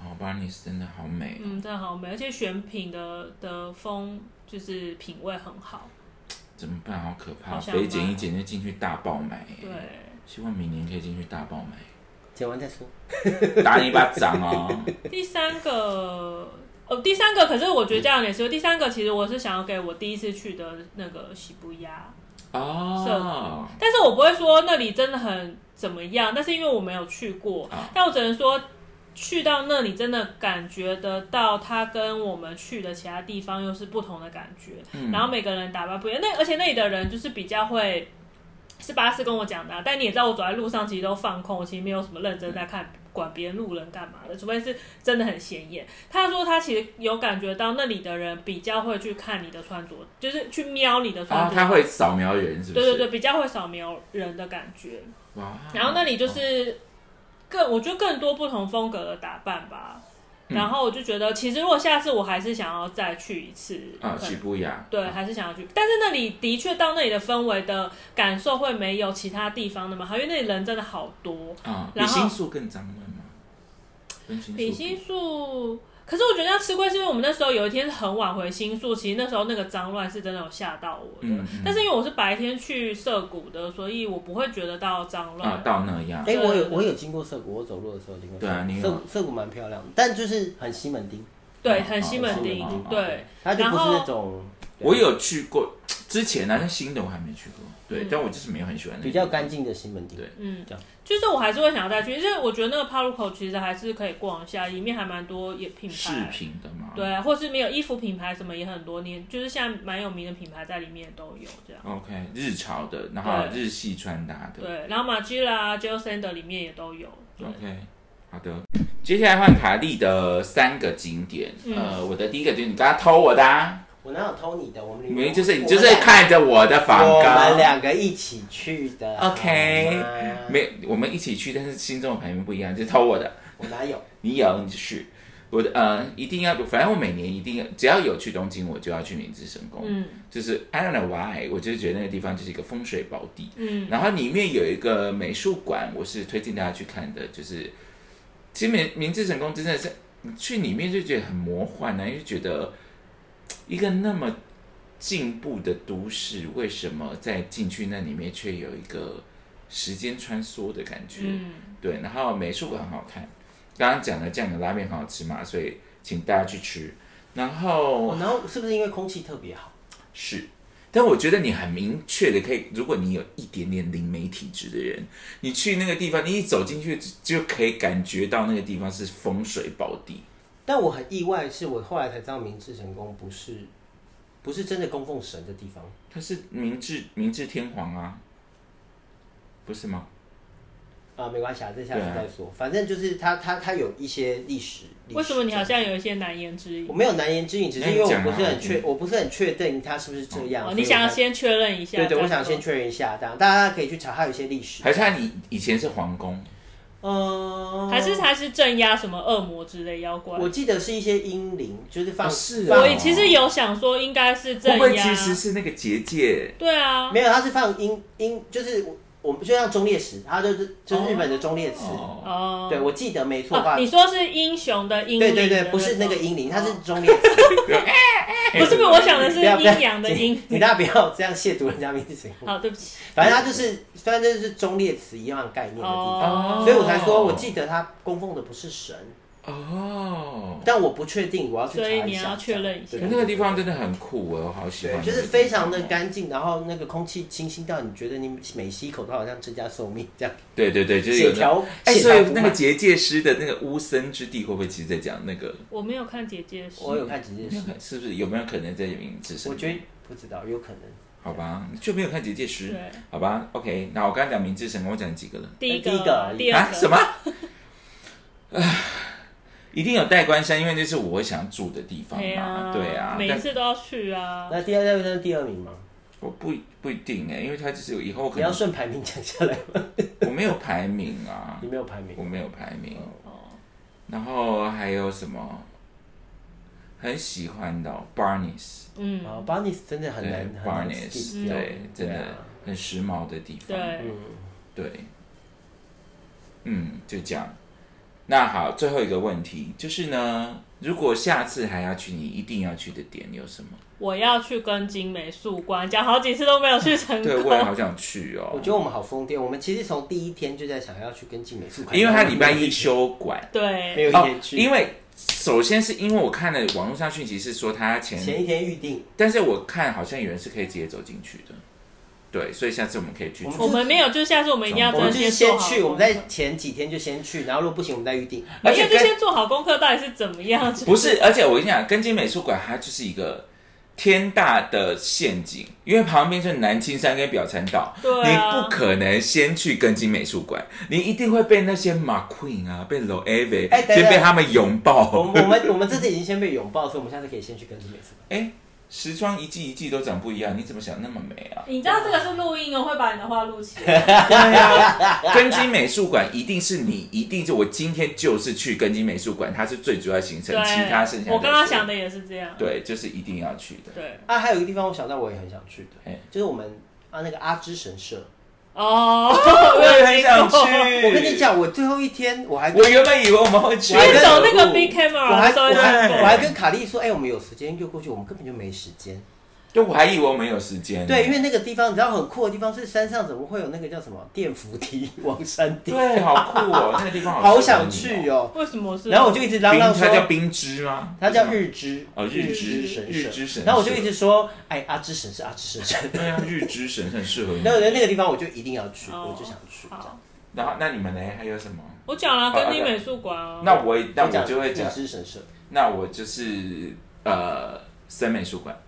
Speaker 3: 哦，巴尼斯真的好美。啊
Speaker 4: 嗯，真的好美，而且选品的的风就是品味很好，
Speaker 3: 怎么办？好可怕！
Speaker 4: 好想啊
Speaker 3: 肥减一减就进去大爆买。
Speaker 4: 对，，
Speaker 3: 希望明年可以进去大爆买，
Speaker 5: 剪完再说。
Speaker 3: 打你一巴掌哦！
Speaker 4: 第三个，哦，第三个，可是我觉得这样也是。第三个，其实我是想要给我第一次去的那个喜不亚，
Speaker 3: 哦，
Speaker 4: 但是我不会说那里真的很怎么样，但是因为我没有去过，
Speaker 3: 啊
Speaker 4: 但我只能说。去到那里，真的感觉得到它跟我们去的其他地方又是不同的感觉。
Speaker 3: 嗯
Speaker 4: 然后每个人打扮不一样，那而且那里的人就是比较会，是巴士跟我讲的啊、但你也知道，我走在路上其实都放空，我其实没有什么认真在看管别人路人干嘛的，除非是真的很显眼。他说他其实有感觉到那里的人比较会去看你的穿着，就是去瞄你的穿
Speaker 3: 啊，
Speaker 4: 着，
Speaker 3: 他会扫描人是不哦
Speaker 4: 对
Speaker 3: 是？
Speaker 4: 对对，比较会扫描人的感觉。
Speaker 3: 哇！
Speaker 4: 然后那里就是更，我觉得更多不同风格的打扮吧。
Speaker 3: 嗯
Speaker 4: 然后我就觉得，其实如果下次我还是想要再去一次，
Speaker 3: 啊，
Speaker 4: 可
Speaker 3: 喜
Speaker 4: 能
Speaker 3: 布雅，
Speaker 4: 对，还是想要去。但是那里的确到那里的氛围的感受会没有其他地方那么好，因为那里人真的好多。
Speaker 3: 啊，比
Speaker 4: 然后
Speaker 3: 心宿更脏乱吗？跟心宿
Speaker 4: 比新宿，可是我觉得要吃亏，是因为我们那时候有一天很晚回新宿，其实那时候那个脏乱是真的有吓到我的。
Speaker 3: 嗯嗯
Speaker 4: 但是因为我是白天去涩谷的，所以我不会觉得到脏乱。
Speaker 3: 啊，到那样，
Speaker 5: 哎、
Speaker 4: 对
Speaker 5: 我有
Speaker 4: 对
Speaker 5: 我有经过涩谷，我走路的时候经过。
Speaker 3: 对啊你有
Speaker 5: 涩谷涩谷蛮漂亮的，但就是很西门町，
Speaker 4: 对，
Speaker 3: 啊
Speaker 4: 很西门町
Speaker 3: 啊啊啊，
Speaker 4: 对。
Speaker 5: 它就不是
Speaker 4: 然后
Speaker 5: 那种对
Speaker 3: 我有去过，之前啊呢，但新的我还没去过，对
Speaker 4: 嗯，
Speaker 3: 但我就是没有很喜欢那个
Speaker 5: 比较干净的西门町。
Speaker 3: 对
Speaker 4: 嗯
Speaker 5: 这样，
Speaker 4: 就是我还是会想要再去，因为我觉得那个帕路口其实还是可以逛一下，里面还蛮多也品牌
Speaker 3: 饰品的嘛，
Speaker 4: 对，啊或是没有衣服品牌什么也很多，你就是现在蛮有名的品牌在里面都有这样。
Speaker 3: ，OK，日潮的，然后
Speaker 4: 对
Speaker 3: 日系穿搭的，
Speaker 4: 对，然后马吉拉、j o s e n d 里面也都有。对，
Speaker 3: OK，好的。接下来换卡莉的三个景点，
Speaker 4: 嗯
Speaker 3: 呃，我的第一个就是你刚刚偷我的、啊，
Speaker 5: 我哪有偷你的？我们
Speaker 3: 明明就是你
Speaker 5: 我们
Speaker 3: 就是
Speaker 5: 两个
Speaker 3: 看着我的房
Speaker 5: 我们
Speaker 3: 高，
Speaker 5: 两个一起去的。哎
Speaker 3: OK
Speaker 5: 好吗
Speaker 3: 没我们一起去，但是心中的排名不一样，就是偷我的，
Speaker 5: 我哪有？
Speaker 3: 你有你就去，我的呃一定要，反正我每年一定要，只要有去东京，我就要去明治神宫，
Speaker 4: 嗯
Speaker 3: 就是 I don't know why，我就觉得那个地方就是一个风水宝地，
Speaker 4: 嗯
Speaker 3: 然后里面有一个美术馆，我是推荐大家去看的，就是其实明明治神宫真的是去里面就觉得很魔幻呢、啊，因为觉得嘖一个那么进步的都市，为什么在进去那里面却有一个时间穿梭的感觉？
Speaker 4: 嗯，
Speaker 3: 对，然后美术馆很好看，刚刚讲的酱油拉面很好吃嘛，所以请大家去吃。然后
Speaker 5: 我哪有？是不是因为空气特别好？
Speaker 3: 是，但我觉得你很明确的可以，如果你有一点点灵媒体质的人，你去那个地方，你一走进去就就可以感觉到那个地方是风水宝地。
Speaker 5: 但我很意外，是我后来才知道明治神宫不是不是真的供奉神的地方。
Speaker 3: 它是明治明治天皇啊，不是吗？
Speaker 5: 啊，没关系啊，这下次
Speaker 3: 对啊
Speaker 5: 再说。反正就是它，它，它有一些历史。历史
Speaker 4: 为什么你好像有一些难言之隐
Speaker 5: 我？没有难言之隐，只是因为
Speaker 3: 那你
Speaker 5: 我
Speaker 3: 讲啊
Speaker 5: 不是很
Speaker 3: 我
Speaker 5: 确，
Speaker 3: 听
Speaker 5: 我不是很确定它是不是这样。
Speaker 4: 哦，
Speaker 5: 所以
Speaker 4: 你想要
Speaker 5: 才
Speaker 4: 先确认一下？
Speaker 5: 对对，
Speaker 4: 再
Speaker 5: 我想
Speaker 4: 说
Speaker 5: 先确认一下，这样大家可以去查，它有一些历史。
Speaker 3: 还是它以以前是皇宫？
Speaker 5: 嗯，
Speaker 4: 还是还是镇压什么恶魔之类妖怪？
Speaker 5: 我记得是一些英灵，就是放
Speaker 3: 哦是
Speaker 5: 放
Speaker 3: 哦
Speaker 4: 我其实有想说，应该是
Speaker 3: 会
Speaker 4: 镇
Speaker 3: 不会
Speaker 4: 压。
Speaker 3: 其实是那个结界？
Speaker 4: 对啊，
Speaker 5: 没有，它是放英英，就是我我们就像忠烈祠，它就是就是日本的忠烈祠。
Speaker 3: 哦，
Speaker 4: 哦，
Speaker 5: 对，我记得没错的
Speaker 4: 哦
Speaker 5: 话，
Speaker 4: 你说是英雄的英，
Speaker 5: 对对对，不是那个英灵，它是忠烈祠。
Speaker 4: 不是不是，我想的 是
Speaker 5: 不要不要
Speaker 4: 阴阳的阴。
Speaker 5: 你大家不要这样亵渎人家名字。
Speaker 4: 好，对不起。
Speaker 5: 反正它就是，反正就是忠烈祠一样概念的地方，
Speaker 4: 哦
Speaker 5: 所以我才说，我记得它供奉的不是神，
Speaker 3: 哦，
Speaker 5: 但我不确定，我要去查
Speaker 4: 所
Speaker 5: 一
Speaker 4: 以
Speaker 5: 下。
Speaker 4: 你要确认一下
Speaker 5: 对
Speaker 3: 那个地方真的很酷，我好喜
Speaker 5: 对，
Speaker 3: 欢，
Speaker 5: 就是非常的。干净，然后那个空气清新到你觉得你每吸一口都好像增加寿命这样，
Speaker 3: 对对对，就是有那种。
Speaker 5: 血条
Speaker 3: 哎，
Speaker 5: 血
Speaker 3: 所
Speaker 5: 条
Speaker 3: 以
Speaker 5: 不
Speaker 3: 那个
Speaker 5: 满。
Speaker 3: 结界师的那个乌森之地，会不会其实在讲那个？
Speaker 4: 我没有看姐姐是，
Speaker 5: 我有看几件事，
Speaker 3: 是不是有没有可能在明治神？
Speaker 5: 我觉得不知道，有可能。
Speaker 3: 好吧，就没有看结界师
Speaker 4: 对，
Speaker 3: 好吧，OK。那我刚刚讲明治神宫，我讲几个了？
Speaker 4: 第一个，
Speaker 5: 哎第一个而已
Speaker 4: 第二
Speaker 3: 啊？
Speaker 4: 个
Speaker 3: 什么？唉 一定有代官山，因为那是我想住的地方
Speaker 4: 哎
Speaker 3: 嘛。
Speaker 4: 呀，
Speaker 3: 对啊，
Speaker 4: 每一
Speaker 3: 但
Speaker 4: 次都要去啊。
Speaker 5: 那第二那是第二名吗？
Speaker 3: 我不不一定哎、因为它就是以后可
Speaker 5: 你要
Speaker 3: 能
Speaker 5: 顺排名讲下来吗？
Speaker 3: 我没有排名啊
Speaker 5: 你，没有排名
Speaker 3: 我，没有排名。
Speaker 4: 哦，
Speaker 3: 然后还有什么很喜欢的、哦、Barnes，
Speaker 4: 嗯，
Speaker 5: 啊，Barnes 真的很
Speaker 3: 对
Speaker 5: 难很难 skip
Speaker 3: Barnes，
Speaker 5: 掉
Speaker 3: 对，真
Speaker 5: 对
Speaker 3: 的
Speaker 5: 啊
Speaker 3: 很时髦的地方。
Speaker 4: 对，
Speaker 5: 嗯，
Speaker 3: 对，嗯，就这样。那好，最后一个问题就是呢，如果下次还要去，你一定要去的点有什么？
Speaker 4: 我要去跟景美术馆，讲好几次都没有去成
Speaker 3: 对，我也
Speaker 4: 功。
Speaker 3: 好想去哦。
Speaker 5: 我觉得我们好疯癫，我们其实从第一天就在想要去跟进美术馆，
Speaker 3: 因为他礼拜一休馆
Speaker 5: 没
Speaker 4: 对，
Speaker 5: 有一
Speaker 3: 哦
Speaker 5: 天，去，
Speaker 3: 因为首先是因为我看了网络上讯息是说他前，
Speaker 5: 前一天预定，
Speaker 3: 但是我看好像有人是可以直接走进去的，对，所以下次我们可以去
Speaker 5: 我们
Speaker 4: 我们没有，就是下次我们一定要
Speaker 5: 我
Speaker 4: 真
Speaker 5: 们
Speaker 4: 的
Speaker 5: 就是
Speaker 4: 做
Speaker 5: 先
Speaker 4: 好功
Speaker 5: 去，
Speaker 4: 课。
Speaker 5: 我们在前几天就先去，然后如果不行我们再预定。
Speaker 3: 而
Speaker 4: 没
Speaker 3: 且
Speaker 4: 有就
Speaker 3: 跟
Speaker 4: 先做好功课，到底是怎么样？
Speaker 3: 不是，而且我跟你讲，根津美术馆它就是一个天大的陷阱，因为旁边就是南青山跟表参道，
Speaker 4: 对啊
Speaker 3: 你不可能先去根津美术馆，你一定会被那些马 queen 啊，被 low a v
Speaker 5: 哎
Speaker 3: e
Speaker 5: 等等
Speaker 3: 先被他们拥
Speaker 5: 我
Speaker 3: 抱。
Speaker 5: 们我们我们这次已经先被拥抱，所以我们下次可以先去跟进美术馆。
Speaker 3: 哎，时装一季一季都长不一样，你怎么想那么美啊？
Speaker 4: 你知道这个是录音哦，会把你的话录起 来。啊
Speaker 3: 根津美术馆一定是你，一定就我今天就是去根津美术馆，它是最主要行程，其他剩下
Speaker 4: 对，
Speaker 3: 的
Speaker 4: 我刚刚
Speaker 3: 是
Speaker 4: 想的也是这样。
Speaker 3: 对，就是一定要去的。
Speaker 4: 对，
Speaker 5: 啊，还有一个地方我想到我也很想去的
Speaker 3: 哎，
Speaker 5: 就是我们啊那个阿芝神社。
Speaker 4: 哦，
Speaker 3: 我也很想去。
Speaker 5: 我跟你，讲，我最后一天我还
Speaker 3: 我原本以为我们会去
Speaker 5: 我还
Speaker 4: 你
Speaker 5: 跟
Speaker 4: 走那
Speaker 5: 我
Speaker 4: 个 big camera
Speaker 5: 我还
Speaker 4: 的时候
Speaker 5: 我
Speaker 4: 就
Speaker 5: 还
Speaker 4: 过
Speaker 5: 我还跟卡莉说，哎、我们有时间就过去，我们根本就没时间。
Speaker 3: 对，我还以为我们有时间。
Speaker 5: 对，因为那个地方你知道很酷的地方是山上怎么会有那个叫什么电扶梯 往山顶，
Speaker 4: 啊
Speaker 3: 对，好酷 哦，那个地方
Speaker 5: 好
Speaker 3: 适合
Speaker 5: 想
Speaker 3: 你
Speaker 5: 去
Speaker 3: 哦。
Speaker 5: 哦。
Speaker 4: 为什么是？
Speaker 5: 然后我就一直嚷
Speaker 3: 冰，
Speaker 5: 嚷
Speaker 3: 它叫
Speaker 5: 说，
Speaker 3: 冰之吗？
Speaker 5: 它叫
Speaker 3: 不是吗
Speaker 5: 日之
Speaker 3: 哦日
Speaker 4: 之
Speaker 5: 之神
Speaker 3: 日之神社
Speaker 5: 然后我就一直说，哎，阿之神社，阿之神社。
Speaker 3: 对啊，日之神很适合你
Speaker 5: 那。我觉得那个地方我就一定要去，
Speaker 4: 哦
Speaker 5: 我就想去。
Speaker 4: 好
Speaker 5: 这样，
Speaker 3: 然后那你们呢？还有什么？
Speaker 4: 我讲了跟你美术馆啊。
Speaker 3: 那我那
Speaker 5: 这
Speaker 3: 我
Speaker 5: 样
Speaker 3: 就会讲
Speaker 5: 日，之神社，
Speaker 3: 那我就是呃森美术馆。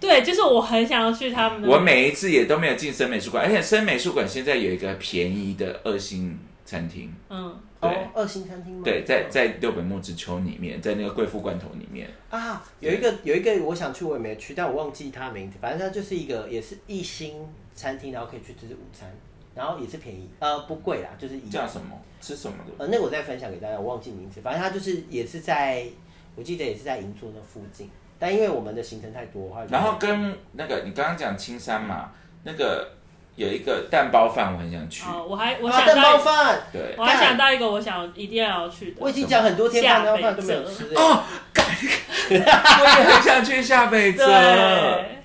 Speaker 4: 对，就是我很想要去他们的。
Speaker 3: 我每一次也都没有进森美术馆，而且森美术馆现在有一个便宜的二星餐厅，
Speaker 4: 嗯，
Speaker 3: 对
Speaker 5: 哦，二星餐厅吗？
Speaker 3: 对，在在六本木之丘里面，在那个贵妇罐头里面，
Speaker 5: 啊，有一个有一个我想去，我也没去，但我忘记它名字。反正它就是一个也是一星餐厅，然后可以去吃午餐，然后也是便宜，呃，不贵啦，就是一
Speaker 3: 叫什么吃什么的，
Speaker 5: 呃，那个我再分享给大家，我忘记名字。反正它就是也是在，我记得也是在银座那附近。但因为我们的行程太多，话
Speaker 3: 然后跟那个你刚刚讲青山嘛，那个有一个蛋包饭，我很想去，
Speaker 4: 好，我还我
Speaker 5: 啊
Speaker 4: 想
Speaker 5: 蛋包
Speaker 4: 到，
Speaker 5: 饭，
Speaker 3: 对
Speaker 4: 我。还想到一个我想一定要去的
Speaker 5: 我已。经讲很多天
Speaker 4: 下
Speaker 5: 蛋包饭
Speaker 4: 北
Speaker 5: 都没有
Speaker 4: 泽
Speaker 5: 吃、欸。
Speaker 3: 哦，干我也很想去下北泽。
Speaker 4: 对，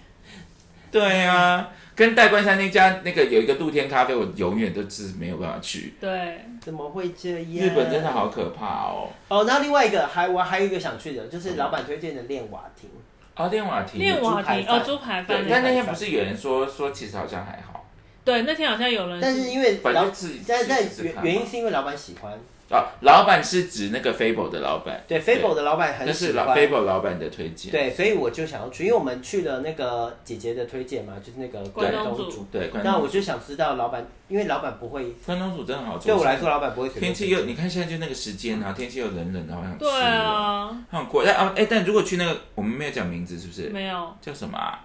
Speaker 3: 对啊，跟代官山那家那个有一个露天咖啡，我永远都是没有办法去。
Speaker 4: 对，
Speaker 5: 怎么会这样？
Speaker 3: 日本真的好可怕哦！
Speaker 5: 哦。然后另外一个还我还有一个想去的，就是老板推荐的练瓦亭。
Speaker 3: 哦，练瓦亭，
Speaker 4: 练瓦
Speaker 5: 排
Speaker 4: 亭
Speaker 5: 饭
Speaker 4: 哦，猪排饭
Speaker 3: 对，
Speaker 4: 那
Speaker 3: 但
Speaker 4: 个。
Speaker 3: 那天不是有人说说，其实好像还好
Speaker 4: 对，那天好像有人，
Speaker 5: 但是因为
Speaker 3: 反
Speaker 5: 老
Speaker 3: 正自己
Speaker 5: 但
Speaker 3: 自己
Speaker 5: 但
Speaker 3: 试试
Speaker 5: 原
Speaker 3: 看
Speaker 5: 原
Speaker 3: 嘛
Speaker 5: 因是因为老板喜欢，
Speaker 3: 啊。老板是指那个 Fable 的老板，
Speaker 5: 对 Fable 的老板
Speaker 3: 那
Speaker 5: 很喜
Speaker 3: 是老
Speaker 5: 欢，
Speaker 3: Fable 老板的推荐。
Speaker 5: 对，所以我就想要去，因为我们去了那个姐姐的推荐嘛，就是那个
Speaker 4: 关
Speaker 5: 东
Speaker 4: 东
Speaker 5: 煮
Speaker 4: 煮
Speaker 3: 对，关
Speaker 5: 那
Speaker 3: 东
Speaker 5: 我就想知道老板，因为老板不会，
Speaker 3: 关东煮真的好吃。
Speaker 5: 对我来说，老板不会随便
Speaker 3: 天气又你看现在就那个时间啊，天气又冷冷的，好想吃
Speaker 4: 对
Speaker 3: 哦，
Speaker 4: 啊，
Speaker 3: 好想过。但啊，哎，但如果去那个，我们没有讲名字，是不是？
Speaker 4: 没有
Speaker 3: 叫什么啊？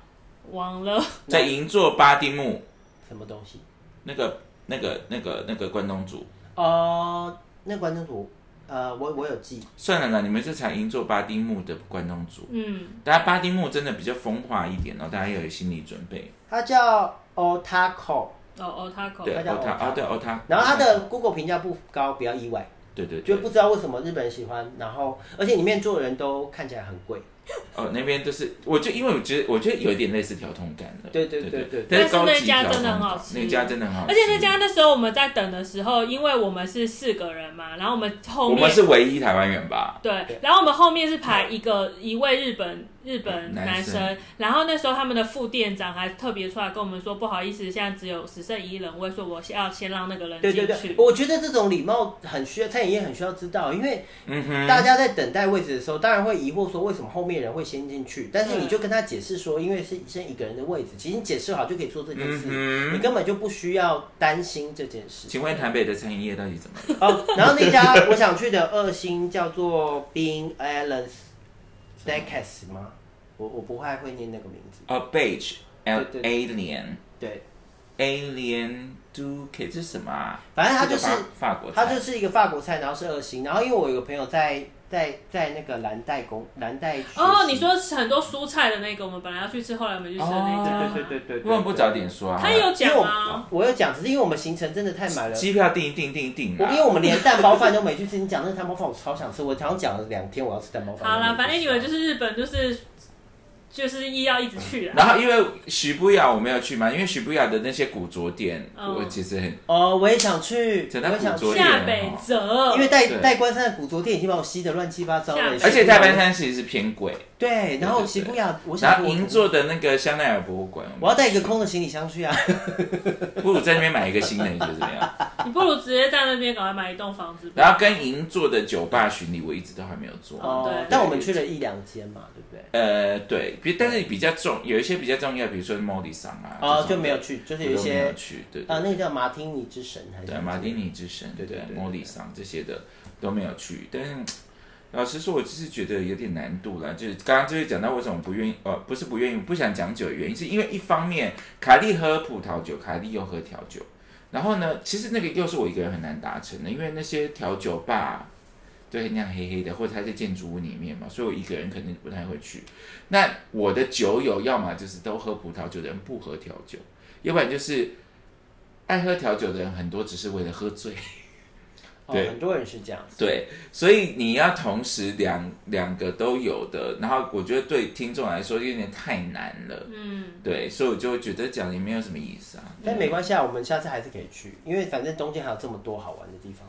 Speaker 4: 忘了，
Speaker 3: 在银座巴丁木
Speaker 5: 什么东西
Speaker 3: 那个、那个、那个、那个关东煮。
Speaker 5: 哦、那关东煮，呃，我我有记，
Speaker 3: 算了啦，你们就查银座巴丁木的关东煮。
Speaker 4: 嗯，
Speaker 3: 大家巴丁木真的比较风化一点哦，大家要有心理准备。
Speaker 5: 它叫 Otako，
Speaker 4: 哦哦，taco，
Speaker 3: 对，
Speaker 5: 它叫
Speaker 3: 哦他
Speaker 5: Otaka
Speaker 3: 啊，对哦他。
Speaker 5: 然后它的 Google 评价不高，不要意外，
Speaker 3: 对对对
Speaker 5: 就不知道为什么日本人喜欢，然后而且里面做的人都看起来很贵，
Speaker 3: 哦那边就是，我就因为我觉得我觉得有一点类似调通感了。
Speaker 5: 对对对对
Speaker 3: 但是高
Speaker 4: 但是
Speaker 3: 级
Speaker 4: 那家
Speaker 3: 调
Speaker 4: 真的
Speaker 3: 通
Speaker 4: 很好
Speaker 3: 感
Speaker 4: 吃
Speaker 3: 那家真的很好吃，
Speaker 4: 而且那家那时候我们在等的时候，因为我们是四个人嘛，然后我们后
Speaker 3: 我
Speaker 4: 面
Speaker 3: 们是唯一台湾人吧？
Speaker 4: 对，然后我们后面是排一个一位日本日本
Speaker 3: 男
Speaker 4: 男生，然后那时候他们的副店长还特别出来跟我们说，不好意思，现在只有只剩一人位，所以我要先让那个人
Speaker 5: 对
Speaker 4: 进去。
Speaker 5: 对对，我觉得这种礼貌很需要，餐饮业很需要知道，因为
Speaker 3: 嗯
Speaker 5: 大家在等待位置的时候，当然会疑惑说为什么后面人会先进去，但是你就跟他解释说，因为是剩一个人的位置，其实你解释好就可以做这件事，
Speaker 3: 嗯哼。
Speaker 5: 你根本就不需要担心这件事。
Speaker 3: 请问台北的餐饮业到底怎么了？
Speaker 5: 哦，然后那家我想去的二星叫做 Bin Allen Steakhouse 吗？我我不太会念那个名字。
Speaker 3: 哦，Beige
Speaker 5: 对
Speaker 3: Alien
Speaker 5: 对，
Speaker 3: Alien Duke 这是什么啊？
Speaker 5: 反正它就是
Speaker 3: 这个法法国菜，
Speaker 5: 它就是一个法国菜，然后是二星，然后因为我有个朋友在在在那个蓝带工蓝带学习
Speaker 4: 哦，你说是很多蔬菜的那个，我们本来要去吃，后来我们去吃的那家，
Speaker 3: 哦
Speaker 5: 对对对对对，
Speaker 3: 为什么不早点说啊？
Speaker 4: 他有
Speaker 5: 因为
Speaker 4: 讲
Speaker 5: 我
Speaker 4: 啊，
Speaker 5: 我有讲，只是因为我们行程真的太满了。
Speaker 3: 机票订订订订
Speaker 5: 我
Speaker 3: 啊！
Speaker 5: 因为我们连蛋包饭都没去吃，你讲那个蛋包饭我超想吃，我好像讲了两天我要吃蛋包饭。
Speaker 4: 好啦，反正你们
Speaker 5: 就
Speaker 4: 就是日本，就是就是一要一直去啊啦。
Speaker 3: 然后因为许不雅我没有去嘛，因为许不雅的那些古着店，
Speaker 4: 嗯
Speaker 3: 我其实很
Speaker 5: 哦，我也想去，
Speaker 3: 整
Speaker 5: 我
Speaker 3: 到
Speaker 5: 也想
Speaker 3: 古着
Speaker 5: 去，
Speaker 3: 店
Speaker 4: 下北泽，
Speaker 5: 因为带
Speaker 3: 对
Speaker 5: 带关山的古着店已经把我吸的乱七八糟了，
Speaker 4: 下
Speaker 3: 而且太白山其实是偏贵。
Speaker 5: 对，然后喜不雅，我想
Speaker 3: 然
Speaker 5: 说
Speaker 3: 后
Speaker 5: 我
Speaker 3: 银座的那个香奈儿博物馆，
Speaker 5: 我要带一个空的行李箱去啊。
Speaker 3: 不如在那边买一个新的，你觉得怎么 样？
Speaker 4: 你不如直接在那边赶快买一栋房子吧。
Speaker 3: 然后跟银座的酒吧巡礼，我一直都还没有做。
Speaker 5: 哦
Speaker 4: 对，
Speaker 5: 但我们去了一两间嘛，对不对？
Speaker 3: 呃，对，比但是比较重，有一些比较重要，比如说莫里桑啊，
Speaker 5: 哦，
Speaker 3: 这种的
Speaker 5: 就没有去，就是有一
Speaker 3: 我都没有
Speaker 5: 些
Speaker 3: 去，对对
Speaker 5: 啊，那个叫马丁尼之神还是
Speaker 3: 对，马丁尼之神，
Speaker 5: 对对
Speaker 3: 对
Speaker 5: 对
Speaker 3: 莫里桑这些的都没有去，但是老实说，我只是觉得有点难度啦。就是刚刚就是讲到为什么不愿意，呃，不是不愿意，不想讲酒的原因，是因为一方面凯莉喝葡萄酒，凯莉又喝调酒，然后呢，其实那个又是我一个人很难达成的，因为那些调酒吧，对，那样黑黑的，或者它在建筑物里面嘛，所以我一个人肯定不太会去。那我的酒友要么就是都喝葡萄酒的人不喝调酒，要不然就是爱喝调酒的人很多只是为了喝醉。
Speaker 5: 哦，
Speaker 3: 对
Speaker 5: 很多人是这样子。
Speaker 3: 对，所以你要同时两两个都有的，然后我觉得对听众来说有点太难了，
Speaker 4: 嗯，
Speaker 3: 对，所以我就会觉得讲也没有什么意思啊。
Speaker 5: 但没关系啊，我们下次还是可以去，因为反正东京还有这么多好玩的地方。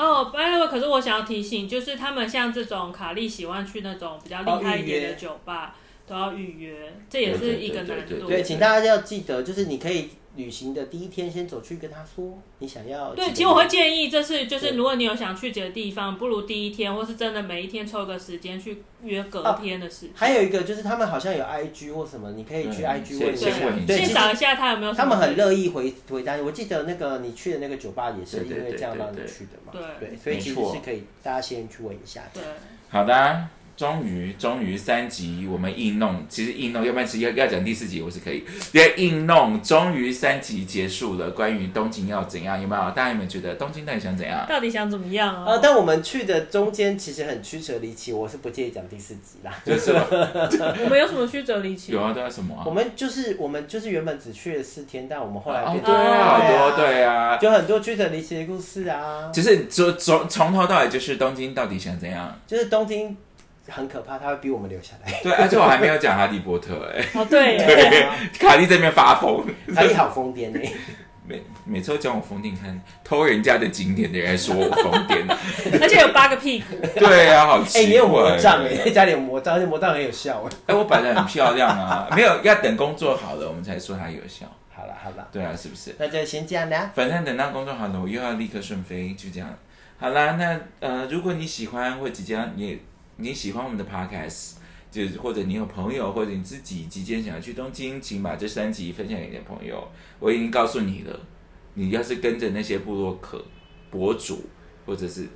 Speaker 4: 哦、b y the way，可是我想要提醒，就是他们像这种卡利喜欢去那种比较厉害一点
Speaker 5: 哦预
Speaker 4: 的
Speaker 5: 约
Speaker 4: 酒吧，都要预约，这也是一个难
Speaker 3: 对对对
Speaker 4: 度。
Speaker 5: 对，请大家要记得，就是你可以旅行的第一天先走去跟他说你想要几个
Speaker 4: 对，
Speaker 5: 人。
Speaker 4: 其实我会建议，这是就是
Speaker 5: 对
Speaker 4: 如果你有想去几个地方，不如第一天，或是真的每一天抽个时间去约隔天的事。
Speaker 5: 哦还有一个就是他们好像有 IG 或什么，你可以去
Speaker 3: 嗯
Speaker 5: IG 问一
Speaker 3: 先问
Speaker 5: 下
Speaker 3: 一。下
Speaker 5: 对，
Speaker 4: 先
Speaker 5: 其实
Speaker 4: 找一下他有没有什
Speaker 5: 他
Speaker 4: 么
Speaker 5: 们很乐意回回答你。我记得那个你去的那个酒吧也是因
Speaker 3: 对对
Speaker 5: 为
Speaker 3: 对
Speaker 5: 这样让你
Speaker 3: 对对
Speaker 5: 去的嘛。
Speaker 4: 对
Speaker 5: 对，所以其实
Speaker 3: 没错
Speaker 5: 是可以大家先去问一下。
Speaker 4: 对，
Speaker 3: 好的啊、终于终于三集我们硬弄，其实硬弄，要不然其实要要讲第四集我是可以，对，硬弄，终于三集结束了。关于东京要怎样，有没有？大家有没有觉得东京到底想怎样？
Speaker 4: 到底想怎么样啊？
Speaker 5: 呃，但我们去的中间其实很曲折离奇，我是不介意讲第四集啦。
Speaker 3: 就是
Speaker 4: 我们有什么曲折离奇？
Speaker 3: 有啊，都要什么啊
Speaker 5: 我？们就是我们就是原本只去了四天，但我们后来
Speaker 3: 哦
Speaker 5: 变，
Speaker 3: 对
Speaker 5: 成、
Speaker 3: 啊，好多
Speaker 5: 对啊
Speaker 3: 对啊，
Speaker 5: 就很多曲折离奇的故事啊。
Speaker 3: 就是从从从头到尾就是东京到底想怎样？
Speaker 5: 就是东京很可怕，它会逼我们留下来。
Speaker 3: 对，而啊且我还没有讲哈利波特哎、
Speaker 4: 哦，对耶，
Speaker 5: 对啊，
Speaker 3: 卡莉这边发疯，
Speaker 5: 凯莉好疯癫哎，
Speaker 3: 每每次都讲我疯癫，看偷人家的景点的人还说我疯癫 呢。
Speaker 4: 而且有八个屁股，
Speaker 3: 对啊，好奇
Speaker 5: 哎、
Speaker 3: 怪。
Speaker 5: 你有魔杖哎、在家里有魔杖，而且魔杖很有效
Speaker 3: 哎
Speaker 5: 哎、
Speaker 3: 我本来很漂亮啊，没有要等工作好了，我们才说它有效。
Speaker 5: 好了好了，
Speaker 3: 对啊，是不是？
Speaker 5: 那就先这样啦。
Speaker 3: 反正等到工作好了，我又要立刻顺飞，就这样。好啦，那呃，如果你喜欢或即将你你喜欢我们的 podcast，就是或者你有朋友或者你自己即将想要去东京，请把这三集分享给你的朋友。我已经告诉你了，你要是跟着那些部落客博主或者是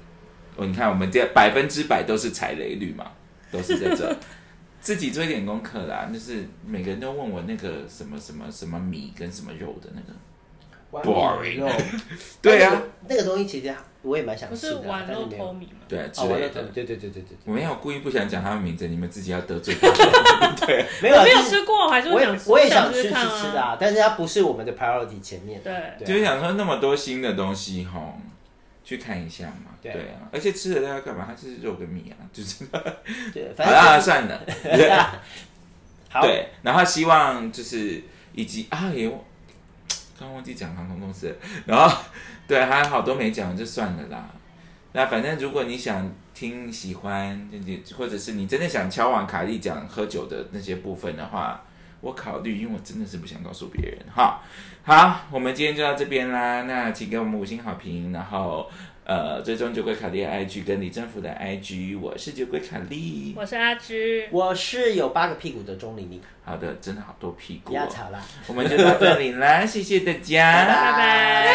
Speaker 3: 哦，你看我们这百分之百都是踩雷率嘛，都是在这。自己做一点功课啦，就是每个人都问我那个什么什么什么米跟什么肉的那个，Boring
Speaker 5: 完美肉
Speaker 3: 对啊呀、
Speaker 5: 那个东西其实我也蛮想
Speaker 4: 不
Speaker 5: 吃
Speaker 4: 是
Speaker 5: 的啊，
Speaker 4: 玩
Speaker 5: 但是
Speaker 4: 肉
Speaker 5: 没
Speaker 4: 偷
Speaker 5: 有。
Speaker 4: 米吗？
Speaker 3: 对啊之
Speaker 5: 哦，玩
Speaker 3: 类
Speaker 5: 肉
Speaker 3: 的
Speaker 5: 头，。对对对对对，
Speaker 3: 我没有故意不想讲他们名字，你们自己要得罪他们。 对，
Speaker 5: 没有啊，
Speaker 4: 我没有
Speaker 5: 就是
Speaker 4: 吃过，我还是
Speaker 5: 我
Speaker 4: 会
Speaker 5: 也
Speaker 4: 想吃，
Speaker 5: 我也
Speaker 4: 想
Speaker 5: 想去吃
Speaker 4: 看
Speaker 5: 吃的
Speaker 4: 啊。
Speaker 5: 啊，但是它不是我们的 priority 前面。
Speaker 4: 对，
Speaker 5: 对啊
Speaker 3: 就是想说那么多新的东西吼，去看一下嘛。
Speaker 5: 对
Speaker 3: 对啊，而且吃了它要干嘛？它就是肉跟米啊，就是。
Speaker 5: 对，
Speaker 3: 好啦，
Speaker 5: 反正
Speaker 3: 算 了。
Speaker 5: 就是好，
Speaker 3: 对，然后希望就是以及啊也忘，刚忘记讲航空公司了， 然后对还有好多没讲，就算了啦。那反正如果你想听喜欢，你或者是你真的想敲碗卡莉讲喝酒的那些部分的话，我考虑，因为我真的是不想告诉别人哈。好，我们今天就到这边啦。那请给我们五星好评，然后呃，追踪酒鬼卡莉的 IG 跟李政府的 IG，我是酒鬼卡莉。
Speaker 4: 我是阿芝，
Speaker 5: 我是有八个屁股的钟玲玲，
Speaker 3: 好的，真的好多屁股、
Speaker 5: 不
Speaker 3: 哦。
Speaker 5: 要吵啦，
Speaker 3: 我们就到这里 啦，谢谢大
Speaker 5: 拜
Speaker 3: 家。
Speaker 5: 拜。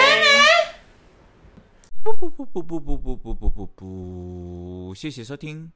Speaker 2: 不不不不不不不不不不不，
Speaker 3: 不，谢谢收听。